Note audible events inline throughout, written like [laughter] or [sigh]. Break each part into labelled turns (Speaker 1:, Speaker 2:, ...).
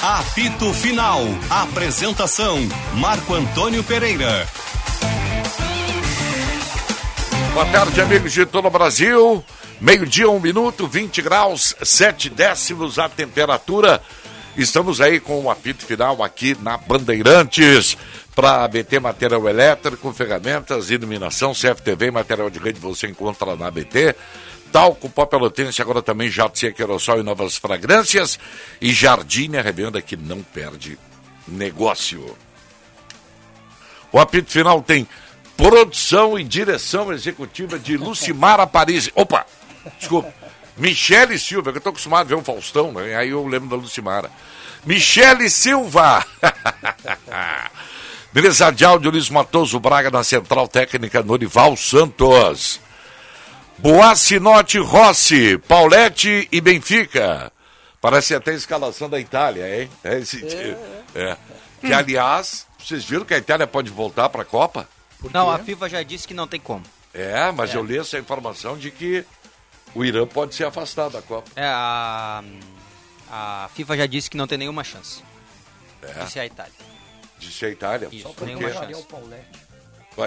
Speaker 1: Apito Final. Apresentação: Marco Antônio Pereira.
Speaker 2: Boa tarde, amigos de todo o Brasil. Meio-dia, um minuto, 20 graus, 7 décimos a temperatura. Estamos aí com o apito final aqui na Bandeirantes para BT Material Elétrico, ferramentas, iluminação, CFTV, material de rede você encontra na BT. Talco, pó pelotense, agora também jato seca, aerossol e novas fragrâncias. E Jardim, a revenda que não perde negócio. O apito final tem produção e direção executiva de Lucimara Paris. Opa, desculpa. Michele Silva, que eu tô acostumado a ver um Faustão, né? Aí eu lembro da Lucimara. Michele Silva! [laughs] Beleza de áudio, Luiz Matoso Braga, na Central Técnica, Norival Santos. Boacinote Rossi, Paulette e Benfica. Parece até a escalação da Itália, hein? É esse- é. Que, aliás, vocês viram que a Itália pode voltar para a Copa?
Speaker 3: Não, a FIFA já disse que não tem como.
Speaker 2: É, mas eu li essa informação de que o Irã pode ser afastado da Copa.
Speaker 3: É, a, a FIFA já disse que não tem nenhuma chance. Isso é a Itália.
Speaker 2: Disse a Itália.
Speaker 3: Isso,
Speaker 2: Só porque
Speaker 3: nenhuma chance.
Speaker 2: a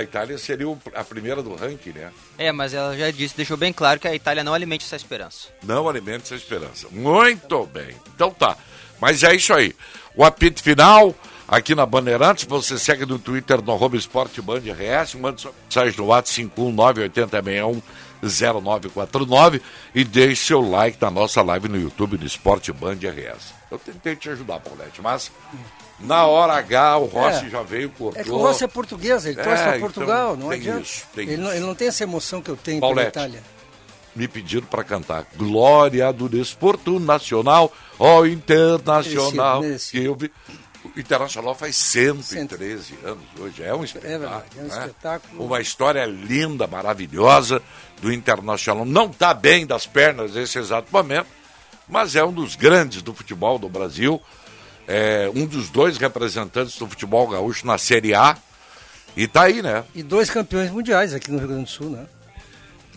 Speaker 2: Itália seria o- a primeira do ranking, né?
Speaker 3: É, mas ela já disse, deixou bem claro que a Itália não alimente essa esperança.
Speaker 2: Não alimente essa esperança. Muito bem. Então tá. Mas é isso aí. O apito final aqui na Bandeirantes. Você segue no Twitter no arroba Esporte Band RS. Manda sua mensagem no WhatsApp 51980610949 e deixe seu like na nossa live no YouTube do Esporte Band RS. Eu tentei te ajudar, Paulette, mas na hora H o Rossi
Speaker 4: É.
Speaker 2: já veio, cortou.
Speaker 4: É que o Rossi é português, ele
Speaker 2: É,
Speaker 4: torce para
Speaker 2: então,
Speaker 4: Portugal, não
Speaker 2: tem
Speaker 4: adianta.
Speaker 2: isso, tem
Speaker 4: ele, Não,
Speaker 2: isso.
Speaker 4: ele não tem essa emoção que eu tenho
Speaker 2: Paulette.
Speaker 4: pela Itália.
Speaker 2: me pediram para cantar Glória do Desporto Nacional ao Internacional.
Speaker 4: Merecido,
Speaker 2: que eu vi. O Internacional faz 113 anos hoje. É um espetáculo.
Speaker 4: verdade, é um
Speaker 2: né?
Speaker 4: espetáculo.
Speaker 2: Uma história linda, maravilhosa do Internacional. Não está bem das pernas nesse exato momento, mas é um dos grandes do futebol do Brasil. É um dos dois representantes do futebol gaúcho na Série A. E tá aí, né?
Speaker 4: E dois campeões mundiais aqui no Rio Grande do Sul, né?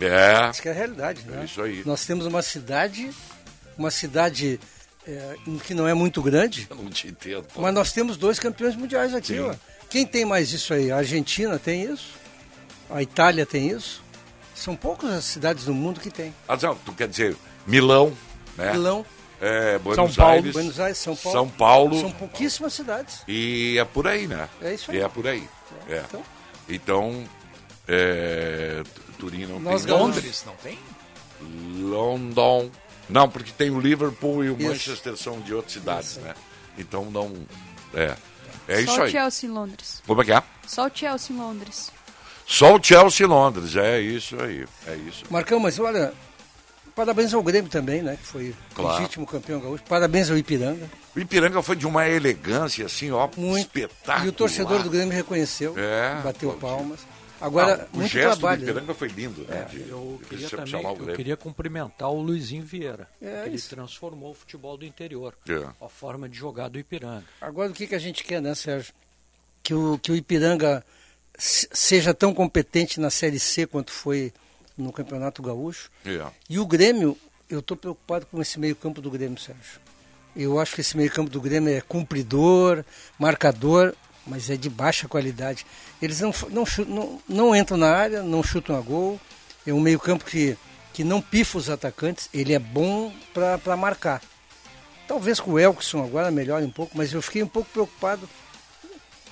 Speaker 2: É.
Speaker 4: Isso que é a realidade, né?
Speaker 2: É isso aí.
Speaker 4: Nós temos uma cidade, uma cidade é, em que não é muito grande,
Speaker 2: Eu [laughs] não te entendo. pô.
Speaker 4: mas nós temos dois campeões mundiais aqui,
Speaker 2: Sim.
Speaker 4: ó. Quem tem mais isso aí? A Argentina tem isso? A Itália tem isso? São poucas as cidades do mundo que tem.
Speaker 2: Ah, não, tu quer dizer Milão, né?
Speaker 4: Milão,
Speaker 2: É, Buenos
Speaker 5: São Paulo.
Speaker 2: Aires,
Speaker 4: Buenos Aires, São Paulo.
Speaker 2: São Paulo.
Speaker 4: São pouquíssimas cidades.
Speaker 2: E é por aí, né?
Speaker 4: É isso
Speaker 2: E
Speaker 4: aí.
Speaker 2: é por aí. É. Então,
Speaker 4: então.
Speaker 2: é, Tu- Turim não
Speaker 4: Nós
Speaker 2: tem.
Speaker 4: ganhamos.
Speaker 5: Londres, não tem?
Speaker 2: London. Não, porque tem o Liverpool e o
Speaker 4: Isso.
Speaker 2: Manchester são de outras cidades, né? Então não. É. É
Speaker 6: Só
Speaker 2: isso
Speaker 6: o
Speaker 2: aí.
Speaker 6: Chelsea em Londres.
Speaker 2: Como é que é?
Speaker 6: Só o Chelsea em Londres.
Speaker 2: Só o Chelsea e Londres. É isso aí. É isso.
Speaker 4: Marcão, mas olha, parabéns ao Grêmio também, né? Que foi
Speaker 2: Claro.
Speaker 4: legítimo campeão gaúcho. Parabéns ao Ipiranga.
Speaker 2: O Ipiranga foi de uma elegância, assim, ó,
Speaker 4: Muito.
Speaker 2: espetáculo.
Speaker 4: E o torcedor do Grêmio reconheceu,
Speaker 2: Tá É,
Speaker 4: bateu
Speaker 2: pode.
Speaker 4: palmas.
Speaker 7: Ah,
Speaker 4: Agora,
Speaker 2: Ah, o
Speaker 4: muito
Speaker 2: gesto do
Speaker 4: trabalho. né?
Speaker 2: Ipiranga foi lindo, né? de-
Speaker 5: É, Eu
Speaker 2: de
Speaker 7: queria também,
Speaker 2: recepcionar o
Speaker 7: eu
Speaker 2: Grêmio.
Speaker 7: queria cumprimentar o Luizinho Vieira.
Speaker 4: É
Speaker 7: que ele
Speaker 4: isso.
Speaker 7: transformou o futebol do interior.
Speaker 2: É.
Speaker 7: A forma de jogar do Ipiranga.
Speaker 4: Agora, o que, que a gente quer, né, Sérgio? Que o, que o Ipiranga se- seja tão competente na Série C quanto foi no Campeonato Gaúcho.
Speaker 2: É.
Speaker 4: E o Grêmio, eu estou preocupado com esse meio-campo do Grêmio, Sérgio. Eu acho que esse meio-campo do Grêmio é cumpridor, marcador, mas é de baixa qualidade. Eles não, fu- não, chu- não, não entram na área, não chutam a gol. É um meio-campo que, que não pifa os atacantes. Ele é bom para marcar. Talvez com o Elkson agora melhore um pouco, mas eu fiquei um pouco preocupado.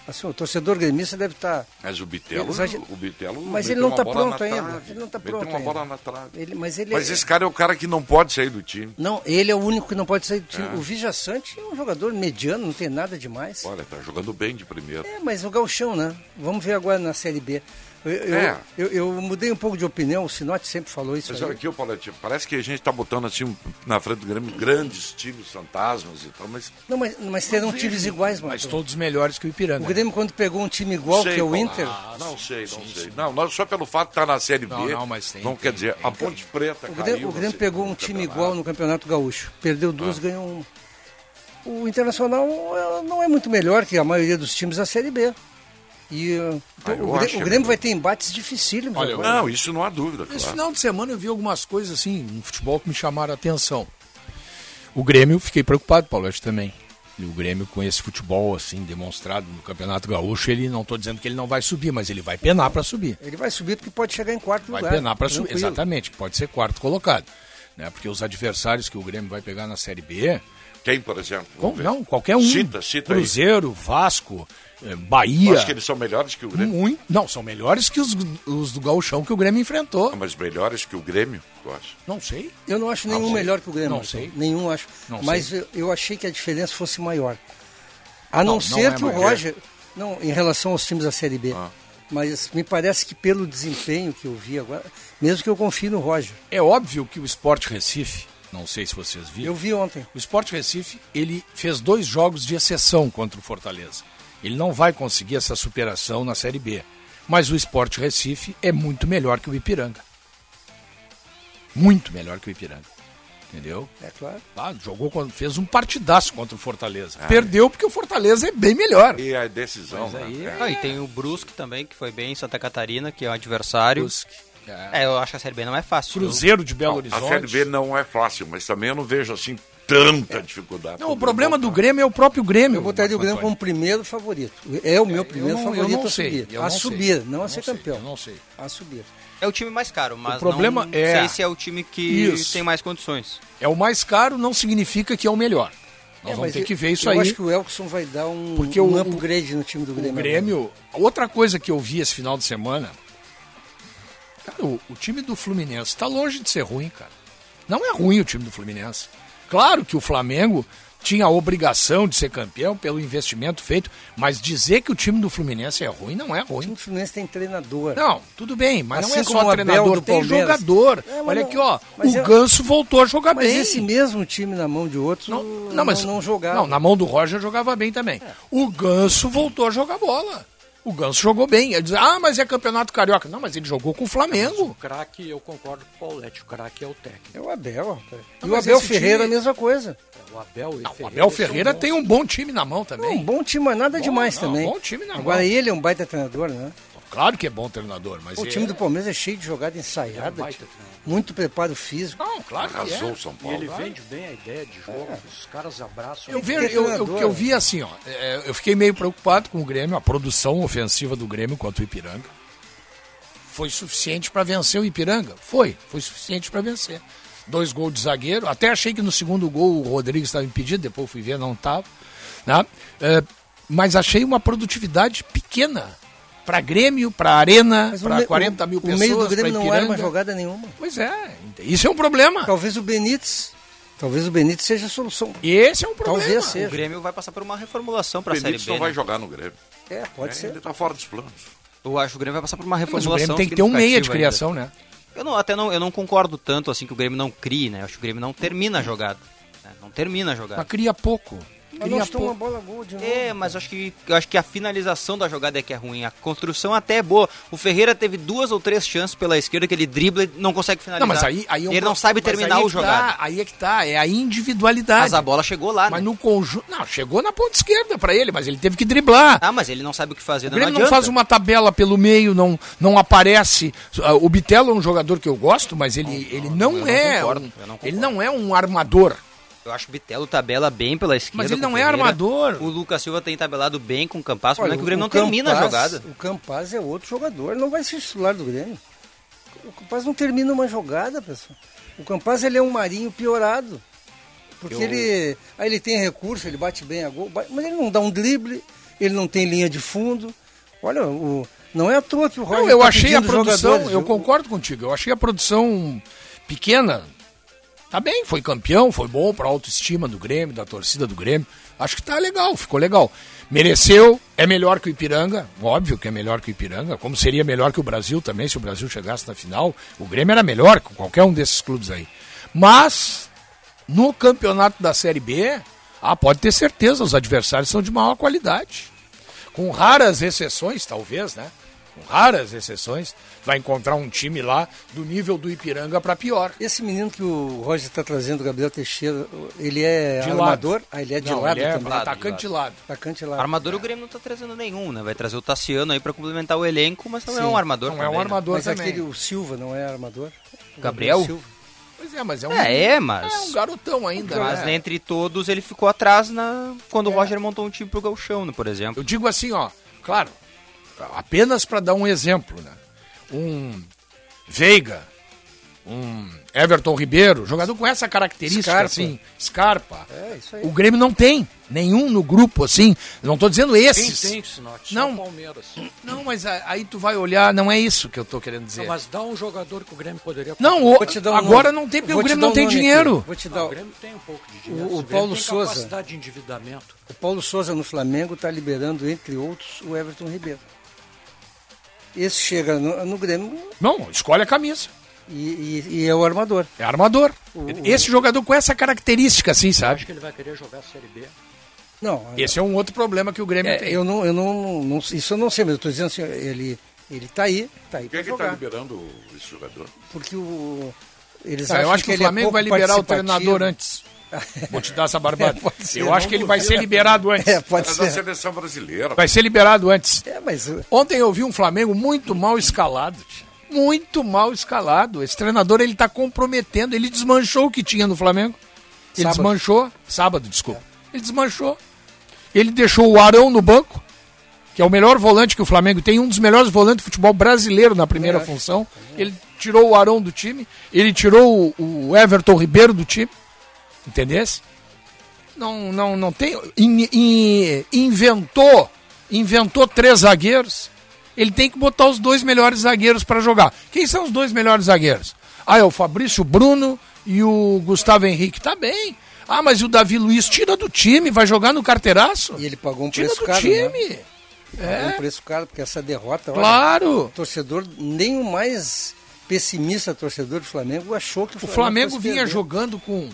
Speaker 4: Assim, o torcedor gremista deve tá, estar.
Speaker 2: Mas o Bitelo,
Speaker 4: Exager-
Speaker 2: o Bitelo
Speaker 4: Mas
Speaker 2: meteu
Speaker 4: ele não
Speaker 2: uma
Speaker 4: tá
Speaker 2: bola na
Speaker 4: pronto ainda.
Speaker 2: trave.
Speaker 4: Ele não tá
Speaker 2: Meteu
Speaker 4: pronto
Speaker 2: uma
Speaker 4: ainda.
Speaker 2: bola na trave.
Speaker 4: Ele, mas ele
Speaker 2: Mas
Speaker 4: é-
Speaker 2: esse cara é o cara que não pode sair do time.
Speaker 4: Não, ele é o único que não pode sair do
Speaker 2: Ah.
Speaker 4: time. O Vija Sante é um jogador mediano, não tem nada demais.
Speaker 2: Olha, tá jogando bem de primeiro.
Speaker 4: É, mas o Galchão, né? Vamos ver agora na Série B. Eu, eu,
Speaker 2: É.
Speaker 4: eu, eu mudei um pouco de opinião, o Sinote sempre falou isso.
Speaker 2: Mas
Speaker 4: aí.
Speaker 2: olha aqui, ô Paulete, parece que a gente tá botando assim um- na frente do Grêmio grandes times, fantasmas e tal, mas
Speaker 4: Não, mas, mas terão times iguais, mano.
Speaker 5: Mas todos melhores que o Ipiranga. né?
Speaker 4: O Grêmio, quando pegou um time igual,
Speaker 2: sei,
Speaker 4: que é o
Speaker 2: Paula.
Speaker 4: Inter,
Speaker 2: Ah, não sei, não sei. Não, não, só pelo fato de estar na Série B.
Speaker 5: Não, não, mas tem,
Speaker 2: não
Speaker 5: tem,
Speaker 2: quer dizer, a Ponte Preta
Speaker 4: o
Speaker 2: caiu.
Speaker 4: Grêmio, o
Speaker 2: não
Speaker 4: Grêmio
Speaker 2: sei,
Speaker 4: pegou um
Speaker 2: no
Speaker 4: time
Speaker 2: campeonato. Ah.
Speaker 4: igual no Campeonato Gaúcho. Perdeu duas, ganhou uma. O Internacional eh, não é muito melhor que a maioria dos times da Série B. E eh,
Speaker 2: Ah, eu
Speaker 4: o, Grêmio,
Speaker 2: acho que
Speaker 4: o
Speaker 2: é
Speaker 4: Grêmio
Speaker 2: melhor.
Speaker 4: vai ter embates dificílimos
Speaker 5: Olha,
Speaker 4: agora.
Speaker 2: Não, isso não há dúvida,
Speaker 5: Esse
Speaker 2: claro.
Speaker 5: final de semana eu vi algumas coisas
Speaker 8: um
Speaker 5: assim, no futebol que me chamaram a atenção. O Grêmio, fiquei preocupado, Paulo, acho também.
Speaker 8: E o Grêmio com esse futebol assim demonstrado no Campeonato Gaúcho, ele não estou dizendo que ele não vai subir, mas ele vai penar para subir.
Speaker 4: Ele vai subir porque pode chegar em quarto
Speaker 8: Vai
Speaker 4: lugar.
Speaker 8: penar para subir,
Speaker 4: tranquilo.
Speaker 8: exatamente, pode ser quarto colocado, né? Porque os adversários que o Grêmio vai pegar na Série B,
Speaker 2: Quem, por exemplo?
Speaker 8: com-
Speaker 2: Vamos ver.
Speaker 8: não, qualquer um.
Speaker 2: Cita, cita aí.
Speaker 8: Cruzeiro, Vasco, eh,
Speaker 2: Eu
Speaker 8: Bahia.
Speaker 2: Acho que eles são melhores que o Grêmio.
Speaker 8: Muito, não, são melhores que os, os do Gauchão que o Grêmio enfrentou.
Speaker 2: Não, mas melhores que o Grêmio, tu acha?
Speaker 8: Não sei.
Speaker 4: Eu não acho nenhum
Speaker 8: sei.
Speaker 4: melhor que o Grêmio.
Speaker 8: Não
Speaker 4: Marcão.
Speaker 8: sei.
Speaker 4: Nenhum acho.
Speaker 8: Não
Speaker 4: Mas
Speaker 8: sei.
Speaker 4: eu, eu achei que a diferença fosse maior. A
Speaker 8: Não,
Speaker 4: não,
Speaker 8: não
Speaker 4: ser
Speaker 8: é
Speaker 4: que o
Speaker 8: maior. Ah.
Speaker 4: Roger. Não, em relação aos times da Série B. Mas me parece que pelo desempenho que eu vi agora, mesmo que eu confie no Roger.
Speaker 8: É óbvio que o Sport Recife, não sei se vocês viram,
Speaker 4: Eu vi ontem.
Speaker 8: o Sport Recife, ele fez dois jogos de exceção contra o Fortaleza. Ele não vai conseguir essa superação na Série B. Mas o Sport Recife é muito melhor que o Ipiranga. Muito melhor que o Ipiranga. Entendeu?
Speaker 4: É claro. Ah,
Speaker 8: Ah, jogou quando fez um partidaço contra o Fortaleza. Perdeu porque o Fortaleza é bem melhor.
Speaker 2: E a decisão, né? É.
Speaker 3: Ah, e tem o Brusque também, que foi bem em Santa Catarina, que é um adversário.
Speaker 8: É.
Speaker 3: É, eu acho que a Série B não é fácil.
Speaker 8: Cruzeiro de Belo
Speaker 2: A
Speaker 8: Horizonte.
Speaker 2: Série B não é fácil, mas também eu não vejo assim tanta dificuldade.
Speaker 8: Não, o problema do Grêmio é o próprio Grêmio.
Speaker 4: Eu botaria o Grêmio como primeiro favorito. É o meu primeiro
Speaker 8: não- eu
Speaker 4: favorito
Speaker 8: não
Speaker 4: a
Speaker 8: sei,
Speaker 4: subir.
Speaker 8: eu
Speaker 4: A
Speaker 8: não sei.
Speaker 4: subir, não a
Speaker 8: Eu
Speaker 4: ser
Speaker 8: não sei,
Speaker 4: campeão.
Speaker 8: eu não sei.
Speaker 4: A subir.
Speaker 3: É o time mais caro, mas
Speaker 8: problema
Speaker 3: não
Speaker 8: é-
Speaker 3: sei se é o time que
Speaker 8: Isso.
Speaker 3: tem mais condições.
Speaker 8: É o mais caro, não significa que é o melhor. Nós
Speaker 4: É,
Speaker 8: vamos
Speaker 4: mas
Speaker 8: ter
Speaker 4: eu-
Speaker 8: que ver isso
Speaker 4: eu
Speaker 8: aí.
Speaker 4: acho que o Elkson vai dar um,
Speaker 8: Porque
Speaker 4: um
Speaker 8: o-
Speaker 4: upgrade no time do
Speaker 8: O
Speaker 4: Grêmio.
Speaker 8: Grêmio. Outra coisa que eu vi esse final de semana. Cara, o, o time do Fluminense tá longe de ser ruim, cara. Não é ruim o time do Fluminense. Claro que o Flamengo tinha a obrigação de ser campeão pelo investimento feito, mas dizer que o time do Fluminense é ruim não é
Speaker 4: O time
Speaker 8: ruim.
Speaker 4: do Fluminense tem treinador.
Speaker 8: Não, tudo bem, mas não
Speaker 4: Assim
Speaker 8: é
Speaker 4: como
Speaker 8: só
Speaker 4: o Abel
Speaker 8: treinador,
Speaker 4: do
Speaker 8: tem
Speaker 4: Palmeiras.
Speaker 8: jogador.
Speaker 4: É, mas
Speaker 8: Olha
Speaker 4: não-
Speaker 8: aqui, ó,
Speaker 4: mas
Speaker 8: o
Speaker 4: eu-
Speaker 8: Ganso voltou a jogar
Speaker 4: Mas
Speaker 8: bem.
Speaker 4: esse mesmo time na mão de outro
Speaker 8: Não,
Speaker 4: não,
Speaker 8: não, mas
Speaker 4: não jogava. É.
Speaker 8: Não, na mão do Roger jogava bem também. O Ganso voltou a jogar bola. O Ganso jogou bem. Ele diz, ah, mas é campeonato carioca. Não, mas ele jogou com o
Speaker 7: O
Speaker 8: Flamengo.
Speaker 7: craque, eu concordo com o Paulete, o craque é o técnico.
Speaker 4: É o Abel. rapaz.
Speaker 8: Não,
Speaker 4: e o
Speaker 8: mas
Speaker 4: Abel
Speaker 8: esse time-
Speaker 4: Ferreira, a mesma coisa.
Speaker 7: É, O Abel e
Speaker 8: Não, o Abel Ferreira tem um bom time na mão
Speaker 4: Não,
Speaker 8: também.
Speaker 4: um bom time, mas nada
Speaker 8: Bom,
Speaker 4: demais
Speaker 8: não,
Speaker 4: também.
Speaker 8: bom time na
Speaker 4: Agora
Speaker 8: mão.
Speaker 4: ele é um baita treinador, né?
Speaker 8: Claro que é bom treinador, mas
Speaker 4: O
Speaker 8: é- um
Speaker 4: time do Palmeiras é cheio de jogada ensaiada,
Speaker 7: baita
Speaker 4: tipo,
Speaker 7: treinador.
Speaker 4: muito preparo físico.
Speaker 8: Não, claro que
Speaker 2: Arrasou
Speaker 8: é.
Speaker 2: o São
Speaker 7: E
Speaker 2: Paulo.
Speaker 7: ele vende bem a ideia de jogo,
Speaker 4: É.
Speaker 7: os caras abraçam.
Speaker 8: Eu, vejo,
Speaker 4: Tem
Speaker 8: eu, eu,
Speaker 4: treinador,
Speaker 8: o que eu
Speaker 4: né?
Speaker 8: vi assim, ó, é, eu fiquei meio preocupado com o Grêmio, a produção ofensiva do Grêmio contra o Ipiranga. Foi suficiente para vencer o Ipiranga? Foi, foi suficiente para vencer. Dois gols de zagueiro, até achei que no segundo gol o Rodrigues estava impedido, depois fui ver, não estava. Né? É, mas achei uma produtividade pequena para Grêmio, para Arena,
Speaker 4: Mas o
Speaker 8: para
Speaker 4: me-
Speaker 8: 40 mil
Speaker 4: o, O
Speaker 8: pessoas.
Speaker 4: meio do
Speaker 8: pra
Speaker 4: Grêmio não era uma
Speaker 8: Ipiranga.
Speaker 4: jogada nenhuma.
Speaker 8: Pois é, isso é um problema.
Speaker 4: Talvez o Benítez. Talvez o Benítez seja a solução.
Speaker 8: Esse é um problema.
Speaker 4: Talvez
Speaker 3: O
Speaker 4: seja.
Speaker 3: Grêmio vai passar por uma reformulação
Speaker 2: O
Speaker 3: para a Série
Speaker 2: Benítez
Speaker 3: B.
Speaker 2: não vai
Speaker 3: né?
Speaker 2: jogar no Grêmio.
Speaker 4: É, pode
Speaker 2: É,
Speaker 4: ser.
Speaker 2: ele tá fora dos planos.
Speaker 3: Eu acho que o Grêmio vai passar por uma
Speaker 8: Mas
Speaker 3: reformulação.
Speaker 8: o Grêmio tem que ter um meia de
Speaker 3: significativa
Speaker 8: criação, né?
Speaker 3: ainda. Eu não, até não, eu não concordo tanto assim que o Grêmio não crie, né? Eu acho que o Grêmio não termina a jogada. né? Não termina a jogada.
Speaker 8: Mas cria pouco.
Speaker 4: Mas
Speaker 8: Cria
Speaker 4: nós tomamos
Speaker 8: pouco.
Speaker 4: uma bola gol de novo.
Speaker 3: É, mas eu acho que eu acho que a finalização da jogada é que é ruim. A construção até é boa. O Ferreira teve duas ou três chances pela esquerda que ele dribla e não consegue finalizar.
Speaker 8: Não, mas aí, aí é um
Speaker 3: ele
Speaker 8: pro-
Speaker 3: não sabe
Speaker 8: mas
Speaker 3: terminar
Speaker 8: aí é
Speaker 3: o
Speaker 8: que tá,
Speaker 3: jogado.
Speaker 8: aí é que tá, é a individualidade.
Speaker 3: Mas a bola chegou lá,
Speaker 8: Mas
Speaker 3: né?
Speaker 8: no conjunto. Não, chegou na ponta esquerda pra ele, mas ele teve que driblar.
Speaker 3: Ah, mas ele não sabe o que fazer.
Speaker 8: O
Speaker 3: Não, não
Speaker 8: Grêmio não,
Speaker 3: adianta.
Speaker 8: faz uma tabela pelo meio, não, não aparece. Ah, O Bitelo é um jogador que eu gosto, mas ele não, ele não,
Speaker 3: eu não
Speaker 8: é.
Speaker 3: concordo,
Speaker 8: um-
Speaker 3: eu não
Speaker 8: ele
Speaker 3: concordo.
Speaker 8: não é um armador.
Speaker 3: Eu acho que o Bitelo tabela bem pela esquerda.
Speaker 8: Mas ele
Speaker 3: com
Speaker 8: não
Speaker 3: o
Speaker 8: é
Speaker 3: Ferreira.
Speaker 8: armador.
Speaker 3: O Lucas Silva tem tabelado bem com o Campasso, mas é
Speaker 4: Olha,
Speaker 3: que o Grêmio não termina a
Speaker 4: Campaz-
Speaker 3: jogada.
Speaker 4: O Campaz é outro jogador, não vai ser titular do Grêmio. O Campaz não termina uma jogada, pessoal. O Campaz ele é um marinho piorado. Porque ele, aí ele tem recurso, ele bate bem a gol, ba- mas ele não dá um drible, ele não tem linha de fundo. Olha, o, não é à toa que o Roger
Speaker 8: Não, eu
Speaker 4: tá
Speaker 8: achei a
Speaker 4: pedindo
Speaker 8: produção,
Speaker 4: jogadores,
Speaker 8: eu
Speaker 4: viu?
Speaker 8: concordo contigo, eu achei a produção pequena. Tá bem, foi campeão, foi bom pra autoestima do Grêmio, da torcida do Grêmio. Acho que tá legal, ficou legal. Mereceu, é melhor que o Ipiranga, óbvio que é melhor que o Ipiranga, como seria melhor que o Brasil também, se o Brasil chegasse na final. O Grêmio era melhor que qualquer um desses clubes aí. Mas, no campeonato da Série B, ah, pode ter certeza, os adversários são de maior qualidade com raras exceções, talvez, né? Com raras exceções, vai encontrar um time lá do nível do Ipiranga pra pior.
Speaker 4: Esse menino que o Roger está trazendo, o Gabriel Teixeira, ele é
Speaker 8: De
Speaker 4: armador?
Speaker 8: lado.
Speaker 4: Ah, ele é de
Speaker 8: Não,
Speaker 4: lado
Speaker 8: ele é
Speaker 4: também.
Speaker 8: atacante de lado.
Speaker 4: Atacante lá.
Speaker 3: Armador o Grêmio não tá trazendo nenhum, né? Vai trazer o Tassiano aí pra complementar o elenco, mas não é um armador
Speaker 8: Não é
Speaker 3: também,
Speaker 8: um
Speaker 3: né?
Speaker 8: armador
Speaker 4: Mas
Speaker 8: também.
Speaker 4: aquele, o Silva não é armador? O
Speaker 3: Gabriel?
Speaker 4: Silva.
Speaker 8: Pois é, mas é um.
Speaker 3: É, é, mas-
Speaker 8: É um garotão ainda.
Speaker 3: Mas
Speaker 8: né? É.
Speaker 3: entre todos ele ficou atrás na quando o Roger montou um time pro Galchão, né, por exemplo.
Speaker 8: Eu digo assim, ó, claro, apenas para dar um exemplo, né? Um Veiga, um Everton Ribeiro, jogador com essa característica,
Speaker 4: Scarpa.
Speaker 8: assim, Scarpa.
Speaker 4: É, isso aí.
Speaker 8: O Grêmio não tem nenhum no grupo, assim. não tô dizendo esses.
Speaker 7: Quem tem Sinote?
Speaker 8: Não.
Speaker 7: Só o Palmeiras.
Speaker 8: Não, mas a- aí tu vai olhar, não é isso que eu tô querendo dizer.
Speaker 7: Não,
Speaker 8: Não,
Speaker 7: mas dá um jogador que o Grêmio poderia...
Speaker 8: o-
Speaker 4: Vou te dar um
Speaker 8: agora
Speaker 4: nome.
Speaker 8: não tem, porque
Speaker 4: Vou
Speaker 8: o
Speaker 4: te
Speaker 8: Grêmio
Speaker 4: dar
Speaker 8: não
Speaker 4: um
Speaker 8: tem
Speaker 4: nome aqui.
Speaker 8: dinheiro.
Speaker 4: Vou te
Speaker 7: Ah,
Speaker 4: dar.
Speaker 7: o Grêmio tem um pouco de dinheiro.
Speaker 4: O- o
Speaker 7: Grêmio
Speaker 4: Paulo
Speaker 7: tem
Speaker 4: Souza.
Speaker 7: capacidade de endividamento.
Speaker 4: O Paulo Souza no Flamengo está liberando, entre outros, o Everton Ribeiro. Esse chega no, no Grêmio
Speaker 8: Não, escolhe a camisa.
Speaker 4: e, e- e é o armador.
Speaker 8: É armador. Esse jogador com essa característica, assim,
Speaker 7: Acho
Speaker 8: sabe?
Speaker 7: que ele vai querer jogar a Série B.
Speaker 4: Não,
Speaker 8: Esse é um outro problema que o Grêmio
Speaker 4: é,
Speaker 8: tem.
Speaker 4: eu não, eu não, não- isso eu não sei, mas eu estou dizendo assim, ele, ele tá aí, tá aí
Speaker 2: Quem
Speaker 4: para
Speaker 2: é que tá
Speaker 4: jogar,
Speaker 2: liberando esse jogador?
Speaker 4: porque o eles
Speaker 8: Tá,
Speaker 4: acham
Speaker 8: eu acho que, o
Speaker 4: ele é
Speaker 8: Flamengo
Speaker 4: pouco
Speaker 8: vai liberar o
Speaker 4: participativo. [laughs]
Speaker 8: treinador antes. Vou te dar essa barbada.
Speaker 4: É, pode ser,
Speaker 8: eu acho que ele vai
Speaker 4: vamos
Speaker 8: ser
Speaker 4: ver.
Speaker 8: liberado antes.
Speaker 4: É, pode
Speaker 2: É da
Speaker 4: ser.
Speaker 2: seleção brasileira.
Speaker 8: Vai ser liberado antes.
Speaker 4: É, mas uh,
Speaker 8: Ontem eu vi um Flamengo muito mal escalado. tio. Muito mal escalado. Esse treinador ele tá comprometendo. Ele desmanchou o que tinha no Flamengo. Ele
Speaker 4: Sábado.
Speaker 8: desmanchou. Sábado, desculpa. Ele desmanchou. Ele deixou o Arão no banco, que é o melhor volante que o Flamengo tem, um dos melhores volantes do futebol brasileiro na primeira função. Ele tirou o Arão do time. Ele tirou o o Everton Ribeiro do time. Entendesse? Não, não, não tem. in- in- inventou, inventou três zagueiros. Ele tem que botar os dois melhores zagueiros para jogar. Quem são os dois melhores zagueiros? Ah, é o Fabrício Bruno e o Gustavo Henrique. Tá bem. Ah, mas o Davi Luiz tira do time, vai jogar no carteiraço?
Speaker 4: e ele pagou um
Speaker 8: Tira
Speaker 4: preço
Speaker 8: do
Speaker 4: caro, né?
Speaker 8: time. É,
Speaker 4: Pagou um preço caro porque essa derrota, olha,
Speaker 8: Claro.
Speaker 4: o torcedor nem o mais pessimista torcedor do Flamengo achou que
Speaker 8: O Flamengo
Speaker 4: fosse
Speaker 8: vinha
Speaker 4: perder.
Speaker 8: jogando com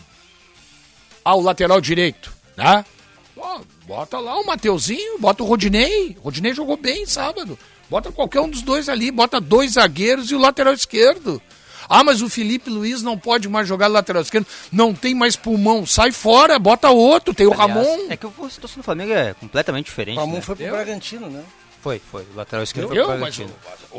Speaker 8: ah, o lateral direito, né? Ó, bota lá o Mateuzinho, bota o Rodinei. O Rodinei jogou bem sábado. Bota qualquer um dos dois ali, bota dois zagueiros e o lateral esquerdo. Ah, mas o Felipe Luiz não pode mais jogar lateral esquerdo, não tem mais pulmão, sai fora, bota outro, tem o Ramon.
Speaker 3: É que o- a situação do Flamengo é completamente diferente.
Speaker 4: O Ramon
Speaker 3: né?
Speaker 4: foi pro
Speaker 8: Deu?
Speaker 4: Bragantino, né?
Speaker 3: foi, foi. O lateral esquerdo foi pro
Speaker 8: Eu, mas o,
Speaker 3: Bragantino.
Speaker 8: o-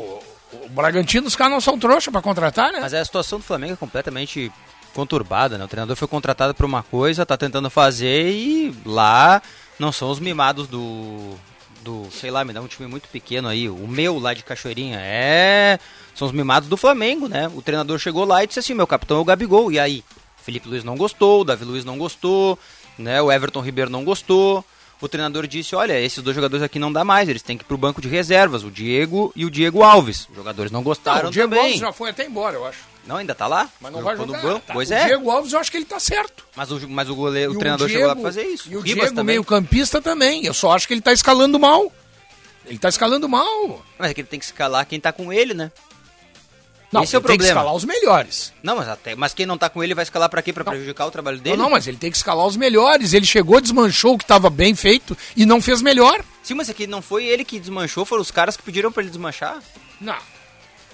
Speaker 8: o Bragantino, os caras não são trouxa pra contratar, né?
Speaker 3: Mas a situação do Flamengo é completamente conturbada, né? O treinador foi contratado por uma coisa, tá tentando fazer e lá não são os mimados do. do sei lá, me dá um time muito pequeno aí, o meu lá de Cachoeirinha. É. São os mimados do Flamengo, né? O treinador chegou lá e disse assim: meu capitão é o Gabigol. E aí? Felipe Luiz não gostou, o Davi Luiz não gostou, né? O Everton Ribeiro não gostou. O treinador disse: olha, esses dois jogadores aqui não dá mais, eles têm que ir pro banco de reservas, o Diego e o Diego Alves. Os jogadores não gostaram
Speaker 8: o Diego
Speaker 3: também.
Speaker 8: Alves já foi até embora, eu acho.
Speaker 3: Não, ainda tá lá?
Speaker 8: Mas não
Speaker 3: Ficou
Speaker 8: vai
Speaker 3: no
Speaker 8: jogar.
Speaker 3: banco?
Speaker 8: Tá.
Speaker 3: Pois
Speaker 8: o
Speaker 3: é.
Speaker 8: Diego Alves eu acho que ele tá certo.
Speaker 3: Mas o, mas o, goleiro,
Speaker 8: E
Speaker 3: o treinador
Speaker 8: Diego-
Speaker 3: chegou lá pra fazer isso.
Speaker 8: E o
Speaker 3: Ribas
Speaker 8: Diego,
Speaker 3: também.
Speaker 8: meio-campista também. Eu só acho que ele tá escalando mal. Ele tá escalando mal.
Speaker 3: Mas é que ele tem que escalar quem tá com ele, né?
Speaker 8: Não,
Speaker 3: Esse é o
Speaker 8: ele tem que
Speaker 3: problema.
Speaker 8: escalar os melhores.
Speaker 3: Não, mas até. Mas quem não tá com ele vai escalar pra quê? Pra prejudicar o trabalho dele?
Speaker 8: Não, não, mas ele tem que escalar os melhores. Ele chegou, desmanchou o que tava bem feito e não fez melhor.
Speaker 3: Sim, mas aqui não foi ele que desmanchou, foram os caras que pediram pra ele desmanchar.
Speaker 8: Não,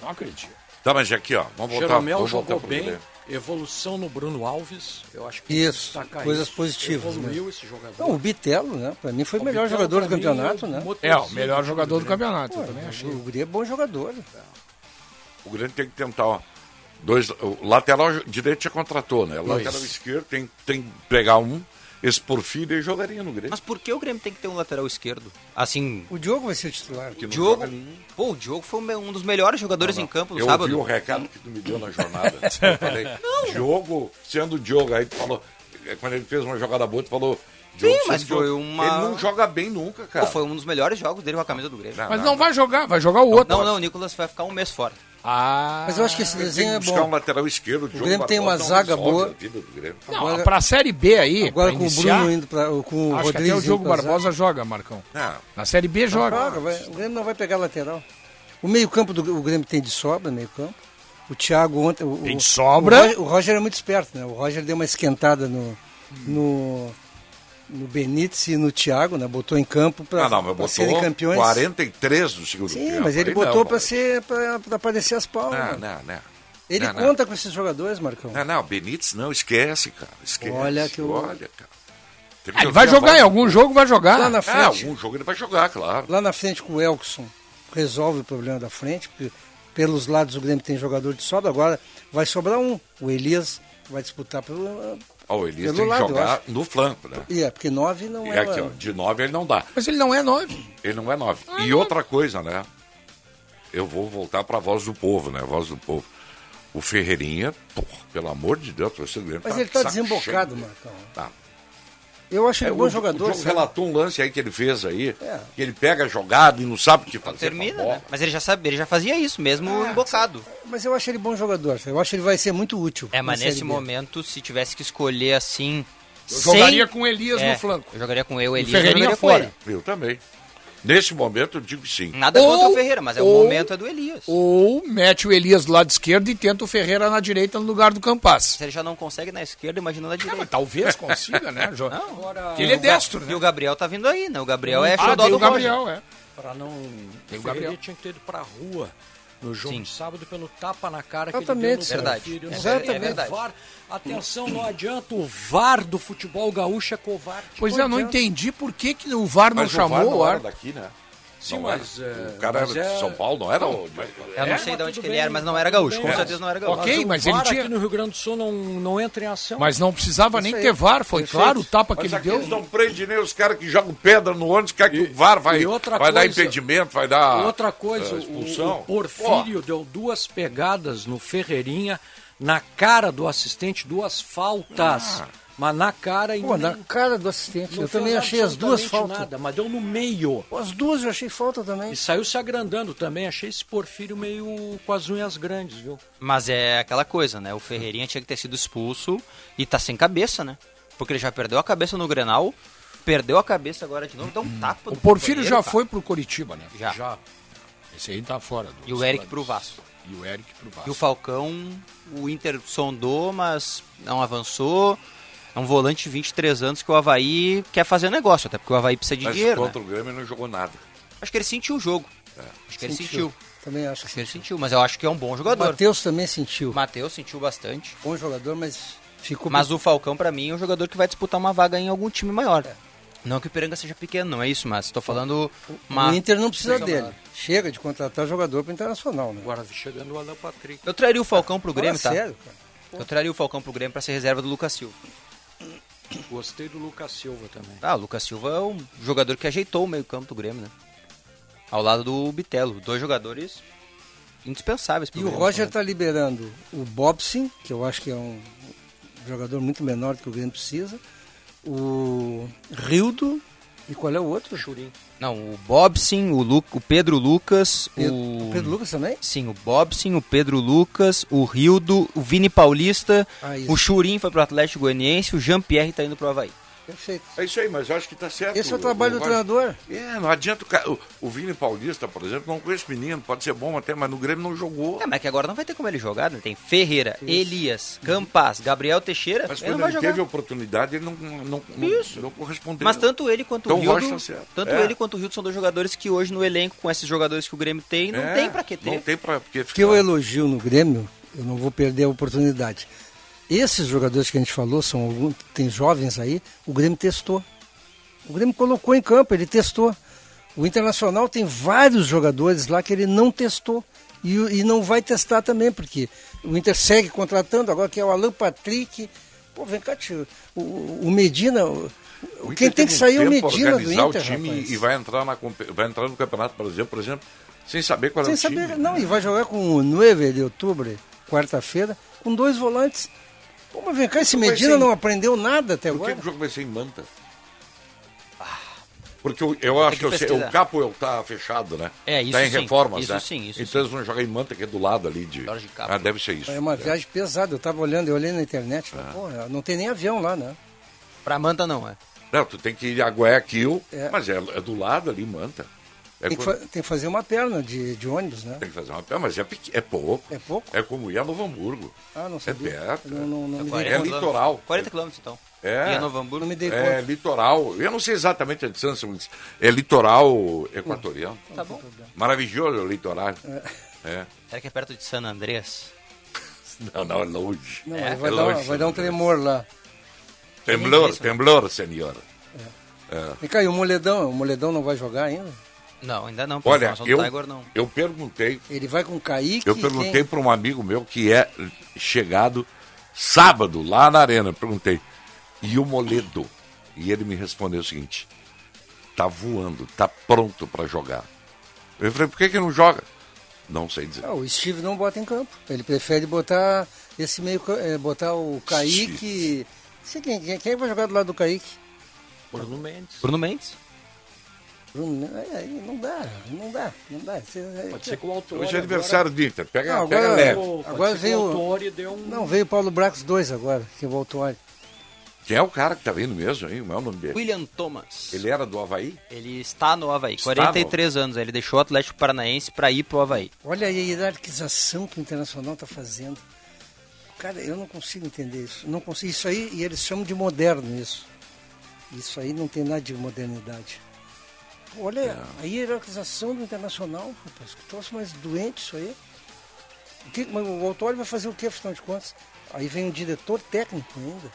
Speaker 8: não acredito.
Speaker 2: Tá, mas aqui, ó. Vamos voltar.
Speaker 7: Jeromel
Speaker 2: vamos
Speaker 7: jogou
Speaker 2: voltar pro
Speaker 7: bem,
Speaker 2: Grêmio.
Speaker 7: evolução no Bruno Alves, eu acho que
Speaker 4: Isso,
Speaker 7: destacar
Speaker 4: coisas
Speaker 7: isso.
Speaker 4: positivas,
Speaker 7: tá
Speaker 4: né?
Speaker 7: Evoluiu esse jogador.
Speaker 4: Não, o Bitelo, né? Pra mim foi o
Speaker 7: O
Speaker 4: melhor
Speaker 7: Vitão,
Speaker 4: jogador do
Speaker 7: pra mim,
Speaker 4: campeonato, né?
Speaker 8: É,
Speaker 7: motorzinho
Speaker 8: o melhor jogador do campeonato.
Speaker 4: Pô,
Speaker 8: eu também achei.
Speaker 4: O Guri é bom jogador.
Speaker 2: O Grêmio tem que tentar, ó. Dois, o lateral direito já contratou, né? O lateral esquerdo tem, tem que pegar um, esse Porfírio e jogaria no Grêmio.
Speaker 3: Mas por que o Grêmio tem que ter um lateral esquerdo? Assim,
Speaker 4: O Diogo vai ser o titular.
Speaker 3: o Diogo. Pô, o Diogo foi um dos melhores jogadores em campo no
Speaker 2: né? eu
Speaker 3: sábado.
Speaker 2: ouvi o recado que tu me deu na jornada.
Speaker 3: [laughs]
Speaker 2: Eu falei, Diogo, sendo o Diogo, aí tu falou, eh, quando ele fez uma jogada boa, tu falou, Diogo,
Speaker 3: mas
Speaker 2: sendo Diogo.
Speaker 3: foi uma-
Speaker 2: Ele não joga bem nunca, cara.
Speaker 3: Pô, foi um dos melhores jogos dele com a camisa do Grêmio.
Speaker 8: Mas não vai jogar, vai jogar o outro.
Speaker 3: Não, não, o Nicolas vai ficar um mês fora.
Speaker 8: Ah,
Speaker 4: Mas eu acho que esse
Speaker 2: Ele tem
Speaker 4: desenho
Speaker 2: que
Speaker 4: é
Speaker 2: buscar um
Speaker 4: bom.
Speaker 2: lateral esquerdo. O Diogo
Speaker 4: Grêmio tem
Speaker 2: Barbosa tá
Speaker 4: uma
Speaker 2: não
Speaker 4: zaga
Speaker 2: resolve
Speaker 4: boa.
Speaker 2: a vida do Grêmio.
Speaker 8: não,
Speaker 4: agora-
Speaker 8: pra Série B aí,
Speaker 4: Agora com
Speaker 8: pra
Speaker 4: o
Speaker 8: iniciar,
Speaker 4: Bruno indo pra. Com o
Speaker 8: acho que
Speaker 4: Rodrigues
Speaker 8: até o Diogo
Speaker 4: indo pra zaga.
Speaker 8: Barbosa joga, Marcão.
Speaker 2: Ah,
Speaker 8: Na Série B
Speaker 4: Joga,
Speaker 8: joga.
Speaker 4: vai. O Grêmio não vai pegar lateral. O meio-campo do o Grêmio tem de sobra, meio-campo. O Thiago ontem. O,
Speaker 8: Tem de
Speaker 4: o-
Speaker 8: sobra.
Speaker 4: O Roger, o Roger é muito esperto, né? O Roger deu uma esquentada no. no no Benítez e no Thiago, né? Botou em campo para
Speaker 2: não, Ah, não, mas
Speaker 4: serem
Speaker 2: botou
Speaker 4: campeões.
Speaker 2: 43 do segundo tempo.
Speaker 4: Sim, mas ele
Speaker 2: Aí
Speaker 4: botou
Speaker 2: não, Ah, né?
Speaker 4: para ser para aparecer as palmas.
Speaker 2: Não, não, não.
Speaker 4: Ele
Speaker 2: Não, não.
Speaker 4: conta com esses jogadores, Marcão.
Speaker 2: Não, não, Benítez não, esquece, cara. Esquece.
Speaker 4: Olha que o-
Speaker 2: Olha, cara. Tem
Speaker 8: Ah,
Speaker 2: que
Speaker 8: ele
Speaker 2: ouvir
Speaker 8: vai
Speaker 2: a
Speaker 8: jogar,
Speaker 2: voz.
Speaker 8: em algum jogo vai jogar.
Speaker 4: Lá na
Speaker 2: Ah,
Speaker 4: frente,
Speaker 2: algum jogo ele vai jogar, claro.
Speaker 4: lá na frente com o Elkson resolve o problema da frente, porque Pelos lados o Grêmio tem jogador de sobra, agora vai sobrar um, o Elias, vai disputar pelo.
Speaker 2: Ah, o Elias
Speaker 4: Pelo
Speaker 2: tem que
Speaker 4: lado, eu
Speaker 2: jogar
Speaker 4: acho.
Speaker 2: no flanco, né?
Speaker 4: E é, porque nove não
Speaker 2: E
Speaker 4: é.
Speaker 2: aqui, ó, de 9 ele não dá.
Speaker 8: Mas ele não é nove.
Speaker 2: Ele não é 9. E outra coisa, né? Eu vou voltar para a voz do povo, né? Voz do povo. O Ferreirinha, pô, pelo amor de Deus, você lembra?
Speaker 4: Mas ele tá desembocado,
Speaker 2: mano.
Speaker 4: Marcão.
Speaker 2: Tá.
Speaker 4: Eu acho ele
Speaker 2: É,
Speaker 4: um bom
Speaker 2: o-
Speaker 4: jogador.
Speaker 2: O Diogo
Speaker 4: sabe?
Speaker 2: relatou um lance aí que ele fez aí,
Speaker 4: É.
Speaker 2: que ele pega a jogada e não sabe o que fazer. com a
Speaker 3: Termina,
Speaker 2: bola.
Speaker 3: né? Mas ele já sabe, ele já fazia isso mesmo
Speaker 7: É,
Speaker 3: embocado.
Speaker 4: Mas eu acho ele bom jogador. sabe? Eu acho que ele vai ser muito útil.
Speaker 3: É, mas
Speaker 4: na Série
Speaker 3: nesse
Speaker 4: B.
Speaker 3: momento, se tivesse que escolher assim.
Speaker 8: Eu
Speaker 3: sem-
Speaker 8: jogaria com o Elias
Speaker 3: É,
Speaker 8: no flanco.
Speaker 3: Eu jogaria com eu,
Speaker 8: E
Speaker 3: Elias, eu
Speaker 8: Ferreirinha
Speaker 3: jogaria com
Speaker 8: fora.
Speaker 3: ele.
Speaker 2: Eu também. Nesse momento eu digo sim.
Speaker 3: Nada
Speaker 8: Ou-
Speaker 3: contra o Ferreira, mas é
Speaker 8: ou-
Speaker 3: o momento é do Elias.
Speaker 8: Ou mete o Elias do lado esquerdo e tenta o Ferreira na direita no lugar do Campas.
Speaker 3: Se ele já não consegue na esquerda, imagina na
Speaker 8: É, mas
Speaker 3: direita.
Speaker 8: talvez consiga, né? Jo-
Speaker 3: [laughs] Não, agora-
Speaker 8: Ele é destro, né?
Speaker 3: E o Gabriel tá vindo aí, né? O Gabriel é
Speaker 8: Ah,
Speaker 3: xodó
Speaker 8: tem
Speaker 3: do
Speaker 8: o
Speaker 3: Gabriel.
Speaker 8: Gabriel, é.
Speaker 7: Pra não.
Speaker 8: Tem o Gabriel.
Speaker 7: o Gabriel tinha que ter ido pra rua no jogo
Speaker 3: Sim.
Speaker 7: de sábado pelo tapa na cara
Speaker 4: Exatamente,
Speaker 7: que ele deu no
Speaker 3: Sérgio.
Speaker 7: Porfírio.
Speaker 3: Verdade.
Speaker 7: Não
Speaker 3: É verdade.
Speaker 7: tem
Speaker 3: Verdade.
Speaker 7: VAR. Atenção, não adianta. O VAR do futebol gaúcho é covarde.
Speaker 8: Pois é, eu não entendi por que, que o VAR não
Speaker 2: Mas
Speaker 8: chamou
Speaker 2: VAR
Speaker 8: o
Speaker 2: era
Speaker 8: ar.
Speaker 2: daqui, né?
Speaker 7: Sim,
Speaker 2: Não
Speaker 7: mas,
Speaker 2: era.
Speaker 7: é,
Speaker 2: O cara
Speaker 7: mas
Speaker 2: era de
Speaker 7: é-
Speaker 2: São Paulo, não era? o-
Speaker 3: Eu não
Speaker 7: É,
Speaker 3: sei
Speaker 7: mas
Speaker 3: de onde
Speaker 7: tudo
Speaker 3: que ele
Speaker 7: bem,
Speaker 3: era, mas não
Speaker 7: tá
Speaker 3: era
Speaker 7: tudo
Speaker 3: gaúcho. Com
Speaker 7: bem.
Speaker 3: certeza não era gaúcho.
Speaker 8: Ok,
Speaker 7: o
Speaker 8: mas ele
Speaker 7: VAR
Speaker 8: tinha-
Speaker 7: aqui no Rio Grande do Sul não, não entra em ação.
Speaker 8: Mas não precisava nem ter VAR, foi claro o tapa que
Speaker 2: Mas
Speaker 8: ele
Speaker 2: aqui
Speaker 8: deu.
Speaker 2: eles não prendem nem os caras que jogam pedra no ônibus, cara que o VAR vai,
Speaker 7: e outra
Speaker 2: vai dar
Speaker 7: coisa-
Speaker 2: impedimento, vai dar
Speaker 7: Outra coisa,
Speaker 2: eh,
Speaker 7: o,
Speaker 2: expulsão.
Speaker 7: o Porfírio deu duas pegadas no Ferreirinha, na cara do assistente, duas
Speaker 2: Ah.
Speaker 7: faltas. Mas na cara e
Speaker 4: Pô,
Speaker 7: nem-
Speaker 4: na cara do assistente.
Speaker 7: não
Speaker 4: eu
Speaker 7: fez
Speaker 4: também achei as duas
Speaker 7: absolutamente
Speaker 4: faltas.
Speaker 7: Nada, mas deu no meio.
Speaker 4: Pô, As duas eu achei falta também.
Speaker 7: E saiu se agrandando também. Achei esse Porfírio meio com as unhas grandes, viu?
Speaker 3: Mas é aquela coisa, né? O Ferreirinha tinha que ter sido expulso e tá sem cabeça, né? Porque ele já perdeu a cabeça no Grenal, perdeu a cabeça agora de novo, dá um tapa
Speaker 8: O
Speaker 3: no companheiro,
Speaker 8: Porfírio já
Speaker 3: cara.
Speaker 8: foi pro Curitiba, né?
Speaker 3: Já.
Speaker 8: Esse aí tá fora. do-
Speaker 3: E o Eric pro Vasco.
Speaker 8: E o Eric pro
Speaker 3: E
Speaker 8: Vasco.
Speaker 3: o Falcão, o Inter sondou, mas não avançou. É um volante de 23 anos que o Havaí quer fazer negócio, até porque o Havaí precisa de
Speaker 2: Mas
Speaker 3: dinheiro. né?
Speaker 2: contra o Grêmio não jogou nada.
Speaker 3: Acho que ele sentiu o jogo. Acho que ele sentiu.
Speaker 4: Também acho
Speaker 3: Acho
Speaker 4: que
Speaker 3: que ele sentiu, mas eu acho que é um bom
Speaker 4: O
Speaker 3: jogador.
Speaker 4: Matheus também sentiu.
Speaker 3: O Matheus sentiu bastante.
Speaker 4: Bom jogador, mas ficou.
Speaker 3: Mas o Falcão, pra mim, é um jogador que vai disputar uma vaga em algum time maior. Não que o Piranga seja pequeno, não é isso, mas tô falando. Uma...
Speaker 4: É. O Inter não precisa
Speaker 3: Sim.
Speaker 4: dele. Chega de contratar jogador para internacional, né?
Speaker 7: Agora chegando o Alan Patrick.
Speaker 3: Eu traria o Falcão pro
Speaker 4: Fala
Speaker 3: Grêmio, tá?
Speaker 4: sério, cara.
Speaker 3: Eu traria o Falcão pro Grêmio pra ser reserva do Lucas Silva.
Speaker 7: Gostei do Lucas Silva também.
Speaker 3: Ah, o Lucas Silva é um jogador que ajeitou o meio-campo do Grêmio, né? Ao lado do Bitelo. Dois jogadores indispensáveis. pro
Speaker 4: E o
Speaker 3: Grêmio,
Speaker 4: Roger
Speaker 3: né?
Speaker 4: está liberando o Bobson, que eu acho que é um jogador muito menor do que o Grêmio precisa, o Rildo e qual é o outro?
Speaker 7: Churim.
Speaker 3: Não, o Bobsin, o, Lu... o Pedro Lucas,
Speaker 4: Pedro-
Speaker 3: o.
Speaker 4: Pedro Lucas também?
Speaker 3: Sim, o Bobson, o Pedro Lucas, o Rildo, o Vini Paulista,
Speaker 4: Ah, isso.
Speaker 3: o Churim foi pro Atlético Goianiense, o Jean-Pierre tá indo pro Havaí.
Speaker 4: Perfeito.
Speaker 2: É isso aí, mas eu acho que tá certo.
Speaker 4: Esse é o trabalho do
Speaker 2: Roger.
Speaker 4: treinador.
Speaker 2: É, não adianta o cara. O, o Vini Paulista, por exemplo, não conheço menino, pode ser Tá bom até, mas no Grêmio não jogou.
Speaker 3: É, mas que agora não vai ter como ele jogar, né? Tem Ferreira, Elias, Campas, Gabriel Teixeira,
Speaker 2: Mas
Speaker 3: ele não
Speaker 2: quando
Speaker 3: vai
Speaker 2: ele
Speaker 3: jogar.
Speaker 2: teve a oportunidade, ele não, não, não,
Speaker 3: Isso.
Speaker 2: não correspondeu.
Speaker 3: Mas tanto ele quanto
Speaker 2: Então
Speaker 3: o
Speaker 2: o Rocha
Speaker 3: Rildo,
Speaker 2: tá certo.
Speaker 3: tanto
Speaker 2: É.
Speaker 3: ele quanto o Rildo são dois jogadores que hoje no elenco com esses jogadores que o Grêmio tem, não
Speaker 2: É,
Speaker 3: tem pra que ter.
Speaker 2: Não tem pra porque
Speaker 4: O que eu elogio no Grêmio, eu não vou perder a oportunidade. Esses jogadores que a gente falou, são alguns, tem jovens aí, o Grêmio testou. O Grêmio colocou em campo, ele testou. O Internacional tem vários jogadores lá que ele não testou. E, o- e não vai testar também, porque o Inter segue contratando, agora que é o Alan Patrick. Pô, vem cá, tio. O, o Medina. o-
Speaker 2: O
Speaker 4: quem
Speaker 2: Inter
Speaker 4: tem que
Speaker 2: um
Speaker 4: sair é o
Speaker 2: tempo
Speaker 4: Medina do
Speaker 2: organizar
Speaker 4: Inter.
Speaker 2: o time
Speaker 4: rapaz.
Speaker 2: e vai entrar, na, compe- vai entrar no campeonato brasileiro, por exemplo, sem saber qual
Speaker 4: Sem
Speaker 2: é o time.
Speaker 4: saber, não, e vai jogar com o 9 de outubro, quarta-feira, com dois volantes. Pô, mas vem cá, esse
Speaker 2: Vai
Speaker 4: Medina
Speaker 2: ser-
Speaker 4: não aprendeu nada até
Speaker 2: Por que
Speaker 4: agora.
Speaker 2: que o jogo vai ser em Manta? Porque eu, eu acho
Speaker 3: que
Speaker 2: que, eu sei-
Speaker 3: pesquisar.
Speaker 2: o Capo tá fechado, né?
Speaker 3: É, isso
Speaker 2: Tá em
Speaker 3: sim,
Speaker 2: reformas,
Speaker 3: isso
Speaker 2: né?
Speaker 3: sim, isso
Speaker 2: então eles vão jogar em Manta, que é do lado ali de...
Speaker 3: Jorge Capo.
Speaker 2: Ah, deve ser isso. Ah.
Speaker 4: É uma viagem pesada, eu tava olhando, eu olhei na internet, pô, não tem nem avião lá, né?
Speaker 3: Pra Manta não, é.
Speaker 2: Não, tu tem que ir a Guayaquil,
Speaker 4: É.
Speaker 2: mas é, é do lado ali, Manta. É
Speaker 4: Tem que,
Speaker 2: quando-
Speaker 4: fa- tem que fazer uma perna de, de ônibus, né?
Speaker 2: tem que fazer uma... é, Mas é, pequ- é pouco.
Speaker 4: É pouco?
Speaker 2: É como ir a Novo Hamburgo.
Speaker 4: Ah, não sabia.
Speaker 2: É perto.
Speaker 4: Não, não,
Speaker 3: Então,
Speaker 4: não me dei
Speaker 2: É
Speaker 4: conta.
Speaker 2: litoral.
Speaker 3: 40 quilômetros então.
Speaker 2: É.
Speaker 3: E a Novo
Speaker 4: Não
Speaker 3: Hamburgo.
Speaker 4: me dei
Speaker 2: É
Speaker 4: conta.
Speaker 2: litoral. Eu não sei exatamente a distância, mas é litoral equatoriano.
Speaker 3: Tá bom.
Speaker 2: Maravilhoso o litoral. É.
Speaker 3: Será que é perto de San Andrés?
Speaker 2: [laughs] Não, não, é longe.
Speaker 4: Não,
Speaker 2: é,
Speaker 4: mas vai,
Speaker 2: é
Speaker 4: dar,
Speaker 2: longe,
Speaker 4: vai dar um
Speaker 2: Sandra.
Speaker 4: tremor lá.
Speaker 2: Temblor, temblor, senhor.
Speaker 4: É.
Speaker 2: É.
Speaker 4: Vem cá, e o Moledão? O Moledão não vai jogar ainda?
Speaker 3: Não, ainda não. por
Speaker 2: Olha,
Speaker 3: informação do
Speaker 2: eu,
Speaker 3: Tiger, não.
Speaker 2: eu perguntei,
Speaker 4: Ele vai com o Kaique.
Speaker 2: eu perguntei para um amigo meu que é chegado sábado lá na arena, perguntei, e o Moledo? E ele me respondeu o seguinte, tá voando, tá pronto para jogar. Eu falei, por que que não joga? Não sei dizer.
Speaker 4: Ah, o Steve não bota em campo. Ele prefere botar esse meio. ca- eh, botar o Kaique. Não sei quem, quem, quem vai jogar do lado do Kaique?
Speaker 7: Bruno Mendes.
Speaker 3: Bruno Mendes?
Speaker 4: Bruno, é, é, não dá, não dá, não dá. Você- é-
Speaker 7: Pode ser que o autor.
Speaker 2: Hoje é aniversário do Inter, pega,
Speaker 4: Não,
Speaker 2: pega
Speaker 4: agora-
Speaker 2: leve.
Speaker 4: Agora veio-
Speaker 7: O autor deu um.
Speaker 4: Não, veio o Paulo Bracos 2 agora, que é voltou ali.
Speaker 2: Quem é o cara que tá vindo mesmo aí? Não é o nome dele?
Speaker 3: William Thomas. Ele,
Speaker 2: Ele era do Havaí?
Speaker 3: está no Havaí,
Speaker 2: Está
Speaker 3: 43 anos. Ele deixou o Atlético Paranaense para ir pro Havaí.
Speaker 4: Olha aí a hierarquização que o Internacional está fazendo. Cara, eu não consigo entender isso. Não consigo. Isso aí, e eles chamam de moderno isso. Isso aí não tem nada de modernidade. Olha a hierarquização do Internacional, rapaz. Que troço mais doente isso aí. O, que, mas o autor vai fazer o que, afinal de contas? Aí vem um diretor técnico ainda.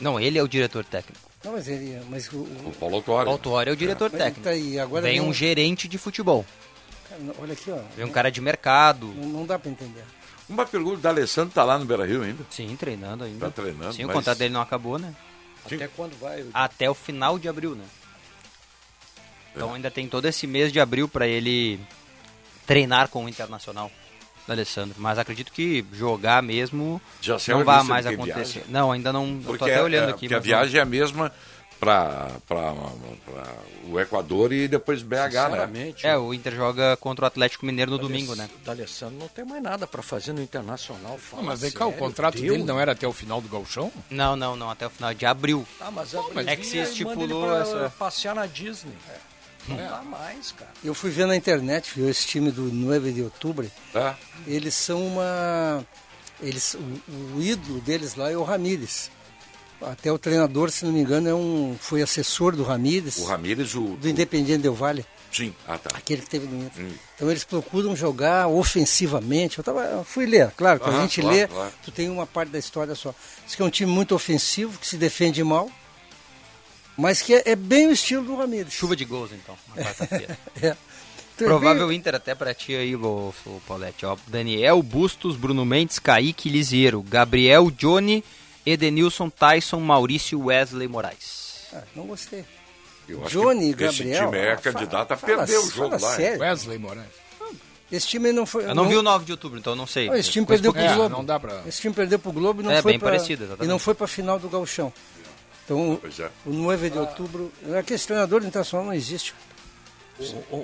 Speaker 3: Não, ele é o diretor técnico.
Speaker 4: Não, mas ele. Mas o,
Speaker 2: O
Speaker 4: o,
Speaker 2: Paulo Autório.
Speaker 3: O autor é o diretor
Speaker 4: Mas
Speaker 3: técnico.
Speaker 4: tá aí, agora
Speaker 3: Vem
Speaker 4: vem
Speaker 3: um
Speaker 4: um-
Speaker 3: gerente de futebol.
Speaker 4: cara, não, olha aqui, ó.
Speaker 3: Vem um cara de mercado.
Speaker 4: Não, não dá para entender.
Speaker 2: Uma pergunta da Alessandro tá lá no Beira Rio ainda.
Speaker 3: Sim, treinando ainda.
Speaker 2: Tá treinando,
Speaker 3: Sim,
Speaker 2: mas-
Speaker 3: o contrato dele não acabou, né?
Speaker 7: Até quando vai? Eu-
Speaker 3: Até o final de abril, né? Então
Speaker 2: É.
Speaker 3: ainda tem todo esse mês de abril para ele treinar com o Internacional, Alessandro. Mas acredito que jogar mesmo
Speaker 2: Já saiu
Speaker 3: não
Speaker 2: a
Speaker 3: vai
Speaker 2: lista de
Speaker 3: mais
Speaker 2: quem
Speaker 3: acontecer.
Speaker 2: viaja?
Speaker 3: Não, ainda não. eu tô
Speaker 2: Porque
Speaker 3: até
Speaker 2: é-
Speaker 3: olhando
Speaker 2: é-
Speaker 3: aqui.
Speaker 2: porque a
Speaker 3: mas não-
Speaker 2: viagem é a mesma para o Equador e depois BH, né?
Speaker 7: Sinceramente,
Speaker 3: É, o Inter joga contra o Atlético Mineiro no domingo, né?
Speaker 7: O D'Alessandro não tem mais nada pra fazer no Internacional. Fala
Speaker 8: Mas vem cá, o
Speaker 7: sério,
Speaker 8: contrato
Speaker 7: Deus.
Speaker 8: dele não era até o final do galchão?
Speaker 3: Não, não, não. Até o final de abril.
Speaker 7: Tá, mas,
Speaker 8: mas
Speaker 7: é
Speaker 3: é
Speaker 7: que
Speaker 3: que
Speaker 7: se
Speaker 3: se
Speaker 7: estipulou
Speaker 3: estipulou
Speaker 7: pra
Speaker 3: essa-
Speaker 7: passear na Disney. Não dá mais, cara.
Speaker 4: Eu fui ver na internet, viu, esse time do 9 de outubro,
Speaker 2: Tá?
Speaker 4: eles são uma. Eles, o, o ídolo deles lá é o Ramírez. Até o treinador, se não me engano, é um, foi assessor do Ramírez,
Speaker 2: O Ramírez, o.
Speaker 4: do Independiente Del Valle,
Speaker 2: o- Sim, ah, tá.
Speaker 4: aquele que teve no Inter. Então eles procuram jogar ofensivamente. Eu, tava, eu fui ler, claro, quando a
Speaker 2: Aham,
Speaker 4: gente
Speaker 2: claro,
Speaker 4: lê,
Speaker 2: claro.
Speaker 4: tu tem uma parte da história só. Diz que é um time muito ofensivo, que se defende mal, mas que é, é bem o estilo do Ramírez.
Speaker 3: Chuva de gols, então, na quarta-feira.
Speaker 4: [laughs] É. Então, é
Speaker 3: Provável Inter até pra ti aí, ô, ô, Paulete. Ó, Daniel Bustos, Bruno Mendes, Kaique Liseiro, Gabriel Johnny, Edenilson Tyson, Maurício Wesley Moraes.
Speaker 4: Ah, não gostei.
Speaker 2: Eu acho
Speaker 4: Johnny
Speaker 2: que
Speaker 4: e
Speaker 2: esse
Speaker 4: Gabriel,
Speaker 2: time é
Speaker 4: fala-
Speaker 2: candidato a
Speaker 4: fala-
Speaker 2: perder o jogo
Speaker 4: fala
Speaker 2: lá. hein?
Speaker 4: sério.
Speaker 8: Wesley Moraes.
Speaker 4: Esse time não foi.
Speaker 3: Eu não, vi o 9 de outubro, então eu não sei.
Speaker 4: Não, esse time perdeu pro
Speaker 8: É,
Speaker 4: Globo.
Speaker 8: não dá pra-
Speaker 4: Esse time perdeu pro Globo e não
Speaker 3: É,
Speaker 4: foi
Speaker 3: bem
Speaker 4: pra...
Speaker 3: parecido, exatamente.
Speaker 4: E não foi pra final do Gauchão. Então,
Speaker 2: Pois é.
Speaker 4: o 9
Speaker 8: Ah.
Speaker 4: de outubro. É que esse treinador do internacional não existe.
Speaker 7: O, o-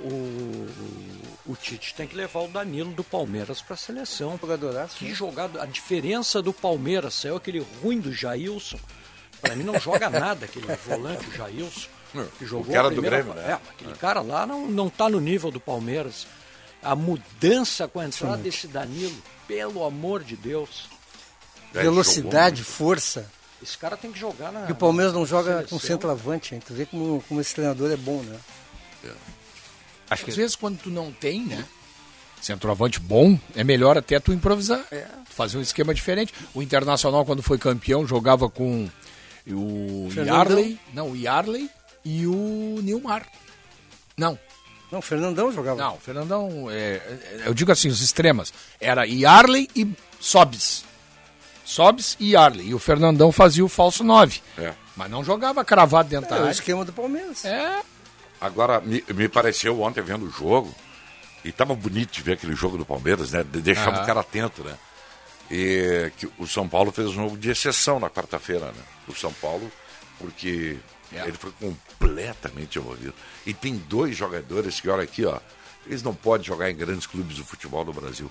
Speaker 7: o- o Tite tem que levar o Danilo do Palmeiras pra seleção.
Speaker 4: Jogadoraço.
Speaker 7: Que jogado. A diferença do Palmeiras saiu aquele ruim do Jailson. Pra mim não joga nada aquele volante, o Jailson. Que jogou
Speaker 2: cara
Speaker 7: a
Speaker 2: do
Speaker 7: primeira-
Speaker 2: Grêmio, né?
Speaker 7: É, aquele cara lá não, não tá no nível do Palmeiras. A mudança com a entrada desse Danilo, pelo amor de Deus.
Speaker 2: É,
Speaker 4: Velocidade, força.
Speaker 7: Esse cara tem que jogar
Speaker 8: Ah,
Speaker 7: na.
Speaker 4: E o Palmeiras não joga
Speaker 7: seleção.
Speaker 4: com centroavante, hein? Tu vê como, como esse treinador é bom, né?
Speaker 8: Às vezes quando tu não tem, né? Centroavante bom, é melhor até tu improvisar. Tu Fazer um esquema diferente. O Internacional, quando foi campeão, jogava com o
Speaker 4: Fernandão.
Speaker 8: Yarley. Não, o Yarley e o Nilmar. Não,
Speaker 4: Não, o Fernandão jogava.
Speaker 8: não, o Fernandão. é, é, eu digo assim, os extremas. Era Yarley e Sobis. Sobis e Yarley. E o Fernandão fazia o falso 9.
Speaker 2: É.
Speaker 8: Mas não jogava cravado dentro
Speaker 4: É
Speaker 8: da
Speaker 4: o
Speaker 8: área.
Speaker 4: esquema do Palmeiras.
Speaker 8: É,
Speaker 2: Agora, me, me pareceu ontem vendo o jogo, e tava bonito de ver aquele jogo do Palmeiras, né? De- Deixava
Speaker 8: Aham.
Speaker 2: o cara atento, né? E que o São Paulo fez um jogo de exceção na quarta-feira, né? O São Paulo, porque
Speaker 8: É.
Speaker 2: ele foi completamente envolvido. E tem dois jogadores que, olha aqui, ó, eles não podem jogar em grandes clubes do futebol do Brasil.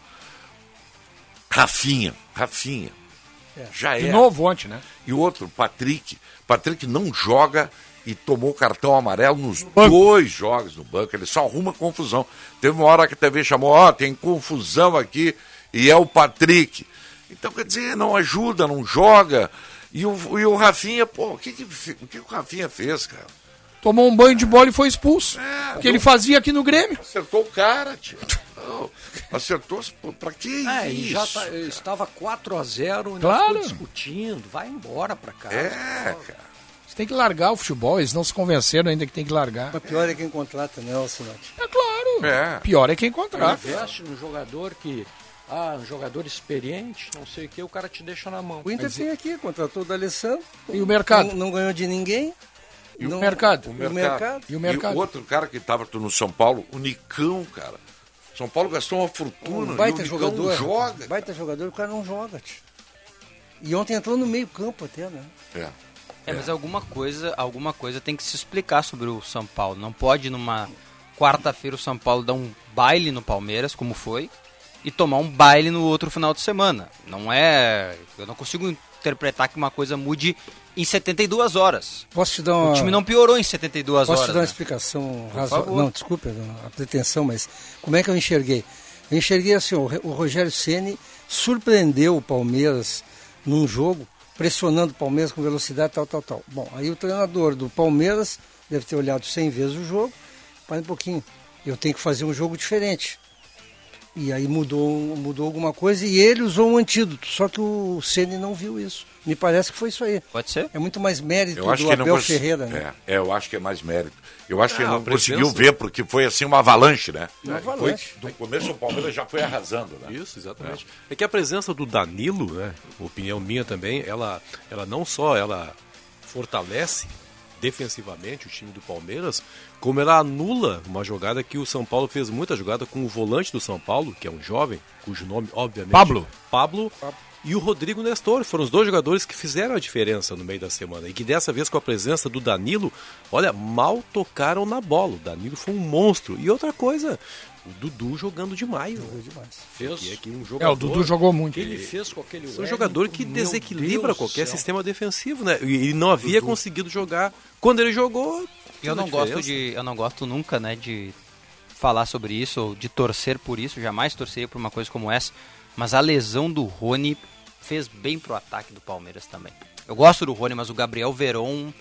Speaker 2: Rafinha, Rafinha. Já
Speaker 8: de
Speaker 2: é.
Speaker 8: novo ontem, né?
Speaker 2: E outro, Patrick. Patrick não joga e tomou cartão amarelo nos dois jogos no banco. Ele só arruma confusão. Teve uma hora que a TV chamou, ó, tem confusão aqui e é o Patrick. Então, quer dizer, não ajuda, não joga. E o, e o Rafinha, pô, o que, que, fe- o que que o Rafinha fez, cara?
Speaker 8: Tomou um banho de bola e foi expulso.
Speaker 2: É,
Speaker 8: que ele fazia aqui no Grêmio.
Speaker 2: Acertou o cara, tio. Não, Acertou, pô, pra que
Speaker 7: Ah,
Speaker 2: isso?
Speaker 7: e já tá- estava 4 a 0 ainda
Speaker 8: Claro.
Speaker 7: ficou discutindo, vai embora pra cá.
Speaker 2: É, cara.
Speaker 8: Você tem que largar o futebol, eles não se convenceram ainda que tem que largar.
Speaker 4: Mas pior é quem contrata, né, Alcinote?
Speaker 8: É claro.
Speaker 2: É.
Speaker 8: Pior é quem
Speaker 7: Ele
Speaker 8: contrata.
Speaker 7: investe num jogador que. Ah, um jogador experiente, não sei o que, o cara te deixa na mão. Um
Speaker 4: O Inter tem aqui, contratou o D'Alessandro.
Speaker 8: E o mercado?
Speaker 4: Não, não ganhou de ninguém. E
Speaker 8: o mercado?
Speaker 4: O mercado.
Speaker 8: E o mercado?
Speaker 2: outro cara que estava no São Paulo, o Nicão, cara. São Paulo gastou uma fortuna.
Speaker 4: Um
Speaker 2: e o
Speaker 4: baita
Speaker 2: Nicão
Speaker 4: jogador.
Speaker 2: joga.
Speaker 4: Baita jogador, o cara não joga. tio. E ontem entrou no meio campo até, né?
Speaker 2: É.
Speaker 3: É, mas alguma coisa, alguma coisa tem que se explicar sobre o São Paulo. Não pode numa quarta-feira o São Paulo dar um baile no Palmeiras, como foi, e tomar um baile no outro final de semana. Não é, eu não consigo interpretar que uma coisa mude em 72 horas.
Speaker 4: Posso te dar uma...
Speaker 3: O time não piorou em 72
Speaker 4: Ah. Posso te
Speaker 3: horas.
Speaker 4: dar uma
Speaker 3: né?
Speaker 4: explicação razoável? Não, desculpa a pretensão, mas como é que eu enxerguei? Eu enxerguei assim, o Re- o Rogério Ceni surpreendeu o Palmeiras num jogo, pressionando o Palmeiras com velocidade, tal, tal, tal. Bom, aí o treinador do Palmeiras deve ter olhado 100 vezes o jogo, para um pouquinho, eu tenho que fazer um jogo diferente. E aí mudou, mudou alguma coisa e ele usou um antídoto, só que o Ceni não viu isso. Me parece que foi isso aí.
Speaker 3: Pode ser?
Speaker 4: É muito mais mérito
Speaker 2: Eu acho
Speaker 4: do
Speaker 2: que ele
Speaker 4: Abel
Speaker 2: não cons-
Speaker 4: Ferreira, né?
Speaker 2: é, é, eu acho que é mais mérito. Eu acho que ele
Speaker 7: Ah,
Speaker 2: não
Speaker 7: a presença-
Speaker 2: conseguiu ver, porque foi assim uma avalanche, né?
Speaker 4: Uma avalanche.
Speaker 2: Foi, do começo o Palmeiras já foi arrasando, né?
Speaker 9: Isso, exatamente. É. que a presença do Danilo, né, opinião minha também, ela, ela não só ela fortalece defensivamente o time do Palmeiras, como ela anula uma jogada que o São Paulo fez muita jogada com o volante do São Paulo, que é um jovem, cujo nome, obviamente,
Speaker 8: Pablo.
Speaker 9: Pablo e o Rodrigo Nestor. Foram os dois jogadores que fizeram a diferença no meio da semana. E que dessa vez, com a presença do Danilo, olha, mal tocaram na bola. O Danilo foi um monstro. E outra coisa, o Dudu jogando demais. né?
Speaker 7: Fez,
Speaker 9: Que é que um
Speaker 8: É,
Speaker 9: jogador,
Speaker 8: o Dudu jogou
Speaker 7: o que
Speaker 8: muito. É
Speaker 7: ele fez com aquele
Speaker 9: um
Speaker 7: Wellington,
Speaker 9: jogador que
Speaker 7: meu
Speaker 9: desequilibra
Speaker 7: Deus do
Speaker 9: qualquer
Speaker 7: céu.
Speaker 9: sistema defensivo, né? E ele não havia conseguido jogar. Quando ele jogou,
Speaker 3: Eu
Speaker 9: fez a
Speaker 3: não gosto
Speaker 9: diferença.
Speaker 3: de, eu não gosto nunca, né, de falar sobre isso ou de torcer por isso. Jamais torceria por uma coisa como essa. Mas a lesão do Rony fez bem pro ataque do Palmeiras também. Eu gosto do Rony, mas o Gabriel Veron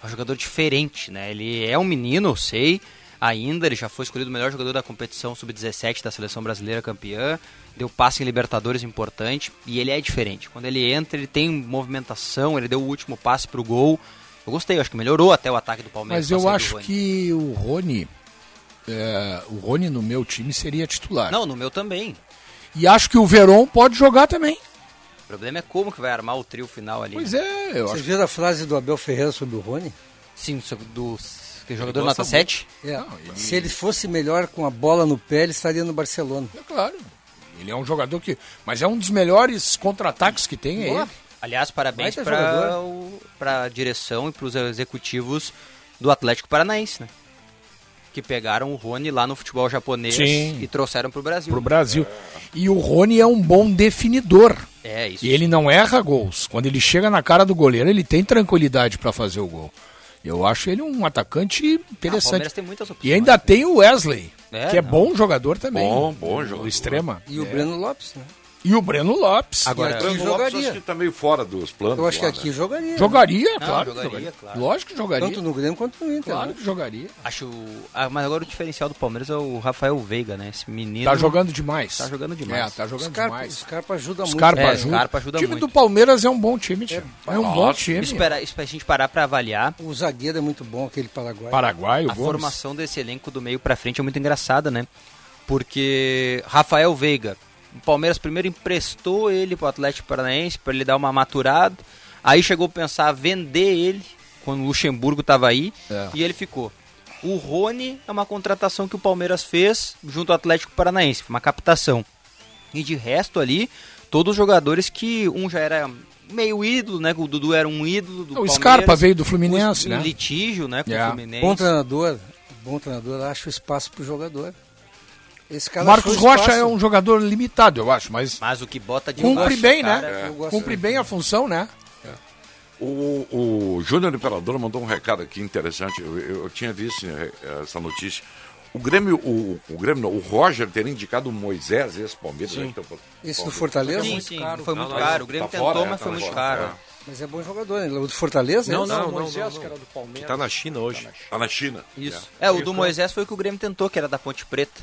Speaker 3: é um jogador diferente, né? Ele é um menino, eu sei. Ainda ele já foi escolhido o melhor jogador da competição sub-17 da seleção brasileira campeã, deu passe em Libertadores importante e ele é diferente. Quando ele entra, ele tem movimentação, ele deu o último passe pro gol. Eu gostei, eu acho que melhorou até o ataque do Palmeiras.
Speaker 8: Mas
Speaker 3: com a saída
Speaker 8: eu
Speaker 3: do
Speaker 8: acho
Speaker 3: Rony.
Speaker 8: que o Rony. é, o Rony no meu time seria titular.
Speaker 3: Não, no meu também.
Speaker 8: E acho que o Veron pode jogar também.
Speaker 3: O problema é como que vai armar o trio final ali.
Speaker 8: Pois
Speaker 3: né?
Speaker 8: é, eu
Speaker 4: Você
Speaker 8: acho.
Speaker 4: viu a frase do Abel Ferreira sobre o Rony?
Speaker 3: Sim, so- do s- que jogador nota 7.
Speaker 4: É. Se ele fosse melhor com a bola no pé, ele estaria no Barcelona.
Speaker 8: É claro. Ele é um jogador que. Mas é um dos melhores contra-ataques que tem. É ele.
Speaker 3: Aliás, parabéns
Speaker 4: Baita
Speaker 3: para
Speaker 4: jogador.
Speaker 3: a direção e para os executivos do Atlético Paranaense, né? Que pegaram o Rony lá no futebol japonês
Speaker 8: Sim.
Speaker 3: e trouxeram pro Brasil.
Speaker 8: pro Brasil. E o Rony é um bom definidor.
Speaker 3: É, isso.
Speaker 8: E ele não erra gols. Quando ele chega na cara do goleiro, ele tem tranquilidade para fazer o gol. Eu acho ele um atacante
Speaker 3: Ah, o
Speaker 8: interessante.
Speaker 3: Palmeiras tem muitas opções.
Speaker 8: e ainda tem o Wesley,
Speaker 3: É,
Speaker 8: que é
Speaker 3: não.
Speaker 8: bom jogador também.
Speaker 2: Bom, bom jogador.
Speaker 8: O extrema.
Speaker 4: E o Breno Lopes, né?
Speaker 8: E o Breno Lopes.
Speaker 3: Agora,
Speaker 4: Aqui
Speaker 2: Breno Lopes, acho
Speaker 4: jogaria.
Speaker 2: que tá meio fora dos planos.
Speaker 4: Eu acho que
Speaker 2: lá, né?
Speaker 4: aqui jogaria.
Speaker 8: Jogaria, é claro.
Speaker 3: jogaria,
Speaker 8: jogaria.
Speaker 3: claro.
Speaker 8: Lógico que jogaria.
Speaker 4: Tanto no Grêmio quanto no Inter.
Speaker 8: Claro
Speaker 4: né?
Speaker 8: que jogaria.
Speaker 3: acho. o- ah, mas agora o diferencial do Palmeiras é o Rafael Veiga, né? Esse menino.
Speaker 8: Tá jogando demais.
Speaker 3: Tá jogando demais.
Speaker 8: É, tá
Speaker 4: Os
Speaker 8: jogando
Speaker 4: Scarpa,
Speaker 8: demais.
Speaker 4: os Scarpa ajuda muito.
Speaker 8: Scarpa
Speaker 3: É,
Speaker 8: ajuda.
Speaker 3: Scarpa ajuda
Speaker 8: o time
Speaker 3: muito.
Speaker 8: do Palmeiras é um bom time. tio. É, um bom
Speaker 2: Nossa,
Speaker 8: time.
Speaker 3: Espera, espera a gente parar para avaliar.
Speaker 4: O zagueiro é muito bom, aquele paraguaio.
Speaker 8: Paraguai, o
Speaker 3: a
Speaker 8: Gomes.
Speaker 3: formação desse elenco do meio pra frente é muito engraçada, né? Porque Rafael Veiga, o Palmeiras primeiro emprestou ele pro Atlético Paranaense pra ele dar uma maturada, aí chegou a pensar vender ele quando o Luxemburgo tava aí
Speaker 8: É.
Speaker 3: e ele ficou. O Rony é uma contratação que o Palmeiras fez junto ao Atlético Paranaense, foi uma captação. E de resto ali, todos os jogadores que um já era meio ídolo, né? que O Dudu era um ídolo do
Speaker 8: O
Speaker 3: Palmeiras.
Speaker 8: Scarpa veio do Fluminense,
Speaker 3: o,
Speaker 8: né?
Speaker 3: O litígio, né? Com
Speaker 8: É.
Speaker 3: o Fluminense.
Speaker 4: Bom treinador, bom treinador, acha o espaço pro jogador. Esse cara
Speaker 8: Marcos
Speaker 4: achou o
Speaker 8: Rocha
Speaker 4: espaço.
Speaker 8: é um jogador limitado, eu acho, mas
Speaker 3: Mas o que bota de
Speaker 8: cumpre
Speaker 3: baixo,
Speaker 8: bem,
Speaker 3: cara,
Speaker 8: né?
Speaker 4: eu gosto
Speaker 8: Cumpre bem a função, né?
Speaker 2: O, o Júnior Imperador mandou um recado aqui interessante. Eu, eu- eu tinha visto eh, essa notícia. O Grêmio, o, o Grêmio não, o Roger teria indicado o Moisés, esse Palmeiras. né, que tá-
Speaker 4: Esse do
Speaker 2: Palmeiras.
Speaker 4: Fortaleza,
Speaker 3: Sim,
Speaker 7: muito
Speaker 3: sim,
Speaker 7: caro.
Speaker 3: foi
Speaker 7: Não,
Speaker 3: muito
Speaker 7: não,
Speaker 3: caro. O Grêmio
Speaker 2: tá
Speaker 3: tentou,
Speaker 2: fora,
Speaker 3: mas
Speaker 2: tá
Speaker 3: foi muito
Speaker 2: fora,
Speaker 3: caro.
Speaker 2: é.
Speaker 4: mas é bom jogador. Né? O do Fortaleza? é
Speaker 7: Não,
Speaker 4: esse?
Speaker 7: não,
Speaker 9: não,
Speaker 7: o Moisés,
Speaker 9: não,
Speaker 7: que era do Palmeiras.
Speaker 9: Tá na China hoje.
Speaker 2: Tá na China.
Speaker 3: Isso. É, o do Moisés foi o que o Grêmio tentou, que era da Ponte Preta.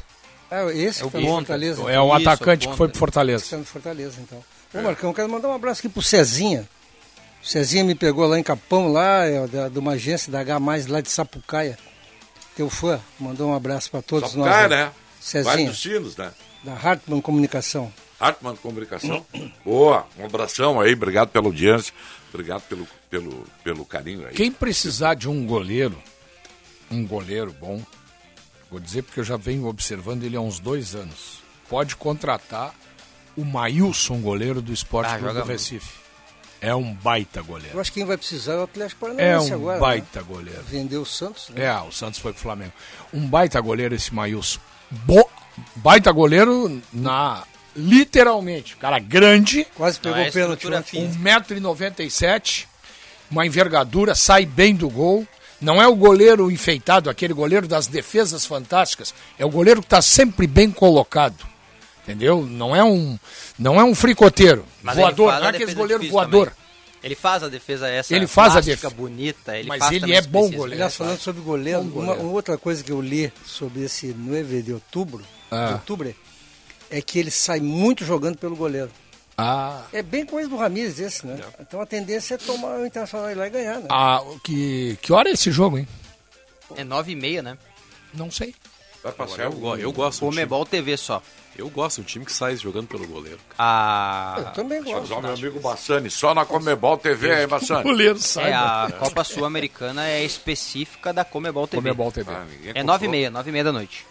Speaker 4: Ah, esse
Speaker 3: É o
Speaker 4: foi do
Speaker 3: ponta.
Speaker 4: Fortaleza.
Speaker 8: É o
Speaker 3: Isso,
Speaker 8: atacante que
Speaker 3: ponta.
Speaker 4: é
Speaker 8: foi pro Fortaleza.
Speaker 4: Cristiano Fortaleza, então. Ô, Marcão, quero mandar um abraço aqui pro Cezinha, O Cezinha me pegou lá em Capão, lá, é, da- de uma agência da H, lá de Sapucaia. Teu fã, mandou um abraço para todos
Speaker 2: Sapucaia,
Speaker 4: nós.
Speaker 2: né? Vários
Speaker 4: Cezinha,
Speaker 2: dos times, né?
Speaker 4: da Hartmann Comunicação.
Speaker 2: Hartmann Comunicação. Boa, um abração aí, obrigado pela audiência, obrigado pelo, pelo, pelo carinho aí.
Speaker 8: Quem precisar de um goleiro, um goleiro bom, vou dizer porque eu já venho observando ele há uns dois anos, pode contratar o Maílson, goleiro do Esporte
Speaker 4: Ah,
Speaker 8: Clube
Speaker 4: joga
Speaker 8: do
Speaker 4: muito.
Speaker 8: Recife. É um baita goleiro.
Speaker 4: Eu acho que quem vai precisar é o Atlético
Speaker 8: É
Speaker 4: Paranaense
Speaker 8: um
Speaker 4: agora. né?
Speaker 8: baita goleiro.
Speaker 4: Vendeu o Santos, né?
Speaker 8: É, o Santos foi pro Flamengo. Um baita goleiro esse Maílson. Bo- Baita goleiro na... Literalmente. um Cara grande. Um
Speaker 4: Quase
Speaker 8: pegou
Speaker 4: pegou Não, é pênalti estrutura ontem. física.
Speaker 8: 1,97m. Uma envergadura, sai bem do gol. Não é o goleiro enfeitado, aquele goleiro das defesas fantásticas. É o goleiro que está sempre bem colocado. Entendeu? Não é um, não é um fricoteiro.
Speaker 3: ele
Speaker 8: voador,
Speaker 3: faz
Speaker 8: não é
Speaker 3: a
Speaker 8: aquele
Speaker 3: defesa
Speaker 8: goleiro
Speaker 3: difícil
Speaker 8: voador.
Speaker 3: também. Ele faz a defesa essa.
Speaker 8: Ele faz a
Speaker 3: plástica,
Speaker 8: def-
Speaker 3: bonita. Ele
Speaker 8: Mas
Speaker 3: faz
Speaker 8: ele
Speaker 3: também
Speaker 8: é
Speaker 3: os
Speaker 8: bom
Speaker 3: precisos.
Speaker 8: goleiro.
Speaker 4: Aliás, falando sobre goleiro, uma, uma outra coisa que eu li sobre esse 9 de outubro,
Speaker 8: Ah.
Speaker 4: de outubro, é que ele sai muito jogando pelo goleiro.
Speaker 8: Ah,
Speaker 4: É bem coisa do Ramires esse, né? Então a tendência é tomar o Internacional ir lá e ganhar, né?
Speaker 8: ah, que, que hora é esse jogo, hein?
Speaker 3: É 9 e meia, né?
Speaker 8: Não sei.
Speaker 2: Vai um
Speaker 9: Agora, eu, go- eu gosto. do time-
Speaker 3: Comebol TV só.
Speaker 9: Eu gosto de um time que sai jogando pelo goleiro.
Speaker 3: A,
Speaker 2: Ah,
Speaker 3: Ah.
Speaker 4: Eu também gosto.
Speaker 2: Só meu amigo Bassani, só na Comebol TV
Speaker 4: [laughs]
Speaker 2: aí, Bassani.
Speaker 8: Goleiro sai.
Speaker 3: é,
Speaker 4: né?
Speaker 3: a Copa Sul-Americana é específica da Comebol TV.
Speaker 8: Comebol TV.
Speaker 2: Ah, ninguém
Speaker 3: É
Speaker 2: comprou.
Speaker 3: 9 e meia, 9 e meia da noite.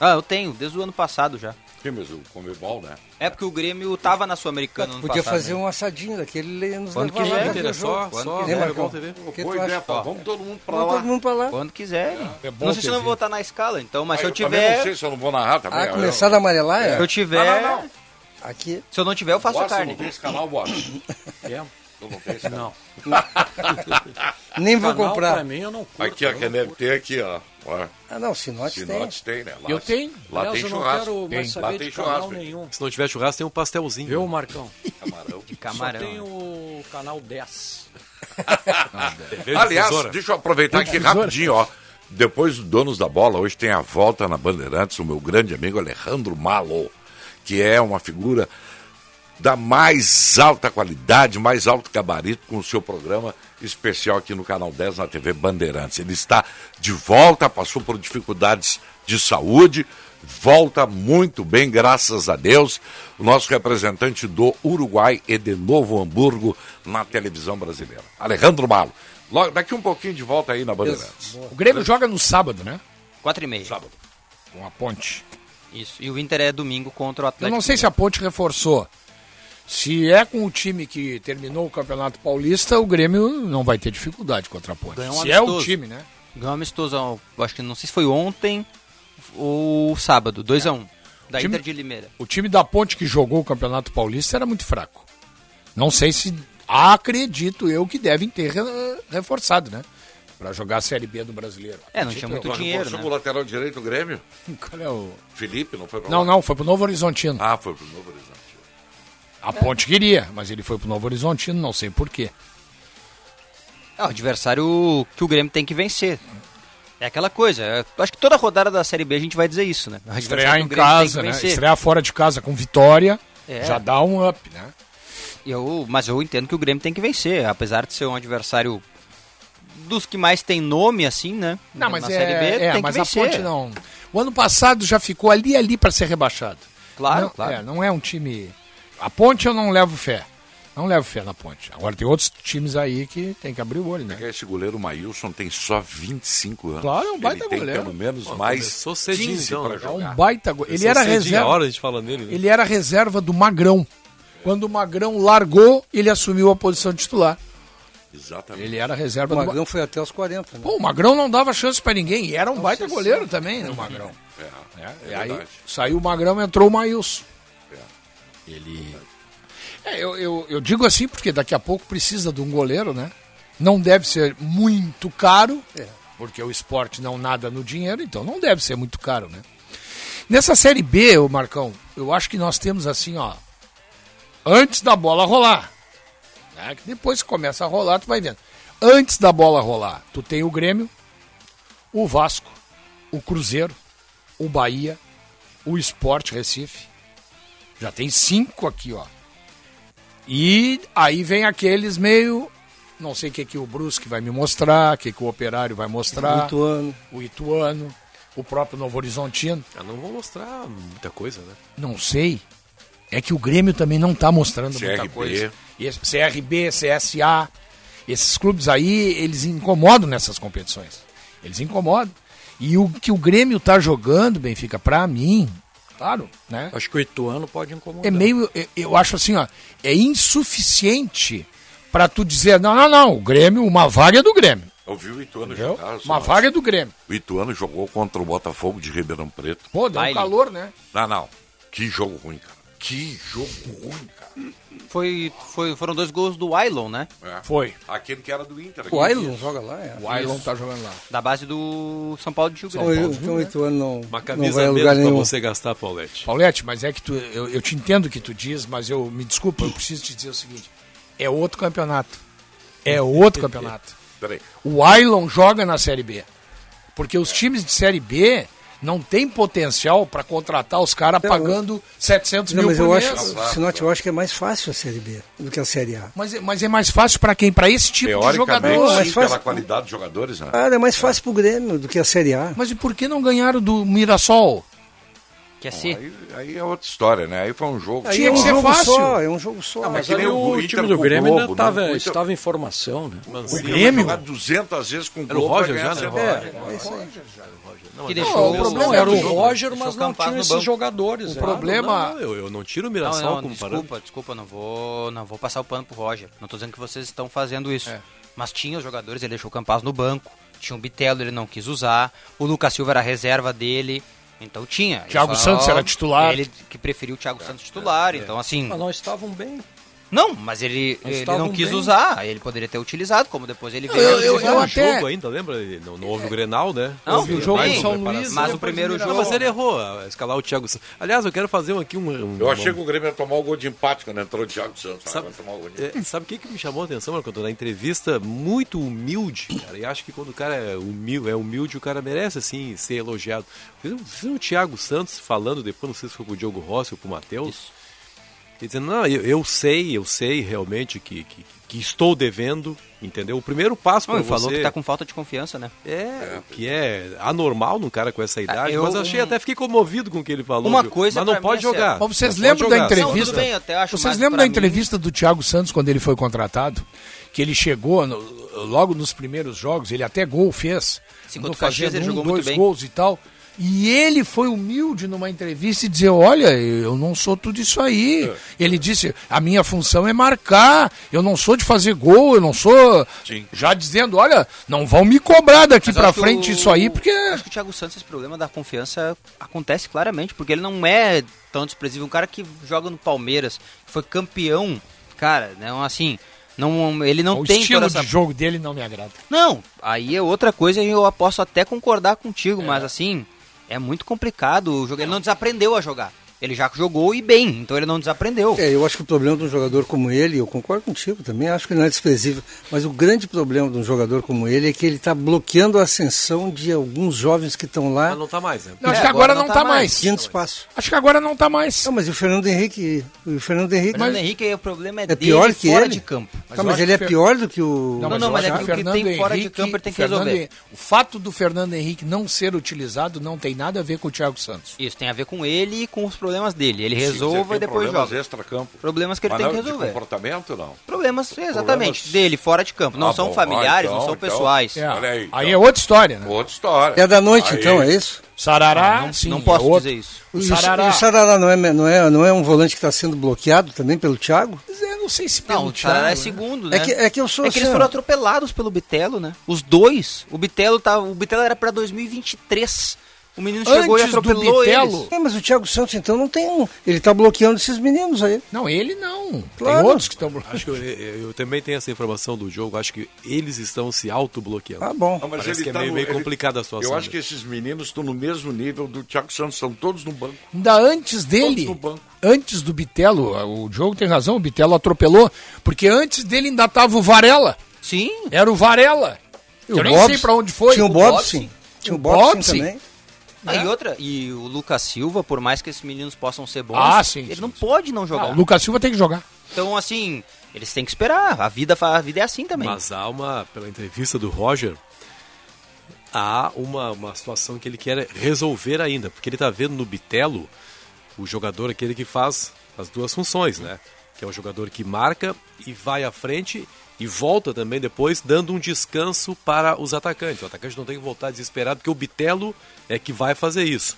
Speaker 3: Ah, eu tenho, desde o ano passado já.
Speaker 2: Sim, mas o Comebol, né?
Speaker 3: É porque o Grêmio tava na Sul-Americana no ano
Speaker 4: Podia
Speaker 3: passado,
Speaker 4: fazer
Speaker 3: né?
Speaker 4: um assadinho daquele e nos
Speaker 3: Quando
Speaker 4: levar
Speaker 3: quiser,
Speaker 4: lá pra ver
Speaker 3: Peter,
Speaker 4: o
Speaker 9: é só-
Speaker 4: jogo.
Speaker 9: só
Speaker 4: Né,
Speaker 9: Comebol
Speaker 4: Marcão?
Speaker 9: TV.
Speaker 4: O que tu
Speaker 2: Boa ideia,
Speaker 4: acha?
Speaker 2: pá. Vamos todo mundo pra
Speaker 4: Vamos
Speaker 2: lá. É,
Speaker 4: todo mundo pra lá.
Speaker 3: Quando quiserem.
Speaker 8: Comebol
Speaker 3: não sei se eu não
Speaker 8: TV.
Speaker 3: vou estar na escala, então, mas
Speaker 2: Ah,
Speaker 3: se eu,
Speaker 2: também não
Speaker 3: tiver.
Speaker 2: sei se eu não vou narrar também.
Speaker 4: Ah,
Speaker 2: eu-
Speaker 4: começaram a amarelar?
Speaker 3: Se eu
Speaker 4: É.
Speaker 3: tiver.
Speaker 2: tá Não, não, não.
Speaker 4: Aqui. É.
Speaker 3: Se eu não tiver, eu faço
Speaker 2: Bossa,
Speaker 3: carne.
Speaker 2: não tem esse canal, Bossa. Tu não tem esse canal.
Speaker 7: Não.
Speaker 4: [laughs]
Speaker 7: [laughs]
Speaker 4: Nem vou
Speaker 7: Canal, pra
Speaker 4: comprar.
Speaker 7: mim, eu não curto.
Speaker 2: Aqui, ó,
Speaker 7: eu
Speaker 2: quem
Speaker 7: não
Speaker 2: deve ter aqui, ó. Ó,
Speaker 4: Ah, não, Sinote tem.
Speaker 2: Sinotes tem, né? Lá,
Speaker 8: Eu tenho.
Speaker 2: Lá
Speaker 7: Aliás,
Speaker 2: tem
Speaker 7: eu não
Speaker 2: churrasco.
Speaker 7: quero
Speaker 8: Tem.
Speaker 7: mais
Speaker 2: Lá
Speaker 7: saber
Speaker 2: tem
Speaker 7: de canal
Speaker 2: churrasco, hein?
Speaker 7: nenhum.
Speaker 9: Se não tiver churrasco, tem um pastelzinho.
Speaker 7: Viu, Marcão?
Speaker 2: [laughs] Camarão.
Speaker 3: Camarão. né?
Speaker 7: Só tem o canal 10.
Speaker 9: Vê a
Speaker 2: Aliás,
Speaker 9: difusora.
Speaker 2: deixa eu aproveitar aqui rapidinho, ó. Depois do Donos da Bola, hoje tem a volta na Bandeirantes, o meu grande amigo Alejandro Malo, que é uma figura da mais alta qualidade, mais alto gabarito com o seu programa especial aqui no Canal 10 na TV Bandeirantes. Ele está de volta, passou por dificuldades de saúde, volta muito bem, graças a Deus. O nosso representante do Uruguai e de Novo Hamburgo na televisão brasileira, Alejandro Malo. Logo, daqui um pouquinho de volta aí na Bandeirantes.
Speaker 8: O Grêmio joga no sábado, né?
Speaker 3: 4 e meia.
Speaker 2: Sábado.
Speaker 8: Com a ponte.
Speaker 3: Isso. E o Inter é domingo contra o Atlético.
Speaker 8: Eu não sei se a Ponte reforçou. Se é com o time que terminou o Campeonato Paulista, o Grêmio não vai ter dificuldade contra a Ponte.
Speaker 3: Ganhou um
Speaker 8: se é o
Speaker 3: amistoso.
Speaker 8: time, né?
Speaker 3: Ganhou um amistoso, eu acho que não sei se foi ontem ou sábado, 2x1. Da
Speaker 8: Time-
Speaker 3: Inter de Limeira.
Speaker 8: O time da Ponte que jogou o Campeonato Paulista era muito fraco. Não sei se acredito eu que devem ter eh, reforçado, né? Pra jogar a Série B do Brasileiro.
Speaker 3: É, não tinha muito dinheiro,
Speaker 2: Reforçou
Speaker 3: né?
Speaker 2: com Então, o lateral direito do Grêmio?
Speaker 8: [laughs] Qual é o-
Speaker 2: Felipe, não foi pra
Speaker 8: Não,
Speaker 2: lá?
Speaker 8: não, foi pro Novo Horizontino.
Speaker 2: Ah, foi pro Novo Horizonte.
Speaker 8: A Ponte queria, mas ele foi pro Novo Horizontino, não sei porquê.
Speaker 3: É o adversário que o Grêmio tem que vencer. É aquela coisa. é- acho que toda rodada da Série B a gente vai dizer isso, né? O adversário
Speaker 8: Estrear
Speaker 3: do
Speaker 8: em
Speaker 3: Grêmio tem que
Speaker 8: casa, né?
Speaker 3: vencer.
Speaker 8: Estrear fora de casa com vitória,
Speaker 3: É.
Speaker 8: já dá um up, né?
Speaker 3: Eu, mas eu entendo que o Grêmio tem que vencer, apesar de ser um adversário dos que mais tem nome, assim, né?
Speaker 8: Não, mas
Speaker 3: Na
Speaker 8: é,
Speaker 3: Série B,
Speaker 8: é,
Speaker 3: tem
Speaker 8: mas
Speaker 3: que
Speaker 8: a
Speaker 3: vencer.
Speaker 8: Ponte não. O ano passado já ficou ali ali para ser rebaixado.
Speaker 3: Claro,
Speaker 8: não,
Speaker 3: claro.
Speaker 8: É, não é um time. A Ponte eu não levo fé. Não levo fé na Ponte. Agora tem outros times aí que tem que abrir o olho, né?
Speaker 2: É Esse goleiro Maílson tem só 25 anos.
Speaker 8: Claro, é um baita
Speaker 2: Ele tem
Speaker 8: goleiro.
Speaker 2: pelo menos
Speaker 9: Pô,
Speaker 2: mais
Speaker 9: começou cedinho,
Speaker 2: 15
Speaker 9: então,
Speaker 2: pra
Speaker 9: né?
Speaker 8: É
Speaker 2: jogar.
Speaker 8: um baita gol. Ele era
Speaker 9: Cedinho, A
Speaker 8: reserva.
Speaker 9: hora a gente fala nele. né?
Speaker 8: Ele era reserva do Magrão. Quando o Magrão largou, ele assumiu a posição de titular.
Speaker 2: Exatamente.
Speaker 8: Ele era reserva
Speaker 4: O
Speaker 8: do Magrão.
Speaker 4: Magão foi até os 40, né?
Speaker 8: Pô, o Magrão não dava chance pra ninguém. E era um baita goleiro também, né, o Magrão?
Speaker 2: um É,
Speaker 8: É,
Speaker 2: é
Speaker 8: e aí
Speaker 2: verdade.
Speaker 8: saiu o Magrão, entrou o Maílson. Ele. É, eu, eu, eu digo assim porque daqui a pouco precisa de um goleiro, né? Não deve ser muito caro, porque o esporte não nada no dinheiro, então não deve ser muito caro, né? Nessa Série B, ô Marcão, eu acho que nós temos assim, ó. Antes da bola rolar. né? Que depois que começa a rolar, tu vai vendo. Antes da bola rolar, tu tem o Grêmio, o Vasco, o Cruzeiro, o Bahia, o Esporte Recife. Já tem cinco aqui, ó. E aí vem aqueles meio Não sei o que, que o Brusque vai me mostrar, o que, que o Operário vai mostrar.
Speaker 4: O Ituano.
Speaker 8: O Ituano, o próprio Novo Horizontino.
Speaker 9: Ah, não vou mostrar muita coisa, né?
Speaker 8: Não sei. É que o Grêmio também não está mostrando muita
Speaker 2: CRB.
Speaker 8: coisa. E esse- CRB, CSA, esses clubes aí, eles incomodam nessas competições. Eles incomodam. E o que o Grêmio está jogando, Benfica, para mim, claro, né?
Speaker 7: Acho que o Ituano pode incomodar.
Speaker 8: É meio, eu- eu acho assim, ó, é insuficiente para tu dizer, não, não, não, o Grêmio, uma vaga é do Grêmio,
Speaker 2: Eu vi o Ituano
Speaker 8: entendeu?
Speaker 2: jogar.
Speaker 8: Uma
Speaker 2: só-
Speaker 8: vaga é do Grêmio.
Speaker 2: O Ituano jogou contra o Botafogo de Ribeirão Preto.
Speaker 8: Pô, deu um
Speaker 3: Baile.
Speaker 8: calor, né?
Speaker 2: Não, não. Que jogo ruim, cara. Que jogo ruim, cara. É.
Speaker 3: Foi, foi, foram dois gols do Ailon, né?
Speaker 8: Foi.
Speaker 2: Aquele que era do Inter.
Speaker 4: O Ailon joga lá, é.
Speaker 8: O Ailon tá jogando lá.
Speaker 3: Da base do São Paulo de Rio
Speaker 4: Então,
Speaker 3: Grande.
Speaker 4: eu- então o Ituano não,
Speaker 9: Uma
Speaker 4: não vai
Speaker 9: camisa
Speaker 4: a
Speaker 9: mesmo
Speaker 4: lugar
Speaker 9: pra
Speaker 4: nenhum.
Speaker 9: você gastar, Paulette.
Speaker 8: Paulete, mas é que tu, eu, eu te entendo o que tu diz, mas eu me desculpa, eu preciso te dizer o seguinte, é outro campeonato. É outro campeonato.
Speaker 2: Peraí.
Speaker 8: O Ailon joga na Série B. Porque os times de Série B não têm potencial para contratar os caras
Speaker 4: Não,
Speaker 8: pagando 700
Speaker 4: Não,
Speaker 8: mil
Speaker 4: mas
Speaker 8: por
Speaker 4: eu
Speaker 8: mês.
Speaker 4: acho, Sinote, eu acho que é mais fácil a Série B do que a Série A.
Speaker 8: Mas, é- mas é mais fácil para quem? Para esse tipo de
Speaker 2: Teoricamente,
Speaker 8: jogador.
Speaker 4: mas
Speaker 2: sim,
Speaker 4: faz-
Speaker 2: pela qualidade dos jogadores, né?
Speaker 4: Ah, é mais fácil pro Grêmio do que a Série A.
Speaker 8: Mas e por que não ganharam do Mirassol?
Speaker 3: Quer ser?
Speaker 2: Aí, aí é outra história, né? Aí foi um jogo.
Speaker 4: Aí
Speaker 8: Tinha
Speaker 4: é um
Speaker 8: que ser
Speaker 4: jogo
Speaker 8: fácil.
Speaker 4: só, é um jogo só.
Speaker 2: mas
Speaker 7: Mas
Speaker 2: que nem
Speaker 7: ali
Speaker 2: o
Speaker 7: o
Speaker 2: Inter
Speaker 7: time
Speaker 2: com
Speaker 7: do
Speaker 2: o
Speaker 7: Grêmio
Speaker 2: Globo,
Speaker 7: ainda
Speaker 2: né?
Speaker 7: tava-
Speaker 2: O Inter-
Speaker 7: estava em formação, né?
Speaker 2: O
Speaker 9: Mancini.
Speaker 2: Grêmio jogar 200 vezes com o
Speaker 9: Era o
Speaker 2: Globo,
Speaker 9: Roger
Speaker 2: vai
Speaker 9: já,
Speaker 2: ganhar
Speaker 9: né?
Speaker 4: É,
Speaker 2: sempre.
Speaker 9: Roger.
Speaker 3: Que
Speaker 8: Não,
Speaker 3: deixou
Speaker 8: o problema
Speaker 7: Não,
Speaker 8: é
Speaker 7: era É. o
Speaker 8: do jogo.
Speaker 7: Roger, mas
Speaker 3: Deixou
Speaker 7: não
Speaker 3: Campaz
Speaker 7: tinha
Speaker 3: no
Speaker 7: esses
Speaker 3: banco.
Speaker 7: jogadores.
Speaker 8: O
Speaker 7: né?
Speaker 8: problema.
Speaker 9: Não, não, eu, eu não tiro o
Speaker 3: Não,
Speaker 9: Mirassol
Speaker 3: não,
Speaker 9: comparando.
Speaker 3: desculpa, desculpa, não vou, não vou passar o pano pro Roger. Não tô dizendo que vocês estão fazendo isso. Mas tinha os jogadores, ele deixou o Campaz no banco. Tinha o Bitelo, ele não quis usar. O Lucas Silva era a reserva dele. Então tinha. Ele
Speaker 8: Thiago
Speaker 3: só-
Speaker 8: Santos era titular.
Speaker 3: Ele que preferiu o
Speaker 2: É.
Speaker 3: Thiago Santos titular. Então, assim.
Speaker 7: Mas não estavam bem.
Speaker 3: Não, mas ele,
Speaker 7: Mas
Speaker 3: ele
Speaker 7: estavam
Speaker 3: não quis
Speaker 7: bem.
Speaker 3: usar. Ele poderia ter utilizado, como depois ele veio.
Speaker 8: eu- eu-
Speaker 3: utilizar.
Speaker 9: Era um
Speaker 8: até-
Speaker 9: jogo ainda, lembra? Ele Não, não houve o Grenal, né?
Speaker 3: Não, houve o jogo
Speaker 9: mais
Speaker 3: em
Speaker 9: uma
Speaker 3: São
Speaker 9: preparação.
Speaker 3: Luiz, Mas o primeiro
Speaker 9: Não,
Speaker 3: jogo-
Speaker 9: mas ele errou, a escalar o Thiago Santos. Aliás, eu quero fazer aqui um... um
Speaker 2: Eu achei
Speaker 9: um-
Speaker 2: que o Grêmio ia tomar o gol de empate quando entrou o Thiago Santos.
Speaker 9: Sabe,
Speaker 2: Vai tomar o gol de
Speaker 9: é, sabe o que, que me chamou a atenção, Marco Antônio? Na entrevista muito humilde, cara. E acho que quando o cara é humilde, é humilde o cara merece, assim, ser elogiado. Vocês viram o um Thiago Santos falando depois, não sei se foi com o Diogo Rossi ou com o Matheus? Ele dizendo, não, eu, eu sei, eu sei realmente que, que, que estou devendo, entendeu? O primeiro passo
Speaker 3: Não,
Speaker 9: para
Speaker 3: ele
Speaker 9: você...
Speaker 3: falou que tá com falta de confiança, né?
Speaker 9: É, o que é anormal num cara com essa idade,
Speaker 3: eu-
Speaker 9: mas achei,
Speaker 3: um-
Speaker 9: até fiquei comovido com o que ele falou.
Speaker 3: Uma
Speaker 9: viu?
Speaker 3: coisa
Speaker 9: Mas não
Speaker 3: pra mim
Speaker 9: pode
Speaker 3: é certa.
Speaker 9: jogar.
Speaker 8: Mas vocês
Speaker 9: Não pode
Speaker 8: lembram da
Speaker 9: jogar.
Speaker 3: tudo
Speaker 8: entrevista?
Speaker 3: bem, eu até acho
Speaker 8: vocês
Speaker 3: mais
Speaker 8: lembram
Speaker 3: pra
Speaker 8: da
Speaker 3: mim-
Speaker 8: entrevista do Thiago Santos quando ele foi contratado? Que ele chegou no- logo nos primeiros jogos, ele até gol fez.
Speaker 3: Sim,
Speaker 8: Andou
Speaker 3: contra o Caxias
Speaker 8: fazendo
Speaker 3: ele
Speaker 8: um,
Speaker 3: jogou muito
Speaker 8: dois
Speaker 3: bem.
Speaker 8: gols e tal. E ele foi humilde numa entrevista e dizer, olha, eu não sou tudo isso aí.
Speaker 9: É.
Speaker 8: Ele disse, a minha função é marcar, eu não sou de fazer gol, eu não sou...
Speaker 2: Sim.
Speaker 8: Já dizendo, olha, não vão me cobrar daqui
Speaker 3: Mas eu
Speaker 8: pra
Speaker 3: acho que
Speaker 8: frente
Speaker 3: o-
Speaker 8: isso aí, porque...
Speaker 3: Acho que o Thiago Santos, esse problema da confiança acontece claramente, porque ele não é tão desprezível. Um cara que joga no Palmeiras, foi campeão, cara, não assim. Não, ele não
Speaker 8: É o
Speaker 3: tem
Speaker 8: estilo
Speaker 3: toda
Speaker 8: de
Speaker 3: essa.
Speaker 8: jogo dele não me agrada.
Speaker 3: Não, aí é outra coisa e eu posso até concordar contigo, mas assim, é muito complicado. O jogo, ele não desaprendeu a jogar. Ele já jogou e bem, então ele não desaprendeu.
Speaker 4: É, eu acho que o problema de um jogador como ele, eu concordo contigo também, acho que não é desprezível, mas o grande problema de um jogador como ele é que ele está bloqueando a ascensão de alguns jovens que estão lá,
Speaker 9: Mas não tá mais, né?
Speaker 8: Não, acho
Speaker 3: É,
Speaker 8: que agora,
Speaker 3: agora não
Speaker 8: não
Speaker 3: tá
Speaker 8: tá,
Speaker 3: mais.
Speaker 8: mais.
Speaker 4: pedindo espaço.
Speaker 8: Acho que agora não tá mais.
Speaker 4: Não, mas e o Fernando Henrique, o Fernando Henrique,
Speaker 3: Mas, o Henrique, o problema é,
Speaker 4: é
Speaker 3: dele
Speaker 4: pior que
Speaker 3: fora
Speaker 4: ele?
Speaker 3: de campo.
Speaker 4: Tá,
Speaker 8: Mas
Speaker 4: Mas,
Speaker 8: eu acho
Speaker 4: ele é
Speaker 8: que-
Speaker 4: pior do que o
Speaker 3: Não, não,
Speaker 8: eu
Speaker 3: mas
Speaker 8: acho
Speaker 3: é que o que tem fora de campo ele tem que
Speaker 8: Fernando
Speaker 3: resolver.
Speaker 8: Henrique- O fato do Fernando Henrique não ser utilizado não tem nada a ver com o Thiago Santos.
Speaker 3: Isso tem a ver com ele e com os problemas dele. Ele
Speaker 2: Sim, você
Speaker 3: resolva
Speaker 2: tem
Speaker 3: e depois
Speaker 2: problemas
Speaker 3: joga.
Speaker 2: extra-campo.
Speaker 3: Problemas que ele
Speaker 2: Mas
Speaker 3: tem
Speaker 2: não é
Speaker 3: que
Speaker 2: de
Speaker 3: resolver.
Speaker 2: comportamento, não.
Speaker 3: Problemas, exatamente,
Speaker 2: Problemas-
Speaker 3: dele, fora de campo. Não
Speaker 2: Ah,
Speaker 3: são
Speaker 2: bom,
Speaker 3: familiares,
Speaker 2: ah,
Speaker 3: não
Speaker 2: então,
Speaker 3: são
Speaker 2: então.
Speaker 3: pessoais.
Speaker 8: É.
Speaker 2: Olha aí,
Speaker 8: aí
Speaker 2: então.
Speaker 8: é outra história, né?
Speaker 2: Outra história.
Speaker 4: é da noite,
Speaker 2: Aí-
Speaker 4: então, é isso?
Speaker 8: Sarará,
Speaker 3: não,
Speaker 8: sim,
Speaker 3: não
Speaker 8: é
Speaker 3: posso
Speaker 8: outro.
Speaker 3: dizer isso.
Speaker 4: E O
Speaker 8: Sarará.
Speaker 4: e o Sarará não é, não, é, não é um volante que está sendo bloqueado também pelo Thiago?
Speaker 8: Mas eu não sei se
Speaker 3: Não,
Speaker 8: pelo
Speaker 3: o Sarará é
Speaker 8: Thiago, né?
Speaker 3: segundo, né?
Speaker 4: É que, é que eu sou
Speaker 3: É que eles
Speaker 4: assim,
Speaker 3: foram
Speaker 4: ó,
Speaker 3: atropelados pelo Bitelo, né? Os dois. O Bitelo tava, o Bitelo era pra 2023. O menino chegou e
Speaker 8: Antes do
Speaker 3: atropelou
Speaker 8: Bitelo,
Speaker 3: eles.
Speaker 4: É, mas o Thiago Santos então não tem um. Ele tá bloqueando esses meninos aí.
Speaker 8: Não, ele não. Tem
Speaker 4: Claro.
Speaker 8: outros que estão...
Speaker 9: Acho que eu, eu- eu também tenho essa informação do jogo. Acho que eles estão se autobloqueando.
Speaker 4: Ah, bom.
Speaker 2: Não, mas
Speaker 9: Parece
Speaker 2: ele
Speaker 9: que é
Speaker 2: tá
Speaker 9: meio-
Speaker 2: no-
Speaker 9: meio
Speaker 2: ele-
Speaker 9: complicada a situação,
Speaker 2: Eu acho
Speaker 9: né?
Speaker 2: que esses meninos estão no mesmo nível do Thiago Santos, estão todos no banco.
Speaker 8: Ainda antes dele,
Speaker 2: Todos no banco.
Speaker 8: antes do Bitelo, o Diogo tem razão, o Bitelo atropelou, porque antes dele ainda tava o Varela.
Speaker 3: Sim.
Speaker 8: Era o Varela. Eu nem sei
Speaker 4: Bobson.
Speaker 8: pra onde foi.
Speaker 4: Tinha o Bobson. Tinha o
Speaker 8: O Né?
Speaker 4: Bobson
Speaker 8: Bobson.
Speaker 4: também.
Speaker 3: Ah, e outra, e o Lucas Silva, por mais que esses meninos possam ser bons,
Speaker 8: Ah, sim,
Speaker 3: ele
Speaker 8: sim,
Speaker 3: não
Speaker 8: sim.
Speaker 3: pode não
Speaker 8: Ah,
Speaker 3: jogar.
Speaker 8: o Lucas Silva tem que jogar.
Speaker 3: Então, assim, eles têm que esperar. A vida, fa- a vida é assim também.
Speaker 9: Mas há uma, pela entrevista do Roger, há uma, uma situação que ele quer resolver ainda, porque ele está vendo no Bitelo o jogador aquele que faz as duas funções, né? Que é o jogador que marca e vai à frente e volta também depois, dando um descanso para os atacantes. O atacante não tem que voltar desesperado, porque o Bitelo é que vai fazer isso.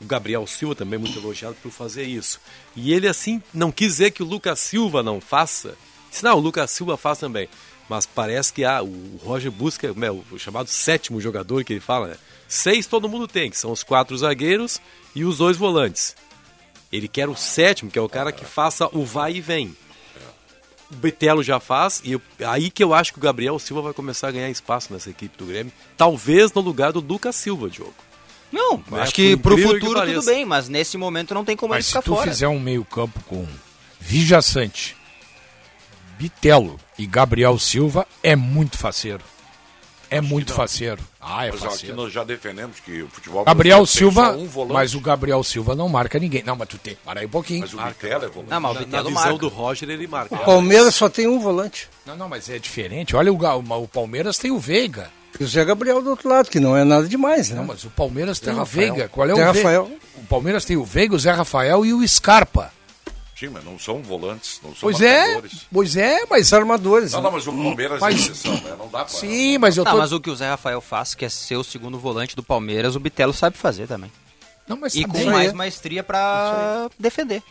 Speaker 9: O Gabriel Silva também é muito elogiado por fazer isso. E ele, assim, não quis dizer que o Lucas Silva não faça. Disse, não, o Lucas Silva faz também. Mas parece que ah, o Roger busca né, o chamado sétimo jogador que ele fala. Né? Seis todo mundo tem, que são os quatro zagueiros e os dois volantes. Ele quer o sétimo, que é o cara que faça o vai e vem. O Betelo já faz, e eu- aí que eu acho que o Gabriel Silva vai começar a ganhar espaço nessa equipe do Grêmio. Talvez no lugar do Lucas Silva, Diogo.
Speaker 3: Não,
Speaker 9: Né,
Speaker 3: acho que
Speaker 9: por
Speaker 3: pro
Speaker 9: incrível que
Speaker 3: futuro tudo
Speaker 9: pareça.
Speaker 3: bem, mas nesse momento não tem como
Speaker 8: Mas
Speaker 3: ele
Speaker 8: se
Speaker 3: ficar
Speaker 8: tu
Speaker 3: fora.
Speaker 8: fizer um meio-campo com Vija Sante, Bitelo e Gabriel Silva, é muito faceiro. É muito faceiro. Ah, é
Speaker 2: Mas ó, aqui
Speaker 8: faceiro.
Speaker 2: nós já defendemos que o futebol
Speaker 8: Gabriel
Speaker 2: brasileiro tem
Speaker 8: Silva,
Speaker 2: só um volante,
Speaker 8: mas o Gabriel Silva não marca ninguém. Não, mas tu tem que parar aí um pouquinho.
Speaker 2: mas o Vitela é volante.
Speaker 3: Não, mas o
Speaker 9: Na, na
Speaker 3: Vitello
Speaker 9: visão
Speaker 3: marca.
Speaker 9: do Roger, ele marca.
Speaker 4: O Palmeiras só tem um volante.
Speaker 8: Não, não, mas é diferente. Olha, o, Ga- o Palmeiras tem o Veiga.
Speaker 4: E o Zé Gabriel do outro lado, que não é nada demais, né?
Speaker 8: Não, mas o Palmeiras tem
Speaker 4: Zé
Speaker 8: o
Speaker 4: Rafael.
Speaker 8: Veiga. Qual é o
Speaker 4: Zé
Speaker 8: Ve-
Speaker 4: Rafael.
Speaker 8: O Palmeiras tem o Veiga, o Zé Rafael e o Scarpa.
Speaker 2: Sim, mas não são volantes, não são
Speaker 8: Pois é,
Speaker 2: marcadores.
Speaker 8: pois é, mas...
Speaker 4: Os armadores.
Speaker 2: Não,
Speaker 4: né?
Speaker 2: não, mas o Palmeiras é
Speaker 8: Mas-
Speaker 2: exceção, né? Não dá pra...
Speaker 8: Sim, mas eu tô...
Speaker 3: Não, Ah, mas o que o Zé Rafael faz, que é ser o segundo volante do Palmeiras, o Bitelo sabe fazer também.
Speaker 8: Não, mas
Speaker 3: E
Speaker 8: tá
Speaker 3: com
Speaker 8: bem.
Speaker 3: mais maestria pra defender.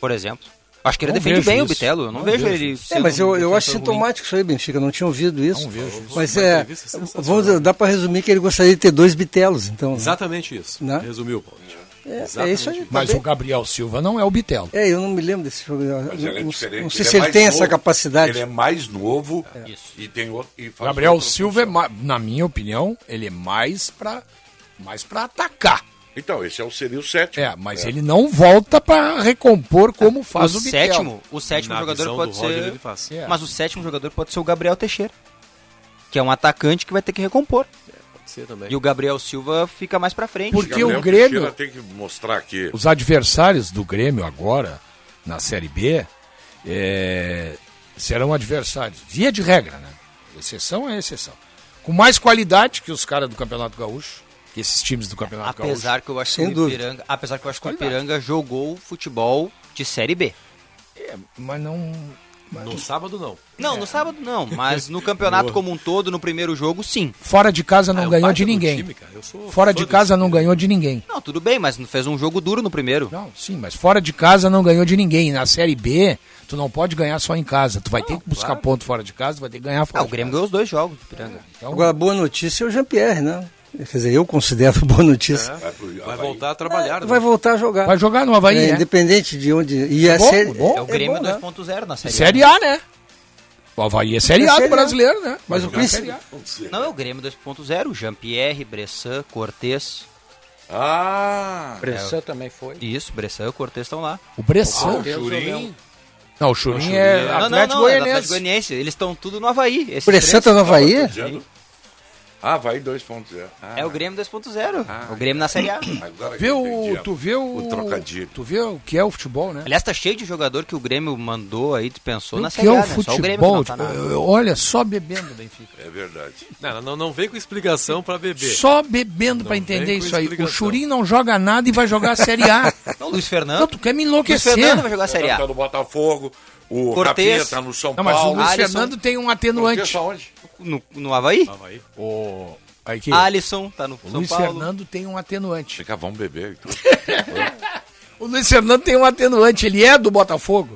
Speaker 3: Por exemplo. Acho que ele
Speaker 8: Não
Speaker 3: defende
Speaker 8: vejo
Speaker 3: bem o
Speaker 8: isso.
Speaker 3: Bitelo. Eu não,
Speaker 8: Não
Speaker 3: vejo,
Speaker 8: vejo
Speaker 3: ele.
Speaker 4: É,
Speaker 3: sendo
Speaker 4: mas eu,
Speaker 3: um
Speaker 4: eu acho
Speaker 3: defensor ruim.
Speaker 4: sintomático isso aí, Benfica. Não tinha ouvido isso.
Speaker 8: Não vejo isso.
Speaker 4: Mas
Speaker 9: Uma
Speaker 4: é.
Speaker 9: entrevista sensacional.
Speaker 4: Vamos, dá pra resumir que ele gostaria de ter dois bitelos, então. né?
Speaker 9: Exatamente isso.
Speaker 4: Né?
Speaker 9: Resumiu, Paulo.
Speaker 4: É, é isso aí. tá
Speaker 8: Mas
Speaker 4: bem.
Speaker 8: o Gabriel Silva não é o Bitelo.
Speaker 4: É, eu não me lembro desse jogo. Eu
Speaker 2: Mas
Speaker 4: não,
Speaker 2: ele é
Speaker 4: não-
Speaker 2: diferente.
Speaker 4: não sei
Speaker 2: é
Speaker 4: se ele
Speaker 2: mais
Speaker 4: tem essa
Speaker 2: novo,
Speaker 4: capacidade.
Speaker 2: Ele é mais novo
Speaker 3: É. Isso.
Speaker 2: e tem outro. E faz
Speaker 8: Gabriel
Speaker 2: outra
Speaker 8: Silva, é, ma- na minha opinião, ele é mais pra, mais pra atacar.
Speaker 2: Então, esse é o seria o sétimo.
Speaker 8: É, mas ele não volta pra recompor como faz o,
Speaker 3: o
Speaker 8: Bitelo.
Speaker 3: sétimo, o sétimo
Speaker 9: Na
Speaker 3: jogador
Speaker 9: visão
Speaker 3: pode
Speaker 9: do Roger,
Speaker 3: ser.
Speaker 9: ele faz.
Speaker 8: É.
Speaker 3: Mas o sétimo jogador pode ser o Gabriel Teixeira. Que é um atacante que vai ter que recompor.
Speaker 9: Pode ser também.
Speaker 3: E o Gabriel Silva fica mais pra frente.
Speaker 8: Porque
Speaker 2: Gabriel
Speaker 8: o Grêmio,
Speaker 2: Teixeira tem que mostrar aqui.
Speaker 8: os adversários do Grêmio agora, na Série B, é, serão adversários, via de regra, né? Exceção é exceção. Com mais qualidade que os caras do Campeonato Gaúcho, que esses times do Campeonato Gaúcho.
Speaker 3: Apesar que eu acho
Speaker 4: Sem
Speaker 3: que o
Speaker 4: dúvida.
Speaker 3: Ipiranga, apesar que eu acho que o Ipiranga jogou futebol de série B.
Speaker 8: É, Mas não.
Speaker 9: No sábado, não.
Speaker 3: Não,
Speaker 8: É.
Speaker 3: no sábado não, mas no campeonato como um todo, no primeiro jogo, sim.
Speaker 8: Fora de casa
Speaker 9: Ah, é
Speaker 8: não
Speaker 9: o
Speaker 8: ganhou
Speaker 9: baita
Speaker 8: de
Speaker 9: do
Speaker 8: ninguém.
Speaker 9: time, cara. Eu sou
Speaker 8: Fora
Speaker 9: fã
Speaker 8: de
Speaker 9: desse
Speaker 8: casa
Speaker 9: time.
Speaker 8: não ganhou de ninguém.
Speaker 3: Não, tudo bem, mas não fez um jogo duro no primeiro.
Speaker 8: Não, sim, mas fora de casa não ganhou de ninguém. Na Série B, tu não pode ganhar só em casa. Tu vai ter que buscar ponto fora de casa, tu vai ter que ganhar fora
Speaker 3: Ah, o
Speaker 8: de
Speaker 3: Grêmio
Speaker 8: casa.
Speaker 3: ganhou os dois jogos do Ipiranga.
Speaker 2: um
Speaker 8: Então,
Speaker 4: Agora, a boa notícia é o Jean-Pierre, né? Quer dizer, eu considero [laughs] boa
Speaker 7: É.
Speaker 4: notícia.
Speaker 2: Vai, é, pro, É,
Speaker 9: Vai voltar a trabalhar. né?
Speaker 4: Vai voltar a jogar.
Speaker 8: vai jogar no Havaí,
Speaker 4: É,
Speaker 8: né?
Speaker 4: Independente de onde. E é
Speaker 8: Bom,
Speaker 4: série-
Speaker 8: bom.
Speaker 3: É o Grêmio
Speaker 4: bom, né?
Speaker 3: 2.0 na série. A.
Speaker 8: Série A, né? O Havaí é Série
Speaker 4: É
Speaker 8: A do
Speaker 4: Série A.
Speaker 8: brasileiro, né?
Speaker 4: Mas o
Speaker 8: Vai jogar
Speaker 4: príncipe-
Speaker 8: Série A.
Speaker 3: Não, é o Grêmio 2.0, Jean-Pierre, Bressan, Cortez.
Speaker 2: Ah!
Speaker 7: Bressan também foi.
Speaker 3: Isso, Bressan e Cortez estão lá.
Speaker 8: O
Speaker 2: Ah,
Speaker 8: Bressan.
Speaker 7: Deus,
Speaker 3: um-
Speaker 7: Jurinho.
Speaker 8: Não, o Churinho é
Speaker 3: não, não,
Speaker 8: Atlético
Speaker 3: não, é do Atlético
Speaker 8: Goianense.
Speaker 3: Goianiense. Eles estão tudo no Havaí. esses
Speaker 4: Pressão tá
Speaker 3: três.
Speaker 4: no Havaí?
Speaker 2: Dizendo? Ah, vai 2.0. Ah,
Speaker 3: É o Grêmio 2.0. o Grêmio na série A.
Speaker 2: Agora que
Speaker 8: Vê
Speaker 2: eu
Speaker 8: o,
Speaker 2: entendi,
Speaker 8: tu vê o,
Speaker 2: o trocadilho.
Speaker 8: Tu vê o que é o futebol, né?
Speaker 3: Aliás, tá cheio de jogador que o Grêmio mandou aí, tu pensou na
Speaker 8: O
Speaker 3: série
Speaker 8: que é
Speaker 3: A,
Speaker 8: o
Speaker 3: né? Só o Grêmio que
Speaker 8: futebol?
Speaker 3: não tá
Speaker 8: tipo,
Speaker 3: na-
Speaker 8: eu- eu- olha, só bebendo, Benfica.
Speaker 2: É verdade.
Speaker 9: Não, não, não vem com explicação pra beber.
Speaker 8: Só bebendo pra
Speaker 9: vem
Speaker 8: entender
Speaker 9: com
Speaker 8: isso aí. O
Speaker 9: explicação.
Speaker 8: Churinho não joga nada e vai jogar a Série A.
Speaker 3: Não, Luiz
Speaker 8: Não,
Speaker 3: Fernando.
Speaker 8: tu quer me
Speaker 3: Luiz
Speaker 8: enlouquecer.
Speaker 3: Fernando vai jogar a série A.
Speaker 2: Tá no Botafogo, [laughs] o
Speaker 3: Cortez.
Speaker 2: Rafinha tá no São
Speaker 8: Não, mas o
Speaker 2: Paulo.
Speaker 8: Luiz
Speaker 3: Alisson-
Speaker 8: Fernando tem um
Speaker 2: Cortez
Speaker 8: atenuante.
Speaker 2: tá onde?
Speaker 3: No, no Havaí?
Speaker 9: Havaí.
Speaker 8: O aí que-
Speaker 3: Alisson tá no
Speaker 8: o
Speaker 3: São
Speaker 8: Luiz
Speaker 3: Paulo.
Speaker 8: Fernando tem um atenuante.
Speaker 2: Fica, vamos beber. Então.
Speaker 8: O Luiz Fernando tem um atenuante, ele é do Botafogo.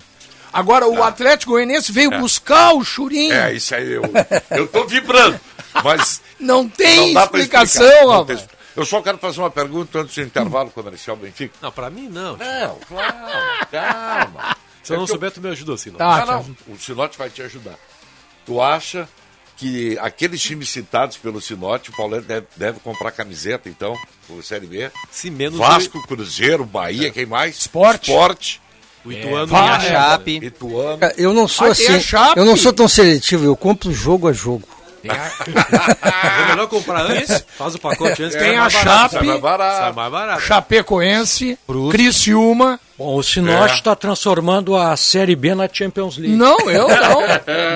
Speaker 8: Agora, o Atlético Goianiense veio buscar o Churinho.
Speaker 2: Tá. É, isso aí eu, eu tô vibrando, mas
Speaker 8: Não [laughs] tem
Speaker 2: não dá pra explicar,
Speaker 8: explicação,
Speaker 2: não tem
Speaker 8: rapaz.
Speaker 2: expli- Eu só quero fazer uma pergunta antes do intervalo comercial Benfica.
Speaker 9: Não, pra mim não.
Speaker 2: Não, calma, calma.
Speaker 9: Se eu não
Speaker 2: É que eu-
Speaker 9: souber, tu me ajuda assim. Não.
Speaker 8: Tá,
Speaker 2: não,
Speaker 8: tá.
Speaker 2: não, o Sinote vai te ajudar. Tu acha que aqueles times citados pelo Sinote, o Paulete deve, deve comprar camiseta, então, o Série B?
Speaker 9: Se menos É.
Speaker 2: Vasco, Cruzeiro, Bahia, quem mais?
Speaker 8: Sport.
Speaker 2: Esporte,
Speaker 9: o Ituano
Speaker 3: A
Speaker 9: e a Chape.
Speaker 3: Chape.
Speaker 2: Ituano.
Speaker 4: Cara, Eu não sou
Speaker 8: Ah, tem
Speaker 4: assim.
Speaker 8: a Chape.
Speaker 4: Eu não sou tão seletivo, eu compro jogo a
Speaker 2: [laughs]
Speaker 4: jogo.
Speaker 9: É melhor comprar antes, faz o pacote antes. que
Speaker 8: Tem
Speaker 9: sai
Speaker 8: a Chape,
Speaker 2: Sai É mais
Speaker 9: mais barato.
Speaker 2: barato.
Speaker 9: Sai mais barato.
Speaker 8: Chapecoense, Criciúma,
Speaker 7: Bom, o Sinote
Speaker 2: É.
Speaker 7: está transformando a Série B na Champions League.
Speaker 8: Não,
Speaker 7: [laughs]
Speaker 2: [laughs]
Speaker 8: eu não.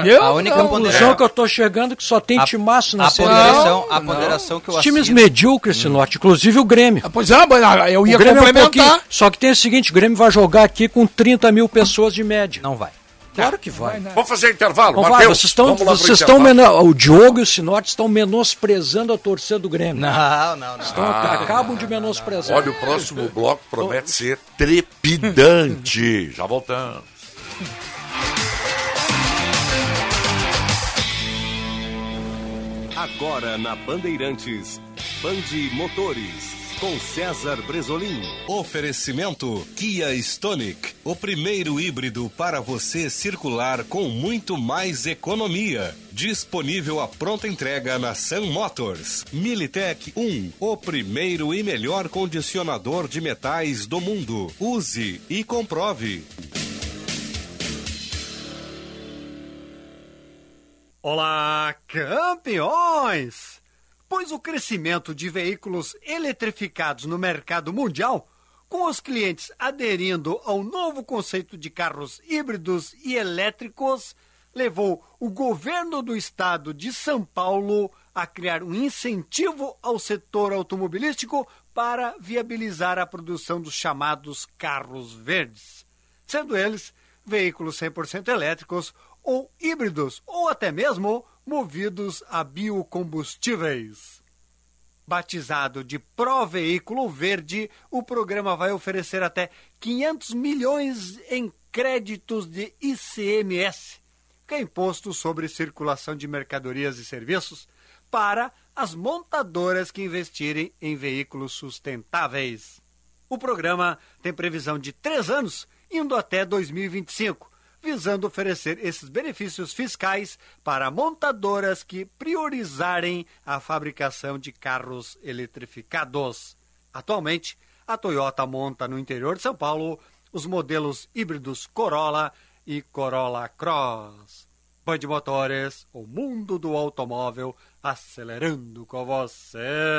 Speaker 8: Eu
Speaker 3: A única ponderação-
Speaker 8: não.
Speaker 7: conclusão que eu tô chegando é que só tem timaço na
Speaker 3: a
Speaker 7: Série
Speaker 3: ponderação,
Speaker 7: B.
Speaker 3: a ponderação que eu
Speaker 7: Os times
Speaker 3: assino-
Speaker 7: medíocres, Sinote, inclusive o Grêmio.
Speaker 8: Ah, Pois é, mas ah, eu ia
Speaker 7: O Grêmio é um pouquinho,
Speaker 8: complementar.
Speaker 7: só que tem o seguinte, o Grêmio vai jogar aqui com 30 mil pessoas de média.
Speaker 3: Não vai.
Speaker 7: Claro que vai. Não
Speaker 2: Vamos fazer intervalo,
Speaker 7: vai,
Speaker 2: Matheus.
Speaker 7: vocês estão,
Speaker 2: vamos lá pro
Speaker 7: vocês estão
Speaker 2: intervalo.
Speaker 7: meno- o Diogo e o Sinote estão menosprezando a torcida do Grêmio.
Speaker 3: Não, não, não.
Speaker 7: Estão-
Speaker 2: Ah.
Speaker 7: acabam de menosprezar.
Speaker 2: Olha, o
Speaker 9: [laughs]
Speaker 2: próximo bloco promete ser
Speaker 9: [laughs]
Speaker 2: trepidante. Já voltamos.
Speaker 1: Agora na Bandeirantes, Bande Motores, com César Bresolim. Oferecimento Kia Stonic, o primeiro híbrido para você circular com muito mais economia. Disponível a pronta entrega na Sun Motors. Militech 1, o primeiro e melhor condicionador de metais do mundo. Use e comprove.
Speaker 10: Olá, campeões! Pois o crescimento de veículos eletrificados no mercado mundial, com os clientes aderindo ao novo conceito de carros híbridos e elétricos, levou o governo do estado de São Paulo a criar um incentivo ao setor automobilístico para viabilizar a produção dos chamados carros verdes sendo eles veículos 100% elétricos ou híbridos ou até mesmo movidos a biocombustíveis. Batizado de Pro Veículo Verde, o programa vai oferecer até 500 milhões em créditos de ICMS, que é imposto sobre circulação de mercadorias e serviços, para as montadoras que investirem em veículos sustentáveis. O programa tem previsão de três anos, indo até 2025, visando oferecer esses benefícios fiscais para montadoras que priorizarem a fabricação de carros eletrificados. Atualmente, a Toyota monta no interior de São Paulo os modelos híbridos Corolla e Corolla Cross. Band Motores, o mundo do automóvel acelerando com você.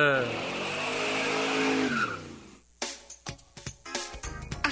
Speaker 11: A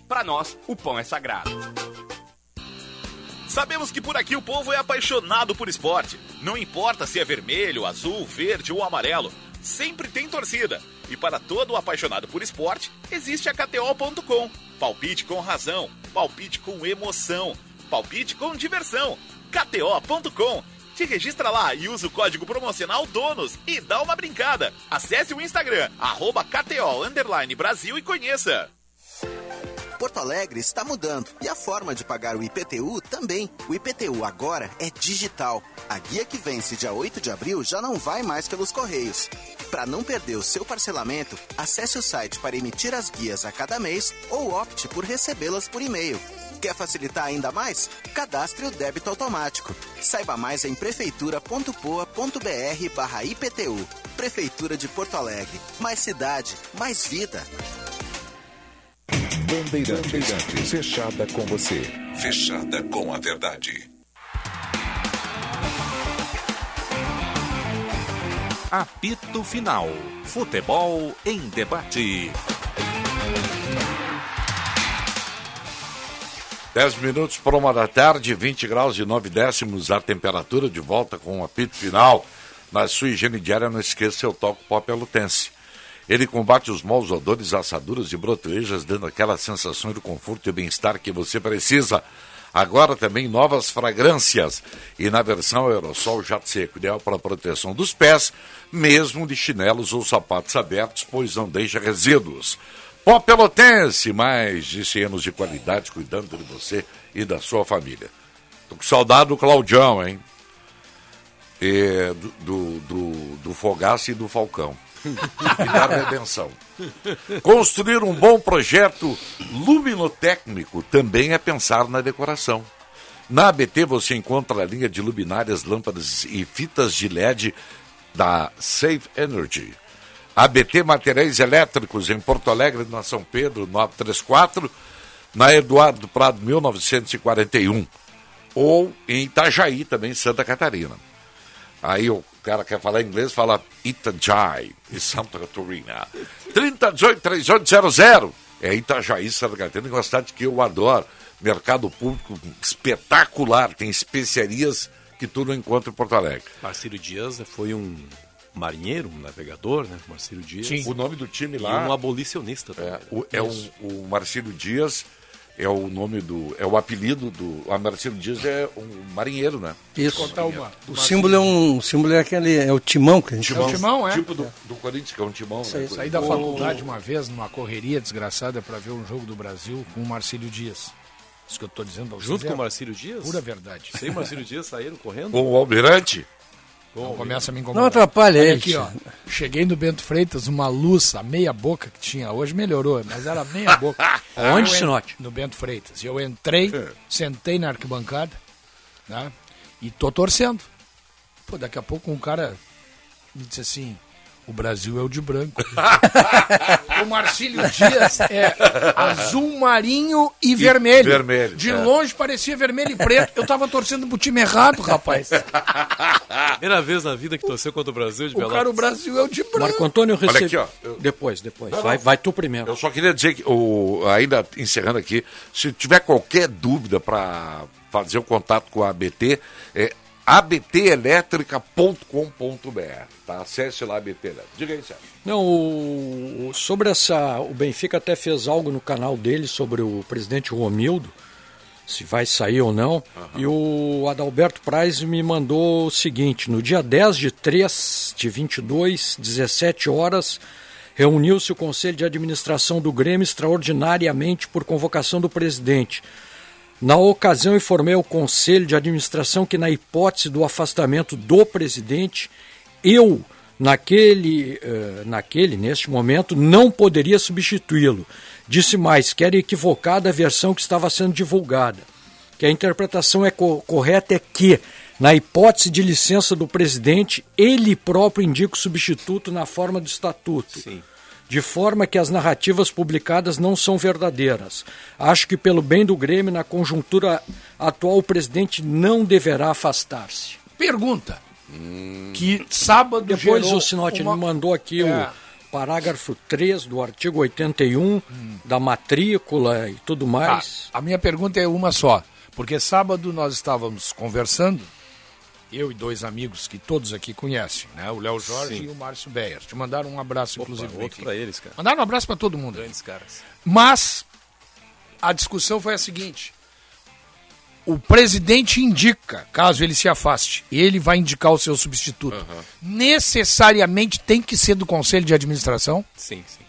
Speaker 10: Pra nós, o pão é sagrado.
Speaker 11: Sabemos que por aqui o povo é apaixonado por esporte. Não importa se é vermelho, azul, verde ou amarelo, sempre tem torcida. E para todo apaixonado por esporte, existe a KTO.com. Palpite com razão, palpite com emoção, palpite com diversão. KTO.com. Te registra lá e usa o código promocional DONOS e dá uma brincada. Acesse o Instagram, arroba KTO underline Brasil e conheça.
Speaker 10: Porto Alegre está mudando e a forma de pagar o IPTU também. O IPTU agora é digital. A guia que vence dia 8 de abril já não vai mais pelos correios. Para não perder o seu parcelamento, acesse o site para emitir as guias a cada mês ou opte por recebê-las por e-mail. Quer facilitar ainda mais? Cadastre o débito automático. Saiba mais em prefeitura.poa.br barra IPTU. Prefeitura de Porto Alegre. Mais cidade, mais vida.
Speaker 2: é
Speaker 1: Fechada com você. Fechada com a verdade.
Speaker 11: Apito Final. Futebol em debate.
Speaker 2: 10 minutos para uma da tarde, 20 graus e 9 décimos a temperatura, de volta com o apito final. Na sua higiene diária, não esqueça o toque pó pelotense. Ele combate os maus odores, assaduras e brotoejas, dando aquela sensação de conforto e bem-estar que você precisa. Agora também novas fragrâncias e na versão aerossol jato seco, ideal para proteção dos pés, mesmo de chinelos ou sapatos abertos, pois não deixa resíduos. Pó Pelotense, mais de 100 anos de qualidade cuidando de você e da sua família. Tô com saudade do Claudião, hein? E do, do, do, do Fogaça e do Falcão. E da redenção. Construir um bom projeto luminotécnico também é pensar na decoração. Na ABT você encontra a linha de luminárias, lâmpadas e fitas de LED da Safe Energy. ABT Materiais Elétricos em Porto Alegre, na São Pedro, 934, na Eduardo Prado, 1941. Ou em Itajaí, também, Santa Catarina. Aí o cara quer falar inglês, fala Itajai, em Santa Catarina. 3018-3800. É Itajaí, Santa Catarina, que é uma cidade que eu adoro. Mercado público espetacular, tem especiarias que tu não encontra em Porto Alegre.
Speaker 9: Marcelo Dias foi um marinheiro, um navegador, né? Marcelo Dias.
Speaker 2: Sim. O nome do time
Speaker 9: E
Speaker 2: lá-
Speaker 9: um abolicionista também. né?
Speaker 2: O, é um, o Marcelo Dias é o nome do. é o apelido do. A Marcelo Dias é um marinheiro, né?
Speaker 4: Isso.
Speaker 2: Marinheiro.
Speaker 4: O símbolo é um o símbolo é aquele é o timão que a gente
Speaker 2: Timão.
Speaker 4: chama.
Speaker 2: Tipo do, do Corinthians, que é um timão. né?
Speaker 8: Saí da faculdade uma vez numa correria desgraçada para ver um jogo do Brasil com o Marcílio Dias. Isso que eu tô dizendo pra vocês.
Speaker 9: Junto
Speaker 8: é
Speaker 9: com o Marcílio Dias?
Speaker 8: Pura verdade.
Speaker 9: Sem o Marcílio Dias saíram correndo?
Speaker 2: Com o Almirante?
Speaker 9: Com o
Speaker 8: Não
Speaker 9: Almirante.
Speaker 8: começa a me
Speaker 9: Não
Speaker 8: incomodar.
Speaker 4: atrapalha
Speaker 8: Olha
Speaker 4: ele,
Speaker 8: aqui, ó.
Speaker 9: [laughs]
Speaker 4: tia.
Speaker 8: Cheguei no Bento Freitas, uma luz, a meia boca que tinha hoje melhorou, mas era meia boca.
Speaker 9: Ah,
Speaker 7: Aonde,
Speaker 8: Eu en-
Speaker 7: Sinote?
Speaker 8: No Bento Freitas. Eu entrei,
Speaker 9: É.
Speaker 8: sentei na arquibancada, né? E tô torcendo. Pô, daqui a pouco um cara me disse assim: o Brasil é o de
Speaker 9: [laughs]
Speaker 8: branco. o Marcílio Dias é azul marinho e,
Speaker 2: E
Speaker 8: vermelho.
Speaker 2: vermelho,
Speaker 8: De
Speaker 2: é.
Speaker 8: longe parecia vermelho e preto. Eu tava torcendo pro time errado, rapaz.
Speaker 7: [laughs]
Speaker 9: Primeira vez na vida que torceu contra o Brasil de
Speaker 8: O cara, o Brasil é o de branco.
Speaker 7: Marco Antônio
Speaker 2: Olha
Speaker 7: recebeu.
Speaker 2: aqui, ó. Eu-
Speaker 7: Depois, depois.
Speaker 2: Não,
Speaker 7: vai,
Speaker 2: não.
Speaker 7: vai tu primeiro.
Speaker 2: Eu só queria dizer que, o, ainda encerrando aqui, se tiver qualquer dúvida para fazer o contato com a ABT, é abtelétrica.com.br. Tá? Acesse lá a ABT Elétrica. Diga aí, Sérgio.
Speaker 7: Não, o, o- sobre essa. O Benfica até fez algo no canal dele sobre o presidente Romildo, se vai sair ou não. E o Adalberto Praz me mandou o seguinte: no dia 10 de 3 de 22, 17 horas, reuniu-se o Conselho de Administração do Grêmio extraordinariamente por convocação do presidente. Na ocasião, informei ao Conselho de Administração que, na hipótese do afastamento do presidente, eu, naquele, eh, naquele neste momento, não poderia substituí-lo. Disse mais que era equivocada a versão que estava sendo divulgada. Que a interpretação é co- correta é que, na hipótese de licença do presidente, ele próprio indica o substituto na forma do estatuto de forma que as narrativas publicadas não são verdadeiras. Acho que, pelo bem do Grêmio, na conjuntura atual, o presidente não deverá afastar-se.
Speaker 8: Pergunta.
Speaker 9: Hum.
Speaker 8: Que sábado
Speaker 7: Depois
Speaker 8: gerou
Speaker 7: o Sinotti
Speaker 8: uma-
Speaker 7: me mandou aqui
Speaker 8: É.
Speaker 7: o parágrafo 3 do artigo 81 da matrícula e tudo mais.
Speaker 8: Ah, A minha pergunta é uma só. Porque sábado nós estávamos conversando, eu e dois amigos que todos aqui conhecem, né? O Léo Jorge
Speaker 9: Sim.
Speaker 8: e o Márcio Beyer. Te mandaram um abraço, inclusive.
Speaker 9: Opa, outro
Speaker 8: Benfica.
Speaker 9: pra eles, cara.
Speaker 8: Mandaram um abraço para todo mundo.
Speaker 9: Grandes caras.
Speaker 8: Mas a discussão foi a seguinte: o presidente indica, caso ele se afaste, ele vai indicar o seu substituto. Necessariamente tem que ser do conselho de administração?
Speaker 9: Sim, sim. sim.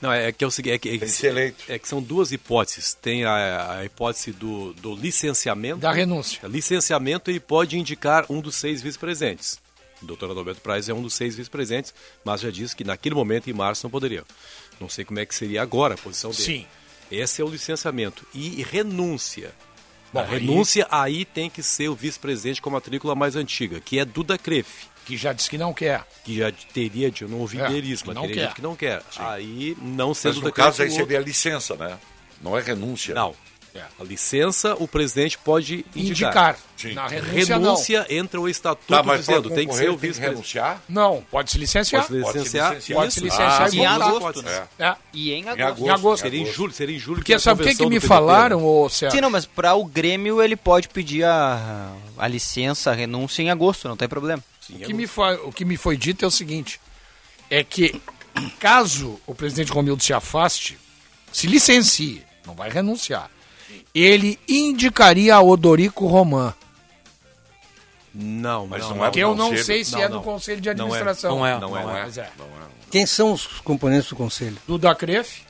Speaker 9: Não, é que é o seguinte, é que, é que-
Speaker 2: Excelente.
Speaker 9: é que são duas hipóteses. Tem a, a hipótese do, do licenciamento.
Speaker 8: Da renúncia.
Speaker 9: Licenciamento e pode indicar um dos seis vice-presidentes. O doutor Adalberto Praz é um dos seis vice-presidentes, mas já disse que naquele momento, em março, não poderia. Não sei como é que seria agora a posição dele.
Speaker 8: Sim.
Speaker 9: Esse é o licenciamento. E renúncia.
Speaker 8: Bom,
Speaker 9: a
Speaker 8: aí-
Speaker 9: renúncia aí tem que ser o vice-presidente com a matrícula mais antiga, que é Duda Crefe
Speaker 8: Que já disse que não quer.
Speaker 9: que já teria de não ouvir
Speaker 8: É,
Speaker 9: deles,
Speaker 8: que
Speaker 9: mas
Speaker 8: não
Speaker 9: teria
Speaker 8: quer.
Speaker 9: gente que não quer. Aí não
Speaker 2: Mas
Speaker 9: sendo
Speaker 2: no
Speaker 9: do
Speaker 2: caso aí seria a licença, né? Não é renúncia.
Speaker 9: Não.
Speaker 8: É.
Speaker 9: A licença o presidente pode indicar.
Speaker 8: Indicar.
Speaker 2: Sim.
Speaker 8: Na renúncia,
Speaker 9: Renúncia entra o estatuto
Speaker 2: Tá, mas
Speaker 9: dizendo, tem que
Speaker 2: tem
Speaker 9: ser o
Speaker 2: que
Speaker 9: vice-presidente.
Speaker 2: renunciar?
Speaker 8: não. Não, pode se licenciar.
Speaker 9: Pode se licenciar.
Speaker 2: licenciar.
Speaker 8: Pode se licenciar
Speaker 2: Ah,
Speaker 8: e
Speaker 9: sim.
Speaker 3: Em
Speaker 8: voltar.
Speaker 3: agosto, né?
Speaker 2: É.
Speaker 8: É.
Speaker 3: E em
Speaker 2: Em
Speaker 3: agosto.
Speaker 2: agosto.
Speaker 8: Em agosto.
Speaker 9: Seria em julho, seria em julho.
Speaker 8: Porque
Speaker 9: a
Speaker 8: sabe o que, que
Speaker 9: convenção
Speaker 8: me
Speaker 9: do PDT, né?
Speaker 8: falaram, ô Sérgio?
Speaker 3: Sim, não, mas para o Grêmio ele pode pedir a, a licença, a renúncia em agosto, não tem problema.
Speaker 8: O que, me foi, o que me foi dito é o seguinte: é que caso o presidente Romildo se afaste, se licencie, não vai renunciar. ele indicaria a Odorico Roman.
Speaker 9: Não,
Speaker 8: Mas
Speaker 9: não,
Speaker 8: não é do Que eu não conselho. sei se é do conselho de administração.
Speaker 9: Não é,
Speaker 8: Não
Speaker 9: não
Speaker 8: é,
Speaker 9: é. Não é.
Speaker 8: mas é.
Speaker 9: Não é.
Speaker 4: Quem são os componentes do conselho?
Speaker 8: Duda Cref,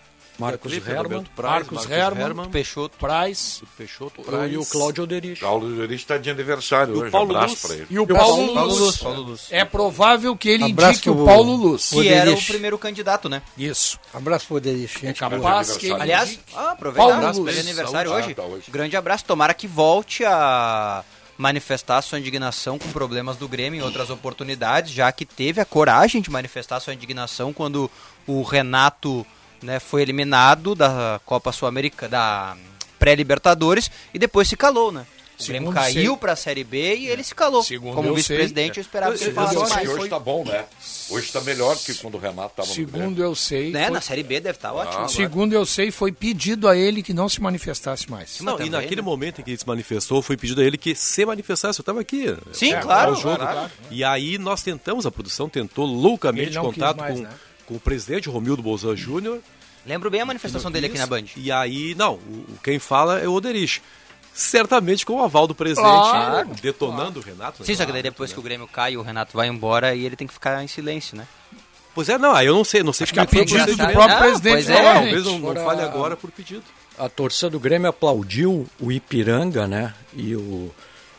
Speaker 7: Marcos
Speaker 8: Cref,
Speaker 7: Herman,
Speaker 8: é Roberto Praz,
Speaker 7: Marcos
Speaker 8: Marcos
Speaker 7: Herman,
Speaker 8: Herman,
Speaker 3: Peixoto
Speaker 8: Praz,
Speaker 9: Peixoto
Speaker 7: e o Cláudio Oderich.
Speaker 2: Cláudio Oderich está de aniversário
Speaker 7: E o
Speaker 2: hoje.
Speaker 7: Paulo
Speaker 2: abraço
Speaker 7: Luz.
Speaker 2: pra ele.
Speaker 8: E o Paulo, Luz. É provável que ele indique o Paulo Luz.
Speaker 3: Que era o primeiro candicato, né?
Speaker 8: Isso.
Speaker 4: Abraço pro Oderich. gente boa.
Speaker 8: capaz que ele
Speaker 3: Aliás,
Speaker 8: indique.
Speaker 3: ah, aproveitar
Speaker 8: Paulo
Speaker 3: abraço,
Speaker 8: Luz.
Speaker 3: feliz aniversário
Speaker 8: Saúde.
Speaker 3: hoje.
Speaker 8: Ah, tá,
Speaker 3: Grande abraço. Tomara que volte a manifestar sua indignação com problemas do Grêmio em outras oportunidades, já que teve a coragem de manifestar sua indignação quando o Renato né, foi eliminado da Copa Sul-Americana, da pré-Libertadores, e depois se calou, né? O Grêmio
Speaker 9: Segundo
Speaker 3: caiu
Speaker 9: sei-
Speaker 3: para a Série B e ele se calou. Como
Speaker 9: eu
Speaker 3: vice-presidente,
Speaker 9: sei,
Speaker 3: eu esperava
Speaker 9: é.
Speaker 3: que ele
Speaker 9: Segundo eu
Speaker 3: falasse
Speaker 9: sei,
Speaker 3: mais.
Speaker 9: hoje
Speaker 2: Tá bom, né? Hoje tá melhor que quando o Renato tava no
Speaker 8: Segundo eu sei.
Speaker 3: Né,
Speaker 8: foi- Ah.
Speaker 3: na Série B deve estar ótimo. agora.
Speaker 8: Segundo eu sei, foi pedido a ele que não se manifestasse mais.
Speaker 9: Não, e
Speaker 3: né?
Speaker 9: naquele momento em que ele se manifestou, foi pedido a ele que se manifestasse. Eu estava aqui. É,
Speaker 8: Sim,
Speaker 9: ao
Speaker 8: claro,
Speaker 9: jogo.
Speaker 8: claro.
Speaker 9: E aí nós tentamos, a produção tentou
Speaker 8: Ele
Speaker 9: loucamente
Speaker 8: não quis
Speaker 9: contato
Speaker 8: mais,
Speaker 9: com,
Speaker 8: né?
Speaker 9: com o presidente Romildo Bolzan Júnior.
Speaker 3: Lembro bem a manifestação dele aqui na Band.
Speaker 9: E aí, não, o, o quem fala é o Oderich. Certamente com o aval do presidente,
Speaker 3: Claro,
Speaker 9: detonando o Renato. né?
Speaker 3: Sim, só que daí depois que o Grêmio cai, o Renato vai embora e ele tem que ficar em silêncio, né?
Speaker 9: Pois é, não, aí eu não sei, não sei
Speaker 3: que a
Speaker 9: foi o
Speaker 3: pedido do
Speaker 9: procedimento.
Speaker 3: próprio presidente,
Speaker 9: pois é,
Speaker 3: provavelmente.
Speaker 9: talvez não, não
Speaker 3: Fora-
Speaker 9: fale agora por pedido.
Speaker 7: A torcida do Grêmio aplaudiu o Ipiranga, né? E o,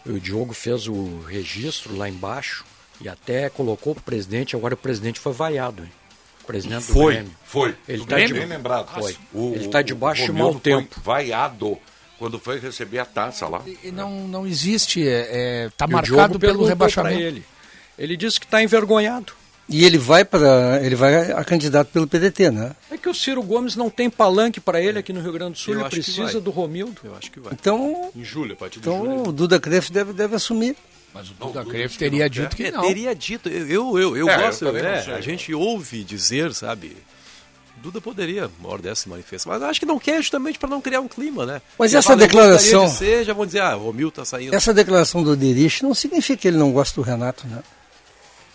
Speaker 7: o Diogo fez o registro lá embaixo e até colocou pro presidente. Agora o presidente foi vaiado, hein? O
Speaker 4: é
Speaker 7: presidente do
Speaker 2: Foi,
Speaker 7: Grêmio.
Speaker 2: foi.
Speaker 7: Ele
Speaker 2: Do
Speaker 7: tá
Speaker 2: Grêmio?
Speaker 7: de-
Speaker 2: bem lembrado.
Speaker 7: Foi.
Speaker 2: O-
Speaker 7: Ele tá
Speaker 2: o-
Speaker 7: de baixo
Speaker 2: o
Speaker 7: e mau
Speaker 2: Romildo foi
Speaker 7: tempo.
Speaker 2: vaiado quando foi receber a taça lá.
Speaker 8: E não, não existe, é, é, tá
Speaker 7: E o
Speaker 8: marcado
Speaker 7: Diogo perguntou
Speaker 8: pelo
Speaker 7: pra
Speaker 8: rebaixamento.
Speaker 7: Ele. ele disse que está envergonhado.
Speaker 4: E ele vai para ele vai a candidato pelo PDT, né?
Speaker 7: É que o Ciro Gomes não tem palanque para ele aqui no Rio Grande do Sul.
Speaker 9: É. Eu
Speaker 7: ele
Speaker 9: acho que
Speaker 7: precisa
Speaker 9: vai.
Speaker 7: do Romildo.
Speaker 9: Eu acho que vai.
Speaker 4: Então,
Speaker 9: Em julho, a partir de
Speaker 4: então o Duda Kref deve, deve assumir.
Speaker 8: Mas o Duda Cref teria dito que
Speaker 9: É,
Speaker 8: não.
Speaker 9: Teria dito. Eu, eu, eu, eu
Speaker 8: É, eu
Speaker 9: gosto,
Speaker 8: também não
Speaker 9: né?
Speaker 8: sei.
Speaker 9: a gente ouve dizer, sabe? Duda poderia, uma hora dessa, se manifestar. Mas acho que não quer justamente para não criar um clima, né?
Speaker 4: Mas
Speaker 9: Já
Speaker 4: essa
Speaker 9: fala, eu
Speaker 4: declaração-
Speaker 9: gostaria de ser, já vão dizer, ah, o Romil tá saindo.
Speaker 4: Essa declaração do Oderich não significa que ele não gosta do Renato, né?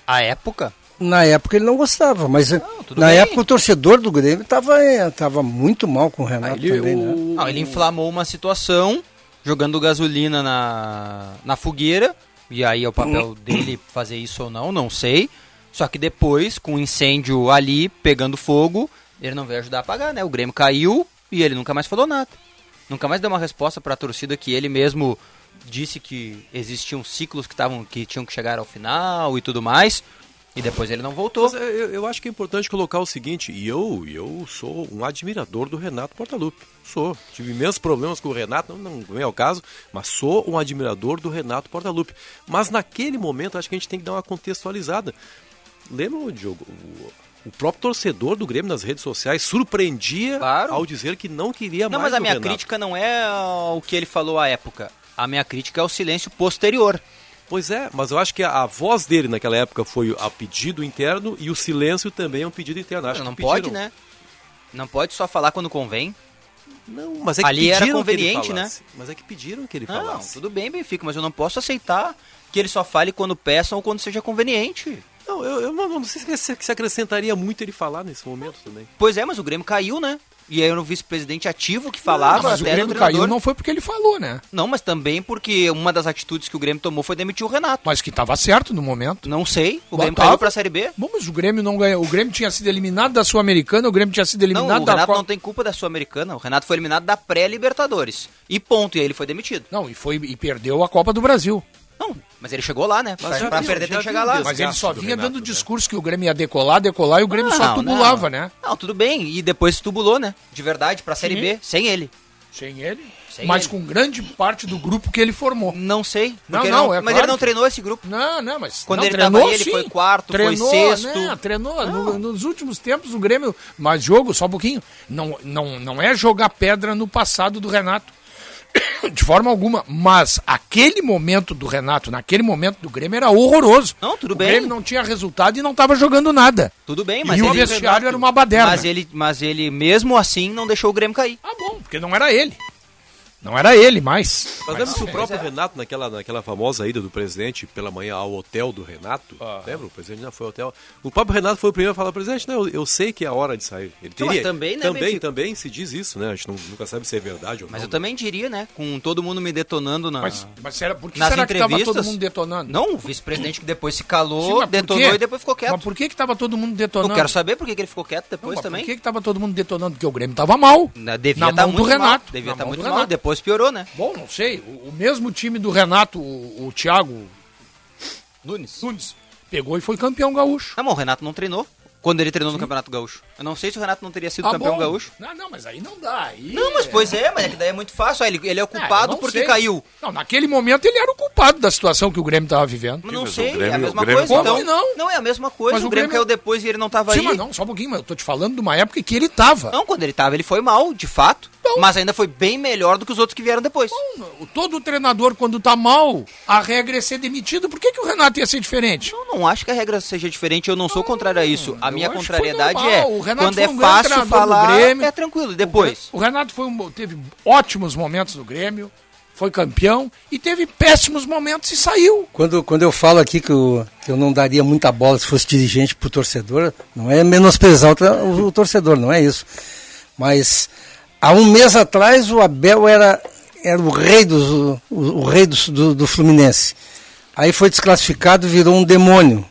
Speaker 3: A época?
Speaker 4: Na época ele não gostava, mas na
Speaker 3: bem.
Speaker 4: época o torcedor do Grêmio estava tava muito mal com o Renato também, né?
Speaker 3: Não,
Speaker 9: Uhum.
Speaker 3: ele inflamou uma situação jogando gasolina na, na fogueira. E aí é o
Speaker 9: Uhum.
Speaker 3: papel dele fazer isso ou não, não sei. Só que depois, com o incêndio ali pegando fogo, ele não veio ajudar a apagar, né? O Grêmio caiu e ele nunca mais falou nada. Nunca mais deu uma resposta para a torcida que ele mesmo disse que existiam ciclos que, tavam, que tinham que chegar ao final e tudo mais. E depois ele não voltou.
Speaker 9: Mas, é, eu, eu acho que é importante colocar o seguinte, e eu, eu sou um admirador do Renato Portaluppi. Sou. Tive imensos problemas com o Renato, não, não vem ao caso, mas sou um admirador do Renato Portaluppi. Mas naquele momento, acho que a gente tem que dar uma contextualizada. Lembra, ô, Diogo, o, o próprio torcedor do Grêmio nas redes sociais surpreendia ao dizer que não queria
Speaker 3: Não,
Speaker 9: mais
Speaker 3: mas a
Speaker 9: o
Speaker 3: minha
Speaker 9: Renato.
Speaker 3: crítica não é ao que ele falou à época. A minha crítica é o silêncio posterior.
Speaker 9: Pois é, mas eu acho que a, a voz dele naquela época foi a pedido interno e o silêncio também é um pedido interno. Acho
Speaker 3: Não
Speaker 9: que
Speaker 3: pode,
Speaker 9: pediram.
Speaker 3: né? Não pode só falar quando convém.
Speaker 9: Não, mas é que
Speaker 3: Ali era
Speaker 9: pediram que ele
Speaker 3: conveniente, né?
Speaker 9: falasse. Mas é que pediram que ele
Speaker 3: Não,
Speaker 9: falasse.
Speaker 3: tudo bem, Benfica, mas eu não posso aceitar que ele só fale quando peçam ou quando seja conveniente.
Speaker 9: Não, eu, eu não, não sei se se acrescentaria muito ele falar nesse momento também.
Speaker 3: Pois é, mas o Grêmio caiu, né? E aí era o vice-presidente ativo que falava
Speaker 8: mas o
Speaker 3: até
Speaker 8: Grêmio
Speaker 3: do treinador.
Speaker 8: caiu não foi porque ele falou, né?
Speaker 3: Não, mas também porque uma das atitudes que o Grêmio tomou foi demitir o Renato.
Speaker 8: Mas que tava certo no momento.
Speaker 3: Não sei. O Grêmio
Speaker 8: Botava.
Speaker 3: caiu pra Série B.
Speaker 8: Bom, mas o Grêmio não ganhou. O Grêmio tinha sido eliminado da Sul-Americana, o Grêmio tinha sido
Speaker 3: Não, o
Speaker 8: eliminado
Speaker 3: Renato
Speaker 8: da Copa.
Speaker 3: não tem culpa da Sul-Americana. O Renato foi eliminado da pré-Libertadores. E ponto, e aí ele foi demitido.
Speaker 8: Não, e foi e perdeu a Copa do Brasil.
Speaker 3: Não, mas ele chegou lá, né?
Speaker 8: Mas
Speaker 3: Pra,
Speaker 8: já
Speaker 3: pra
Speaker 8: viu, né?
Speaker 3: perder tem
Speaker 8: já
Speaker 3: que chegar
Speaker 8: viu
Speaker 3: lá.
Speaker 8: o Mas ele só vinha dando discurso que o Grêmio ia decolar, decolar e o Grêmio só
Speaker 3: Não,
Speaker 8: tubulava, né?
Speaker 3: Não, tudo bem. E depois tubulou, né? De verdade, pra Série
Speaker 8: Sim.
Speaker 3: B, sem ele.
Speaker 8: Sem ele?
Speaker 3: Sem
Speaker 8: mas
Speaker 3: ele.
Speaker 8: com grande parte do grupo que ele formou.
Speaker 3: Não sei.
Speaker 8: Não,
Speaker 3: porque ele
Speaker 8: não,
Speaker 3: não-
Speaker 8: é
Speaker 3: mas
Speaker 8: claro
Speaker 3: ele não
Speaker 8: que-
Speaker 3: treinou esse grupo.
Speaker 8: Não, não, mas.
Speaker 3: Quando
Speaker 8: não,
Speaker 3: ele tava aí, ele foi quarto, foi
Speaker 8: treinou,
Speaker 3: sexto. Ah.
Speaker 8: Né? Treinou. No- nos últimos tempos, o Grêmio. Mas jogo, só um pouquinho. Não, não, não é jogar pedra no passado do Renato. [coughs] De forma alguma. Mas aquele momento do Renato, naquele momento do Grêmio, era horroroso.
Speaker 3: Não, tudo
Speaker 8: o
Speaker 3: bem.
Speaker 8: O Grêmio não tinha resultado e não estava jogando nada.
Speaker 3: Tudo bem, mas é um
Speaker 8: E o
Speaker 3: ele-
Speaker 8: vestiário era uma baderna.
Speaker 3: Mas ele, mas ele, mesmo assim, não deixou o Grêmio cair.
Speaker 8: Ah, bom, porque não era ele. Não era ele mais.
Speaker 9: Mas
Speaker 3: é
Speaker 9: é- lembra que o próprio Renato, naquela, naquela famosa ida do presidente pela manhã ao hotel do Renato, lembra? O presidente não foi ao hotel. O próprio Renato foi o primeiro a falar, presidente, não, eu, eu sei que é a hora de sair. Ele
Speaker 3: Não, mas
Speaker 9: teria,
Speaker 3: também, né,
Speaker 9: também,
Speaker 3: Benfica?
Speaker 9: também se diz isso, né? A gente não- nunca sabe se é verdade ou
Speaker 3: Mas
Speaker 9: não.
Speaker 3: eu também diria, né? Com todo mundo me detonando na.
Speaker 9: Mas-
Speaker 8: mas será- por que
Speaker 3: nas
Speaker 8: será que tava
Speaker 3: entrevistas,
Speaker 8: todo mundo detonando?
Speaker 3: Não, o vice-presidente que depois se
Speaker 8: Sim,
Speaker 3: calou,
Speaker 8: mas por
Speaker 3: detonou
Speaker 8: quê?
Speaker 3: e depois ficou quieto.
Speaker 8: Mas por que que tava todo mundo detonando?
Speaker 3: Eu quero saber por que que ele ficou quieto depois
Speaker 8: Não, mas
Speaker 3: também.
Speaker 8: Por que, que tava todo mundo detonando? Porque o Grêmio tava mal.
Speaker 3: Na- devia
Speaker 8: na
Speaker 3: tá
Speaker 8: mão
Speaker 3: muito
Speaker 8: do
Speaker 3: mal,
Speaker 8: Renato.
Speaker 3: devia
Speaker 8: Na
Speaker 3: tá
Speaker 8: mão
Speaker 3: muito
Speaker 8: do
Speaker 3: mal,
Speaker 8: Renato.
Speaker 3: depois piorou, né?
Speaker 8: Bom, não sei. O, o mesmo time do Renato, o, o Thiago
Speaker 3: Nunes.
Speaker 8: Nunes pegou e foi campeão gaúcho.
Speaker 3: Ah, mas o Renato não treinou. Quando ele treinou no Campeonato Gaúcho. Eu não sei se o Renato não teria sido
Speaker 8: Ah,
Speaker 3: campeão
Speaker 8: bom.
Speaker 3: gaúcho.
Speaker 8: Não, não, mas aí não dá. Aí
Speaker 3: Não, mas pois é, mas é que daí é muito fácil. Ah, ele, ele é o
Speaker 8: Ah, eu
Speaker 3: culpado
Speaker 8: não
Speaker 3: porque
Speaker 8: sei.
Speaker 3: caiu.
Speaker 8: Não, naquele momento ele era o culpado da situação que o Grêmio tava vivendo.
Speaker 3: Mas não sei, é a
Speaker 8: Grêmio-
Speaker 3: mesma
Speaker 8: o Grêmio
Speaker 3: coisa.
Speaker 8: tá
Speaker 3: Então,
Speaker 8: bom.
Speaker 3: não. é a mesma coisa.
Speaker 8: Mas
Speaker 3: o
Speaker 8: o
Speaker 3: Grêmio, caiu
Speaker 8: Grêmio-
Speaker 3: depois e ele não tava
Speaker 8: Sim,
Speaker 3: aí.
Speaker 8: mas não, só um pouquinho, mas eu tô te falando de uma época que ele tava.
Speaker 3: Não, quando ele tava, ele foi mal, de fato. Mas ainda foi bem melhor do que os outros que vieram depois.
Speaker 8: O- Todo treinador, quando tá mal, a regra é ser demitido. Por que, que o Renato ia ser diferente?
Speaker 3: Eu não acho que a regra seja diferente, eu não sou contrário a isso. A minha
Speaker 8: acho que foi
Speaker 3: contrariedade é,
Speaker 8: normal. O Renato
Speaker 3: quando
Speaker 8: foi
Speaker 3: é
Speaker 8: um grande
Speaker 3: fácil
Speaker 8: treinador do
Speaker 3: falar,
Speaker 8: Grêmio.
Speaker 3: é tranquilo. E Depois,
Speaker 8: O Renato foi um- teve ótimos momentos no Grêmio, foi campeão e teve péssimos momentos e
Speaker 9: [laughs]
Speaker 8: saiu.
Speaker 4: Quando, quando eu falo aqui que eu, que eu não daria muita bola se fosse dirigente pro torcedor, não é menosprezar o, tra- o torcedor, não é isso. Mas há um mês atrás o Abel era, era o rei, dos, o, o rei dos- do, do Fluminense. Aí foi desclassificado, virou um demônio.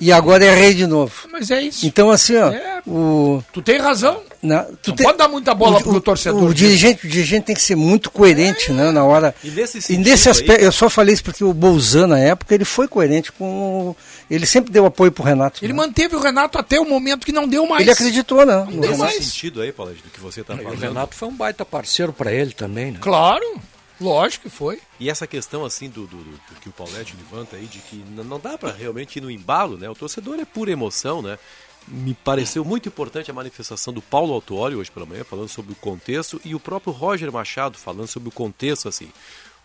Speaker 4: E agora é rei de novo.
Speaker 8: Mas é isso.
Speaker 4: Então assim, ó,
Speaker 8: É.
Speaker 4: o,
Speaker 8: Tu tem razão.
Speaker 4: na- tu
Speaker 8: Não pode dar muita bola pro torcedor,
Speaker 4: O
Speaker 8: né? É.
Speaker 4: dirigente, o dirigente tem que ser muito coerente, né, na hora.
Speaker 9: E nesse
Speaker 4: E
Speaker 9: sentido
Speaker 4: nesse
Speaker 9: aí-
Speaker 4: aspecto, eu só falei isso porque o Bolzan, na época, ele foi coerente com. o- Ele sempre deu apoio pro Renato.
Speaker 8: Ele
Speaker 4: né?
Speaker 8: manteve o Renato até o momento que não deu mais.
Speaker 4: Ele acreditou, né?
Speaker 8: Não
Speaker 4: no
Speaker 8: deu
Speaker 4: Renato.
Speaker 8: mais.
Speaker 9: Faz sentido aí, Palácio, do que você tá
Speaker 7: O
Speaker 9: falando.
Speaker 7: Renato foi um baita parceiro pra ele também, né?
Speaker 8: Claro, lógico que foi.
Speaker 9: E essa questão assim do, do- do- que o Paulette levanta aí de que n- não dá para realmente ir no embalo, né? O torcedor é pura emoção, né? Me pareceu muito importante a manifestação do Paulo Autuori hoje pela manhã falando sobre o contexto e o próprio Roger Machado falando sobre o contexto assim.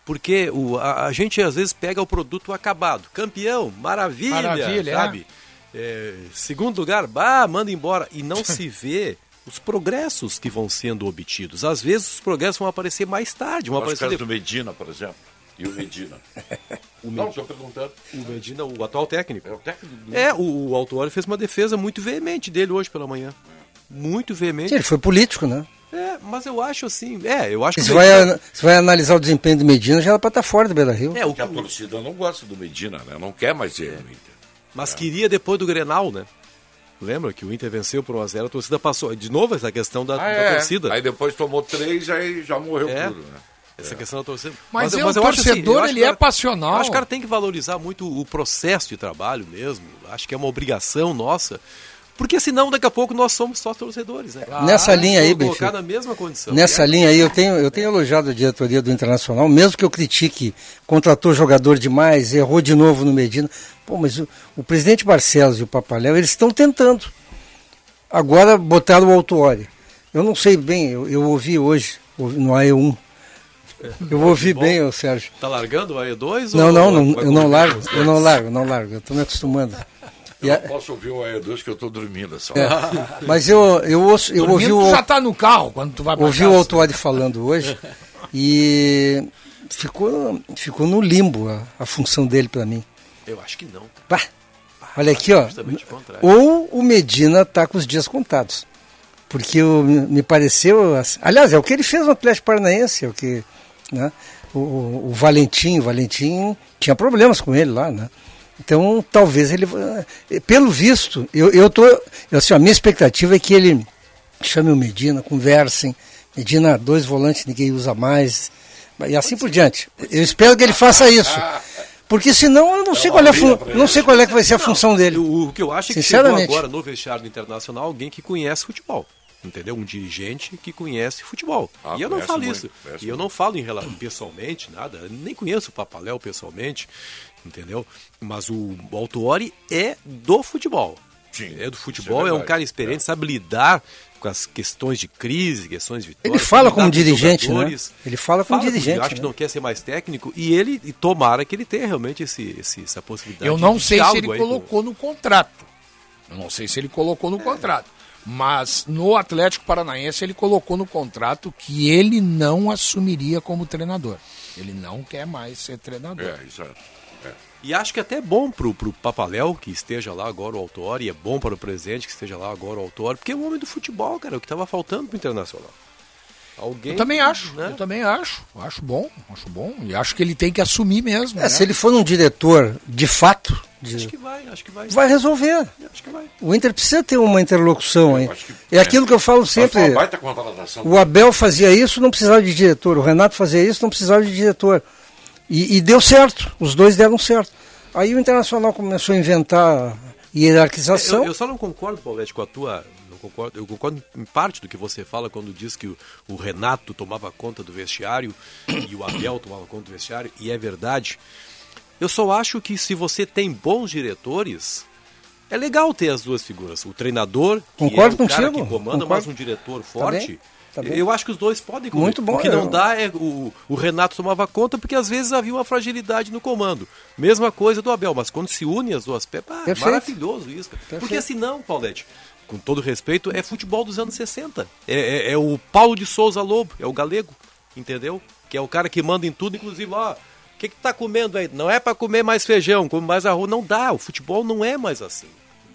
Speaker 9: Porque o, a, a gente às vezes pega o produto acabado. Campeão, maravilha,
Speaker 8: Maravilha, é.
Speaker 9: sabe? É, segundo lugar, bah, manda embora. E
Speaker 8: [laughs]
Speaker 9: não se vê os progressos que vão sendo obtidos. Às vezes os progressos vão aparecer mais tarde, vão
Speaker 2: Olha os
Speaker 9: aparecer
Speaker 2: caras
Speaker 9: depois.
Speaker 2: do Medina, por exemplo. E o [laughs] Medina. Não,
Speaker 9: O Medina-
Speaker 2: estou perguntando.
Speaker 9: o Medina, o atual técnico.
Speaker 2: É o técnico do
Speaker 9: É, o, o Autuori fez uma defesa muito veemente dele hoje pela manhã. Muito veemente.
Speaker 4: Sim, ele foi político, né?
Speaker 9: É, mas eu acho assim. É, eu acho que.
Speaker 4: Se vai, se vai analisar o desempenho do Medina, já era pra estar fora do Beira Rio.
Speaker 9: É, o
Speaker 2: Porque a torcida não gosta do Medina, né? Não quer mais ele no Inter.
Speaker 9: Mas queria depois do Grenal, né? Lembra que o Inter venceu por 1x0, a torcida passou. De novo essa questão
Speaker 4: Ah,
Speaker 9: da, da
Speaker 2: é.
Speaker 9: torcida.
Speaker 2: Aí depois tomou três, aí já morreu
Speaker 9: É.
Speaker 2: tudo, né?
Speaker 9: Essa questão da torcida.
Speaker 8: Mas é, o
Speaker 9: eu
Speaker 2: assim,
Speaker 9: acho
Speaker 8: torcedor,
Speaker 9: eu acho
Speaker 8: ele é
Speaker 9: que o cara-
Speaker 8: passional.
Speaker 9: Eu acho que o cara tem que valorizar muito o processo de trabalho mesmo. Acho que é uma obrigação nossa. Porque senão, daqui a pouco, nós somos só torcedores, né?
Speaker 4: Nessa linha aí,
Speaker 9: Vamos colocar
Speaker 4: Benfica.
Speaker 9: na mesma condição.
Speaker 4: Nessa
Speaker 9: É.
Speaker 4: linha aí, eu tenho, eu tenho elogiado a diretoria do Internacional, mesmo que eu critique, contratou jogador demais, errou de novo no Medina. Pô, mas o, o presidente Barcelos e o Papaléu, eles estão tentando. Agora botaram o Autuori. Eu não sei bem, eu, eu ouvi hoje, ouvi no AE1. Eu ouvi bem, ô Sérgio.
Speaker 9: Tá largando o AE2?
Speaker 4: Não,
Speaker 9: ou-
Speaker 4: não, não, eu não
Speaker 2: um.
Speaker 9: ou- vai continuar
Speaker 4: largo,
Speaker 9: os dois?
Speaker 4: eu não largo, não largo, eu tô me acostumando.
Speaker 2: Eu
Speaker 4: E a-
Speaker 2: não posso ouvir o AE2 que eu tô dormindo essa
Speaker 4: é, [laughs]
Speaker 2: hora. [laughs]
Speaker 4: mas eu, eu, ouço, eu ouvi
Speaker 8: Dormindo,
Speaker 4: o.
Speaker 8: tu já tá no carro quando tu vai pra
Speaker 4: ouvi
Speaker 8: casa.
Speaker 4: o Autuori falando hoje e ficou, ficou no limbo a, a função dele para mim.
Speaker 9: Eu acho que não. cara.
Speaker 4: Bah, olha aqui, ó.
Speaker 9: Justamente o contrário.
Speaker 4: Ou o Medina tá com os dias contados. Porque o- me pareceu. assim- Aliás, é o que ele fez no Atlético Paranaense, é o que. Né, o, o- o Valentim, o Valentim tinha problemas com ele lá, né? Então, talvez ele. vá- Pelo visto, eu, eu tô. eu, Assim, a minha expectativa é que ele chame o Medina, conversem. Medina, dois volantes, ninguém usa mais. E assim por diante. Eu espero que ele faça isso.
Speaker 9: [laughs]
Speaker 4: Porque senão eu não sei qual é a fun- não sei qual é que vai ser a função dele.
Speaker 9: O, o que eu acho é que chegou
Speaker 4: Sinceramente.
Speaker 9: agora no vestiário do internacional alguém que conhece futebol. Entendeu? Um dirigente que conhece futebol.
Speaker 2: Ah,
Speaker 9: e eu não
Speaker 2: conhece
Speaker 9: falo
Speaker 2: muito,
Speaker 9: isso.
Speaker 2: conhece
Speaker 9: E eu não falo em relação pessoalmente, nada. Eu nem conheço o Papaléu pessoalmente, entendeu? Mas o Autuori é do futebol.
Speaker 2: Sim,
Speaker 9: é do
Speaker 2: isso
Speaker 9: futebol,
Speaker 2: é
Speaker 9: é, um
Speaker 2: verdade.
Speaker 9: cara experiente, sabe lidar com as questões de crise, questões de vitória.
Speaker 4: Ele fala
Speaker 9: sabe
Speaker 4: como
Speaker 9: lidar com os
Speaker 4: dirigente, né?
Speaker 9: jogadores.
Speaker 4: Ele fala como
Speaker 9: Fala com-
Speaker 4: dirigente.
Speaker 9: Eu acho que
Speaker 4: né?
Speaker 9: não quer ser mais técnico e ele e tomara que ele tenha realmente esse, esse- essa possibilidade.
Speaker 8: Eu não
Speaker 9: de
Speaker 8: sei se
Speaker 9: diálogo
Speaker 8: ele
Speaker 9: aí com-
Speaker 8: colocou no contrato. Eu não sei se ele colocou no
Speaker 9: É.
Speaker 8: contrato. Mas no Atlético Paranaense ele colocou no contrato que ele não assumiria como treinador. Ele não quer mais ser treinador.
Speaker 2: É, exato.
Speaker 9: E acho que até é bom pro, pro Papaléu que esteja lá agora o autor, e é bom para o presidente que esteja lá agora o autor, porque é o homem do futebol, cara, é o que estava faltando pro Internacional. Alguém,
Speaker 8: Eu também acho,
Speaker 9: né?
Speaker 8: eu também acho. Acho bom, acho bom. E acho que ele tem que assumir mesmo.
Speaker 4: É,
Speaker 8: né?
Speaker 4: se ele for um diretor, de fato, de-
Speaker 9: Acho que vai, acho que vai.
Speaker 4: vai resolver.
Speaker 9: Acho que vai.
Speaker 4: O Inter precisa ter uma interlocução aí. É aquilo que eu falo sempre.
Speaker 2: Mas foi uma baita contratação.
Speaker 4: O Abel fazia isso, não precisava de diretor. O Renato fazia isso, não precisava de diretor. E, e deu certo. Os dois deram certo. Aí o Internacional começou a inventar hierarquização.
Speaker 9: É, Eu, eu só não concordo, Paulete, com a tua. não concordo- eu concordo em parte do que você fala quando diz que o, o Renato tomava conta do vestiário e o Abel tomava conta do vestiário, e é verdade. Eu só acho que se você tem bons diretores, é legal ter as duas figuras. O treinador, que
Speaker 4: Concordo
Speaker 9: é o cara
Speaker 4: contigo,
Speaker 9: que comanda,
Speaker 4: concordo.
Speaker 9: mas um diretor forte.
Speaker 4: bem, tá bem.
Speaker 9: Eu acho que os dois podem
Speaker 4: Muito bom,
Speaker 9: O que
Speaker 4: eu-
Speaker 9: não dá é o, o Renato tomava conta porque às vezes havia uma fragilidade no comando. Mesma coisa do Abel, mas quando se une as duas peças, ah,
Speaker 4: Perfeito.
Speaker 9: maravilhoso isso. cara. Porque senão, Paulete, com todo respeito, é futebol dos anos 60. É, é- é o Paulo de Souza Lobo, é o galego, entendeu? Que é o cara que manda em tudo, inclusive, ó, o que, que tá comendo aí? Não é para comer mais feijão, come mais arroz. Não dá, o futebol não é mais assim.